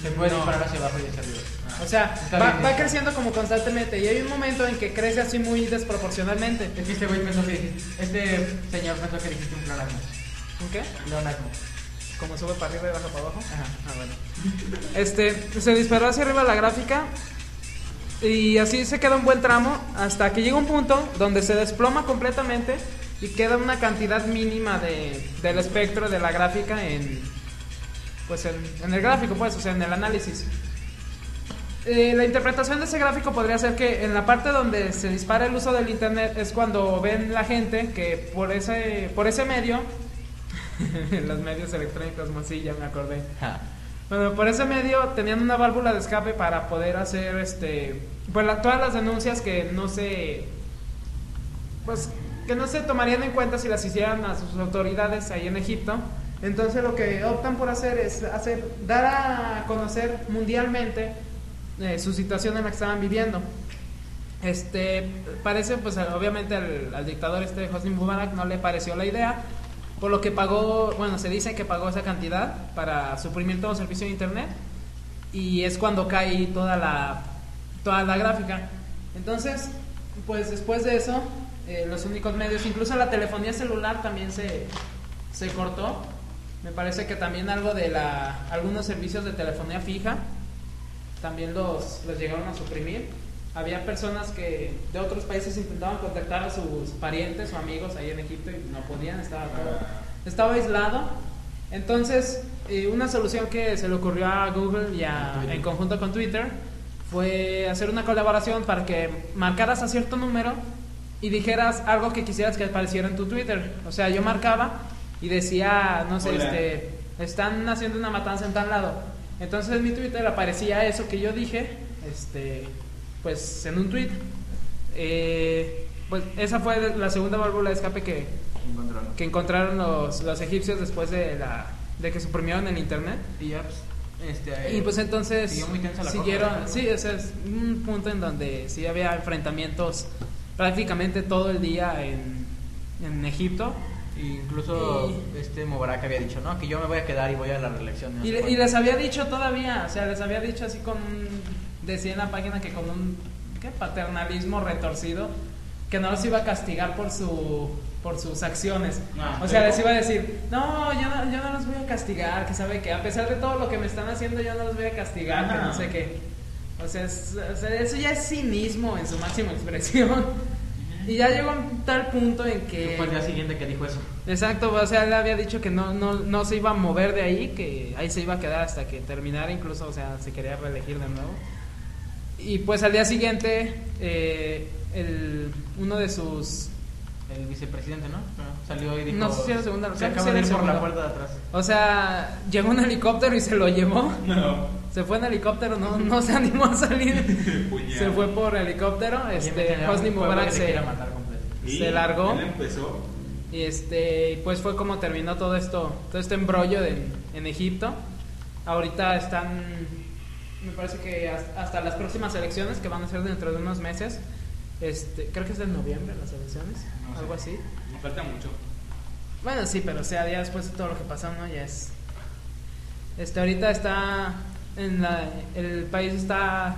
Se puede disparar hacia abajo y hacia arriba.
Ah.
O sea,
Está
va,
bien,
va
está.
creciendo como constantemente y hay un momento en que crece así muy desproporcionalmente.
Es que este güey pensó que dijiste. Este señor pensó que dijiste un pleonasmo.
¿Un qué?
Pleonasmo.
Como sube para arriba y baja para abajo. Ajá, ah, bueno. Este, se disparó hacia arriba la gráfica y así se queda un buen tramo hasta que llega un punto donde se desploma completamente y queda una cantidad mínima de, del espectro de la gráfica en, pues en, en el gráfico, pues, o sea, en el análisis. Eh, la interpretación de ese gráfico podría ser que en la parte donde se dispara el uso del internet es cuando ven la gente que por ese, por ese medio, los medios electrónicos, más sí, ya me acordé. Bueno, por ese medio tenían una válvula de escape para poder hacer este, pues la- todas las denuncias que no se, pues que no se tomarían en cuenta si las hicieran a sus autoridades ahí en Egipto. Entonces lo que optan por hacer es hacer, dar a conocer mundialmente eh, su situación en la que estaban viviendo. Este, parece, pues obviamente al, al dictador este Hosni Mubarak no le pareció la idea, por lo que pagó, bueno, se dice que pagó esa cantidad para suprimir todo servicio de internet y es cuando cae toda la toda la gráfica. Entonces, pues después de eso, eh, los únicos medios, incluso la telefonía celular también se, se cortó. Me parece que también algo de la algunos servicios de telefonía fija también los, los llegaron a suprimir. Había personas que de otros países intentaban contactar a sus parientes o amigos ahí en Egipto y no podían, estaba todo- estaba aislado. Entonces, eh, una solución que se le ocurrió a Google y a- en conjunto con Twitter fue hacer una colaboración para que marcaras a cierto número y dijeras algo que quisieras que apareciera en tu Twitter. O sea, yo marcaba y decía, no sé,
Hola.
este, están haciendo una matanza en tal lado. Entonces en mi Twitter aparecía eso que yo dije, este, pues en un tweet. Eh, pues esa fue de- la segunda válvula de escape que, que encontraron los, los egipcios después de, la, de que suprimieron el internet.
Y ya, pues. Este,
Y pues entonces
siguió muy tensa la cosa,
siguieron,
¿no?
sí, ese es un punto en donde sí había enfrentamientos prácticamente todo el día en, en Egipto.
Incluso
Y-
este Mubarak había dicho, no, que yo me voy a quedar y voy a la reelección. no
Y,
sé
le- y
cuándo".
les había dicho todavía, o sea, les había dicho así con un, decía en la página que con un ¿qué? paternalismo retorcido, que no los iba a castigar por su por sus acciones.
Ah,
o sea,
pero-
les iba a decir, no yo, no, yo no los voy a castigar, que sabe que a pesar de todo lo que me están haciendo, yo no los voy a castigar, que no
Ajá.
sé qué. O sea, es- o sea, eso ya es cinismo en su máxima expresión. Y ya llegó a un tal punto en que...
Fue el día siguiente que dijo eso.
Exacto, o sea, él había dicho que no, no, no se iba a mover de ahí, que ahí se iba a quedar hasta que terminara, incluso, o sea, se quería reelegir de nuevo. Y pues al día siguiente, eh, el, uno de sus.
El vicepresidente, ¿no? Salió y dijo.
No sé si era segunda,
Se
creo que
acaba
sí
de
era
ir por la
segundo.
puerta de atrás.
O sea, llegó un helicóptero y se lo llevó.
No.
Se fue en helicóptero, no, no se animó a salir.
Puñal.
se fue por helicóptero. Este,
Bienvenido a un
Hosni
pueblo
Mubarak
que te
se-
quiera matar completo.
Y
se largó.
Él empezó.
Y este, y pues fue como terminó todo esto, todo este embrollo de- en Egipto. Ahorita están, me parece que has- hasta las próximas elecciones que van a ser dentro de unos meses. Este, creo que es de noviembre las elecciones,
No sé.
algo así.
Me falta mucho.
Bueno, sí, pero o sea, ya después de todo lo que pasó, ¿no? Ya es. Este, ahorita está. En la, el país está.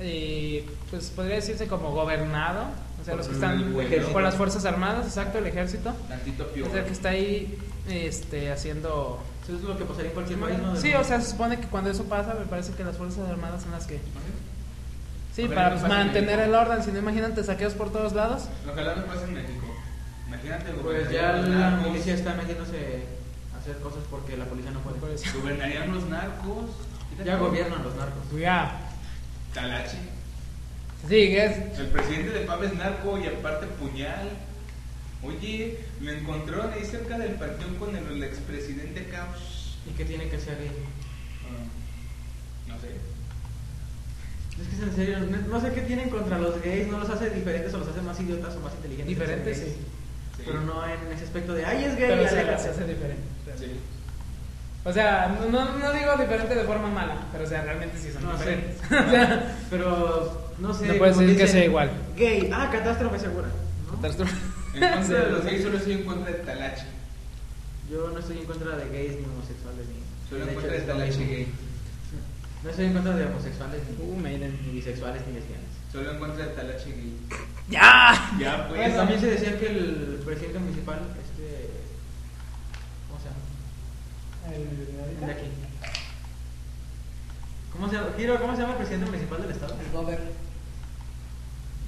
eh, pues podría decirse como gobernado. O sea,
Por
los que están.
el
Por,
ejército.
las Fuerzas Armadas, exacto, el ejército.
Tantito piojo.
Es el que está ahí este, haciendo.
Eso es lo que pasaría en cualquier país, ¿no?
Sí, o sea, se supone que cuando eso pasa, me parece que las Fuerzas Armadas son las que. Sí,
Ojalá
para
no
pues,
pase en
mantener el
México.
orden, si no, imagínate saqueos por todos lados.
Ojalá no pase en México. Imagínate,
Pues ya la policía está metiéndose a hacer cosas porque la policía no puede.
pues, Gobernarían los narcos.
Ya gobiernan los narcos.
Ya.
Talachi.
Sigues.
El presidente de PAB es narco y aparte puñal. Oye, me encontraron ahí cerca del panteón con el, el expresidente Caos.
¿Y qué tiene que ser ahí?
no sé.
Es que es en serio, no- no sé qué tienen contra los gays, no los hace diferentes o los hace más idiotas o más inteligentes.
Diferentes,
Son gays.
sí.
Sí.
Pero no en ese aspecto de, ay, es gay,
Pero
ya
se
le
las
hace".
hace diferente.
Sí.
O sea, no- no, no digo diferente de forma mala, pero o sea, realmente sí son
No sé.
diferentes. o sea,
Pero no sé.
No puedes
como
decir que
dicen,
sea igual.
Gay, ah, catástrofe segura. ¿no?
En contra de los gays solo estoy en contra de Talachi.
Yo no estoy en contra de gays ni homosexuales ni.
Solo
de
en
hecho,
contra de
es lo
Talachi
mismo.
gay.
No estoy en contra de homosexuales ni,
uh, Maiden.
ni bisexuales ni lesbianas.
Solo en contra de Talachi gay.
¡Ya!
Ya pues.
Bueno, también se decía que el presidente municipal, este. ¿Cómo se llama? El de aquí. ¿Cómo se llama? Giro, ¿cómo se llama el presidente municipal del estado?
El gober.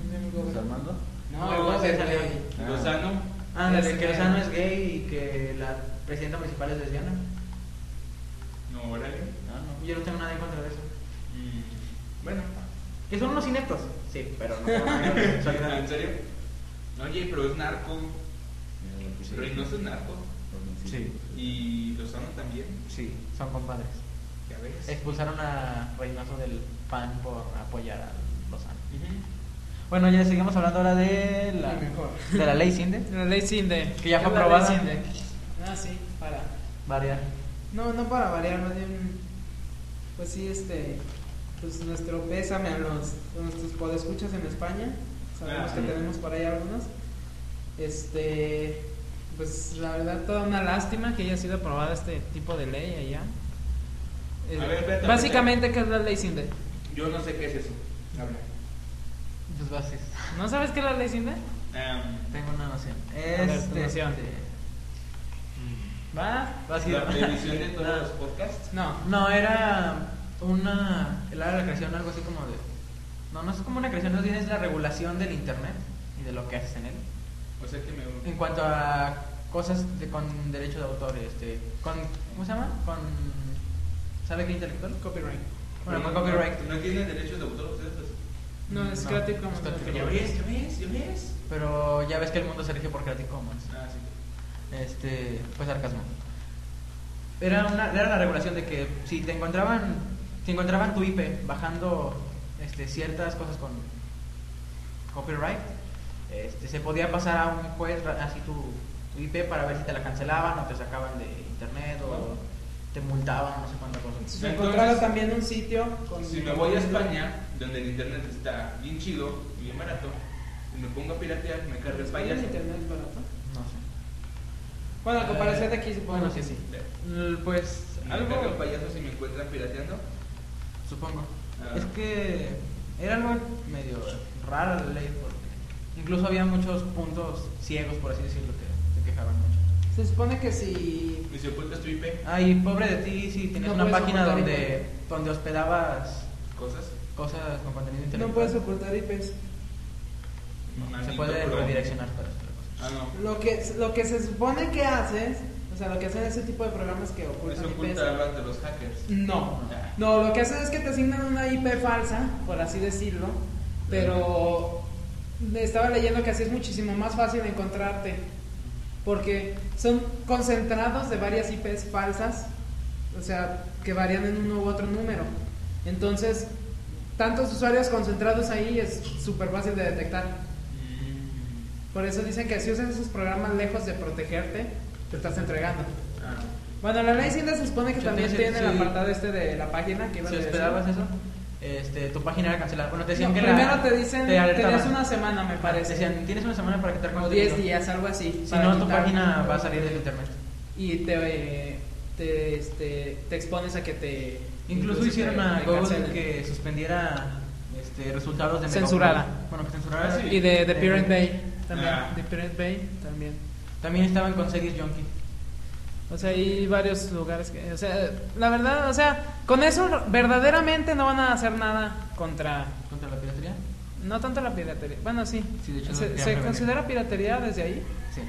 ¿Estás armando?
No, el Gómez salió aquí.
Ah.
Lozano.
Ah, desde
Es
que
que-
Lozano es gay y que la presidenta municipal es lesbiana.
No, órale.
Ah, no.
Yo no tengo nada en contra de eso.
Mm, Bueno.
Que son unos ineptos. Sí, pero no. no,
¿En serio? Oye, pero es narco.
Mira, lo que sí.
Reynoso es narco.
Sí.
Y Lozano también.
Sí, son compadres.
Ya ves.
Expulsaron a Reynoso del PAN por apoyar a Lozano.
Ujú.
Bueno, ya seguimos hablando ahora de la, de la ley Cinde.
La ley Cinde.
Que ya fue
La ley
aprobada.
Cinde. Ah, sí, para.
Variar.
No, no para variar, más bien, pues sí, este, pues nuestro pésame a los, a nuestros podescuchas en España, sabemos
Ah,
que
sí.
tenemos por ahí algunos, este,
Pues la verdad, toda una lástima que haya sido aprobada este tipo de ley allá. Eh,
A ver, vete a
básicamente, ¿qué es la ley Cinde?
Yo no sé qué es eso. Habla.
Pues bases.
¿No sabes qué es la ley Cinde?
Em,
Tengo una noción.
ver, tu noción. ¿Va?
Básicamente-
la previsión de todos los podcasts.
No.
No, era una. Era la creación, algo así como de. No, no es como una creación, no bien es la regulación del internet y de lo que haces en él.
O sea que me.
En cuanto a cosas de- con derecho de autor, este. Con, ¿Cómo se llama? Con. ¿Sabe qué intelectual? Copyright. Bueno, con copyright.
No tienen derechos de autor ustedes. pues.
No, es
No,
Creative
es
Commons.
Creative
¿Ya ves? ¿Ya ves? ¿Ya ves?
Pero ya ves que el mundo se rige por Creative Commons.
Ah, sí.
Este, pues sarcasmo. Era una era la regulación de que si te encontraban te encontraban tu IP bajando este, ciertas cosas con copyright, este, se podía pasar a un juez ra- así tu, tu IP para ver si te la cancelaban o te sacaban de internet o te multaban, no sé cuánta cosa.
se
Entonces,
encontraron también un sitio con...
Si me voy a España, donde el internet está bien chido y bien barato, y me pongo a piratear, me carga el
España es
payaso.
internet barato. Ah,
No sé.
Bueno, a comparación de aquí supongo.
Bueno, sí, sí. Mm, Pues
Algo carga el
algo
payaso si me encuentran pirateando.
Supongo.
Ah.
Es que era algo medio rara la ley porque incluso había muchos puntos ciegos, por así decirlo, que se quejaban mucho.
Se supone que si...
Y si ocultas tu IP,
Ay, pobre de ti si tenías
No
una
puedes
página
ocultar
donde, donde hospedabas
cosas.
cosas con contenido intelectual.
No puedes ocultar IPs.
Se
maldito
puede
pro.
redireccionar para otra cosa.
Ah, no.
Lo que, lo que se supone que haces, o sea, lo que hacen ese tipo de programas que
Eso
ocultan IPs...
oculta las de los hackers.
No,
Ah,
No, lo que hacen es que te asignan una IP falsa, por así decirlo, pero estaba leyendo que así es muchísimo más fácil encontrarte, porque son concentrados de varias IPs falsas, o sea, que varían en uno u otro número. Entonces, tantos usuarios concentrados ahí es súper fácil de detectar. Por eso dicen que si usas esos programas lejos de protegerte, te estás entregando.
Ah.
Bueno, la ley Hacienda se supone que
Yo
también
pensé-
tiene el
sí.
apartado este de la página que iba a
Si
decir.
esperabas eso, este, tu página era cancelada. Bueno, te decían
No,
que la-
primero te dicen,
alertaban.
tienes una semana, me parece.
Decían, tienes una semana para quitar
o
contenido.
10 días, algo así.
Si
para
no, tu
quitar-
página va a salir del internet.
Y te, eh, te, este, te expones a que te.
Incluso
te-
hicieron a
te
Google
cancelen.
que suspendiera este, resultados de
Censurada.
Megaupload. Bueno, que censurara. Eh,
Ah, sí.
Y de The Pirate Bay también.
Ah.
The Pirate Bay también.
También estaban con series Junkie.
O sea, hay varios lugares que. O sea, la verdad, o sea, con eso verdaderamente no van a hacer nada contra.
¿Contra la piratería?
No tanto la piratería. Bueno, sí.
Sí, de hecho, no
¿Se,
querían
se
prevenir.
considera piratería desde ahí?
Sí.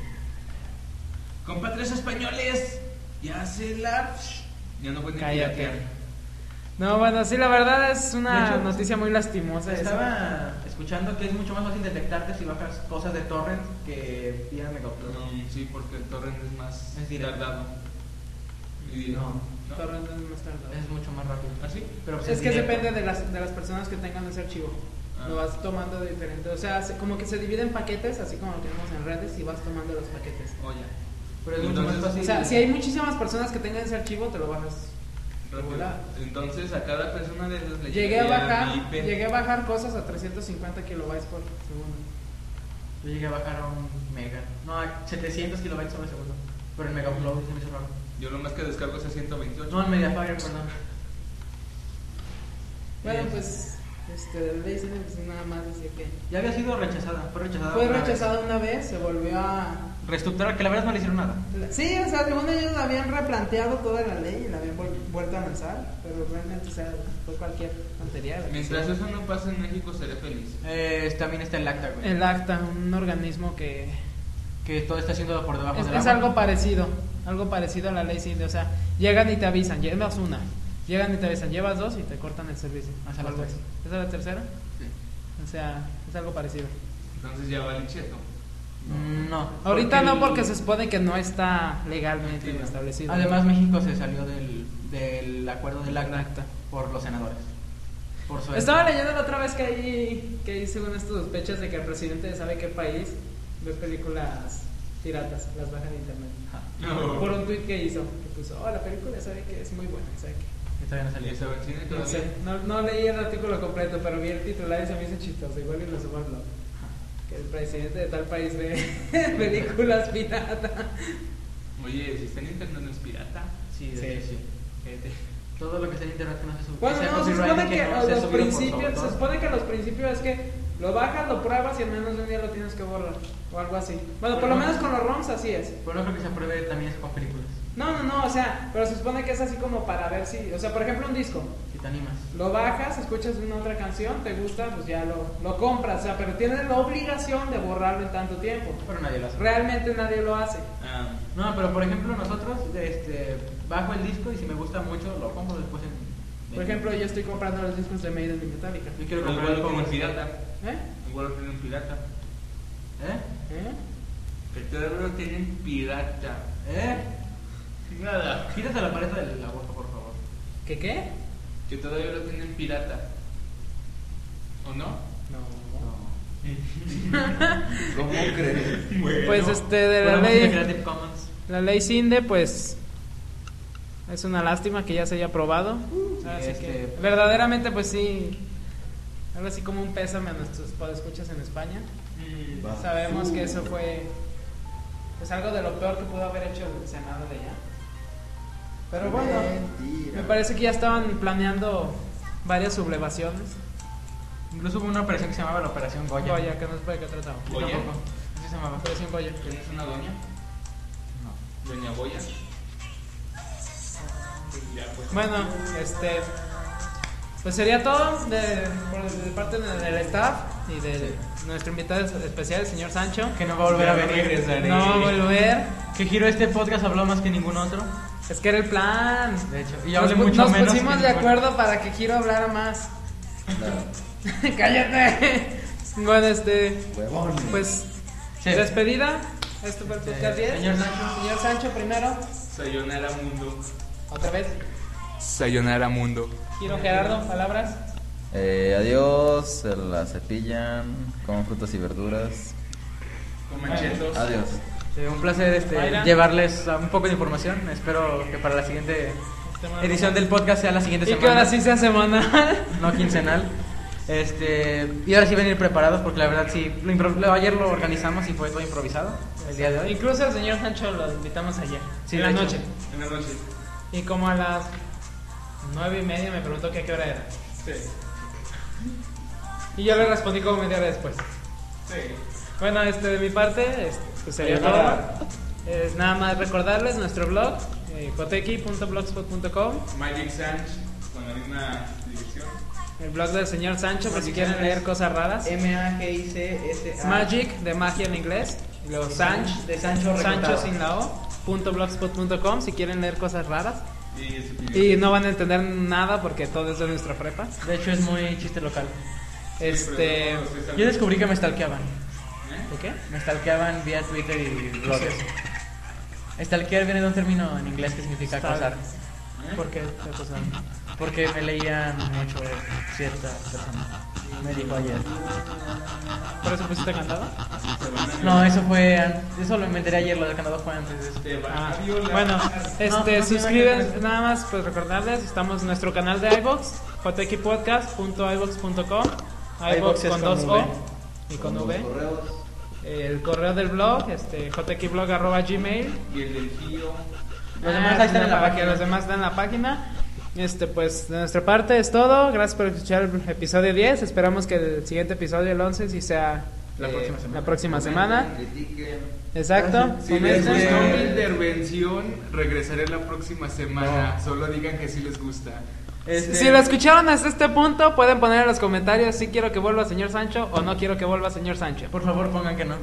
Compatriotas españoles, ya se la. Ya no pueden
Cállate. No, bueno, sí, la verdad es
De
una
hecho,
noticia muy lastimosa. esa.
Estaba escuchando que es mucho más fácil detectarte si bajas cosas de torrent que vía Megaupload.
No, sí, porque el torrent es más
Es directo.
tardado. Y
No.
¿no?
Torrent es más tardado.
Es mucho más rápido.
¿Así?
Pero pues
¿Ah, Es que
directo.
depende de las, de las personas que tengan ese archivo.
Ah.
Lo vas tomando de diferente. O sea, se- como que se divide en paquetes, así como lo tenemos en redes, y vas tomando los paquetes.
Oye.
Pero es mucho más fácil.
Entonces,
O sea, si hay muchísimas personas que tengan ese archivo, te lo bajas. Hola.
Entonces a cada persona de esas le
Llegué a
llegaría mi
bajar,
IP.
llegué a bajar cosas a 350 kilobytes por segundo.
Yo llegué a bajar a un mega. No, a 700 kilobytes sobre segundo. Pero el Megaupload se me hizo raro.
Yo lo más que descargo es a 128.
No, en Mediafire, perdón.
Bueno,
Eh,
pues, este, Disney, pues, nada más decía que.
Ya había sido rechazada. Fue
Ah,
rechazada.
Fue
una vez.
rechazada una vez, se volvió a.
Reestructurar, que la verdad no le hicieron nada.
Sí, o sea, según ellos la habían replanteado toda la ley y la habían vol- vuelto a lanzar, pero realmente, o sea, fue cualquier tontería. la que
Mientras
hicieron.
eso no pase en México, seré feliz.
Eh, también está el acta, güey.
El acta, un organismo que
Que todo está haciendo por debajo
es,
del
es
agua.
algo parecido, algo parecido a la ley CID, o sea, llegan y te avisan, llevas una, llegan y te avisan, llevas dos y te cortan el servicio.
Hasta las
Algo
tres.
así. ¿Esa es la tercera?
Ah, Sí.
O sea, es algo parecido.
Entonces ya vale cheto.
Mm, No.
Ahorita
Porque
no porque
el-
se supone que no está legalmente
Sí, no.
establecido.
Además, México se salió del, del acuerdo del acta, por los senadores. Por su
Estaba leyendo la otra vez que hay, que hay según estos sospechas de que el presidente de sabe qué país ve películas piratas, las baja de internet.
No.
Por un tweet que hizo, que puso, oh, la película sabe que es muy buena, sabe que.
Que todavía no
¿Y
salió.
eso en cine
No sé,
todavía?
no, no leí el artículo completo, pero vi el titular y se me hizo chistoso, igual y lo subo al blog. Que el presidente de tal país ve películas piratas.
Oye, si está en internet no es pirata.
Sí, de hecho, sí. Todo lo que está en internet que no se sube.
Bueno,
sea
no, se
copyright
supone
y no
que a
sea
los
subido por
principios, se
autor.
supone que a los principios es que lo bajas, lo pruebas y al menos de un día lo tienes que borrar o algo así. Bueno, por lo menos con los ROMs así es.
Pero no creo que se apruebe también eso con películas.
No, no, no, o sea, pero se supone que es así como para ver si, o sea, por ejemplo un disco,
Si te animas.
lo bajas, escuchas una otra canción, te gusta, pues ya lo, lo compras, o sea, pero tienes la obligación de borrarlo en tanto tiempo.
Pero nadie lo hace.
Realmente nadie lo hace.
Ah,
No, pero por ejemplo, nosotros este, bajo el disco y si me gusta mucho lo compro después en.
Por ejemplo, yo estoy comprando los discos de Maiden y Metallica.
yo quiero
pero
comprar
igual
el
como
Power
el pirata.
¿Eh?
Igual lo tienen pirata.
¿Eh?
¿Eh?
Que todavía lo tienen pirata.
¿Eh?
Nada.
Quítate la paleta de la boca, por favor.
¿Qué qué?
Que todavía lo tienen pirata. ¿O no?
¿Cómo crees?
Pues este, de la
Ponemos
ley...
de Creative Commons.
La ley Cinde, pues es una lástima que ya se haya aprobado.
sí,
Así
este,
que,
pues.
verdaderamente, pues sí. Algo así como un pésame a nuestros podescuchas en España.
Va.
Sabemos que eso fue pues algo de lo peor que pudo haber hecho el Senado de allá. Pero bueno,
Mentira.
me parece que ya estaban planeando varias sublevaciones.
Incluso hubo una operación que se llamaba la Operación Goya.
Goya, que no sé de qué trataba.
Yo
Goya.
tampoco. Así se llamaba.
Operación Goya.
¿Tienes una doña?
No.
Doña Boya. Ya, pues.
Bueno, este. Pues sería todo de, por, de parte de- del staff y de nuestro invitado especial, el señor Sancho.
Que no va a volver
Ya
a
no
venir.
regresaré.
No va a volver.
Que giro este podcast habló más que ningún otro.
Es que era el plan.
De hecho, y yo
Nos,
hablé
pu-
mucho
nos
menos.
pusimos
que-
de acuerdo para que Giro hablara más.
Claro.
Cállate. bueno, este.
Huevón.
Pues.
Sí. Eh,
Despedida. Esto fue el podcast 10. Señor Sancho. Señor Sancho primero.
Sayonara mundo.
Otra vez.
Sayonara mundo.
Giro Gerardo, palabras.
Eh, adiós, se la cepillan, coman frutas y verduras.
Con manchetos.
Adiós.
Eh, un placer este,
Mayra.
llevarles a un poco de información. Espero que para la siguiente edición del podcast sea la siguiente
Y
semana.
que ahora sí sea semanal.
No quincenal. Este, y ahora sí venir preparados porque la verdad sí, lo impro- lo- ayer lo organizamos y fue todo improvisado el día de hoy.
Incluso al señor Sancho lo invitamos ayer.
Sí,
en la
de hecho.
noche.
En la noche.
Y como a las nueve y media me preguntó que a qué hora era.
Sí.
Y yo le respondí como media hora después.
Sí.
Bueno, este de mi parte, este, pues sería
Sayonara.
todo. Es nada más recordarles nuestro blog, eh, joteki.blogspot.com,
Magic Sanch con la misma dirección.
el blog del señor Sancho, por si quieren leer cosas
Eh,
raras. Es
M-A-G-I-C-S-A.
Magic, de magia en inglés. Y luego Sanch,
De Sancho
Sancho
recortado.
sin la O, punto blogspot.com, si quieren leer cosas raras.
Y su
Y no van a entender nada porque todo es de nuestra prepa.
De hecho es muy chiste local.
Este.
Yo descubrí que me stalkeaban.
¿De qué?
Me stalkeaban vía Twitter y blogs. Stalkear viene de un término en inglés que significa
Stalk.
acosar.
¿Por qué te acusaron?
Porque me leían mucho eh, cierta persona. Me dijo ayer.
¿Por eso pusiste cantado?
No, eso fue. an- Eso lo inventé ayer, lo pues, este, de Canadá fue antes de eso.
Te va
Ah,
a violar.
bueno,
No, no
este,
tiene nada que
suscriben,
ver.
nada más, pues recordarles, estamos en nuestro canal de iVox, jtqpodcast.ivox.com,
iVox
iVox
es con
con dos
V.
O y con V. El correo del blog, este, jtqblog.gmail.
Y el del tío.
Los demás Ah, ahí están en la página.
Los demás están en la página. Este, pues, de nuestra parte es todo. Gracias por escuchar el episodio 10. Esperamos que el siguiente episodio, el 11, sí sea eh,
La próxima semana.
la próxima semana.
Critiquen.
Exacto.
Si les
Comenten. Este,
gustó mi intervención, regresaré la próxima semana. Solo digan que sí les gusta.
Este-
Si lo escucharon hasta este punto, pueden poner en los comentarios si quiero que vuelva señor Sancho o no quiero que vuelva señor Sancho.
Por favor, pongan que no.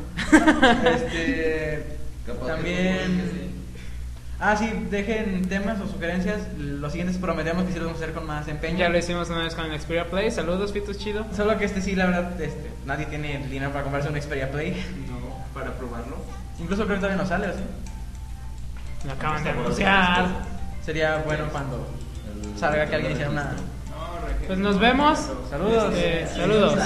este.
Capaz que sí.
También. Ah, sí, dejen temas o sugerencias. Los siguientes prometemos que sí los vamos a hacer con más empeño.
Ya lo hicimos una vez con el Xperia Play. Saludos, Pitos Chido.
Solo que este sí, la verdad, este, nadie tiene el dinero para comprarse un Xperia Play.
No, para probarlo.
Incluso creo que todavía no sale, ¿o sí?
Lo acaban de anunciar.
Sería bueno cuando salga que alguien hiciera una.
No, Raquel.
Pues nos vemos.
Saludos.
Este, saludos.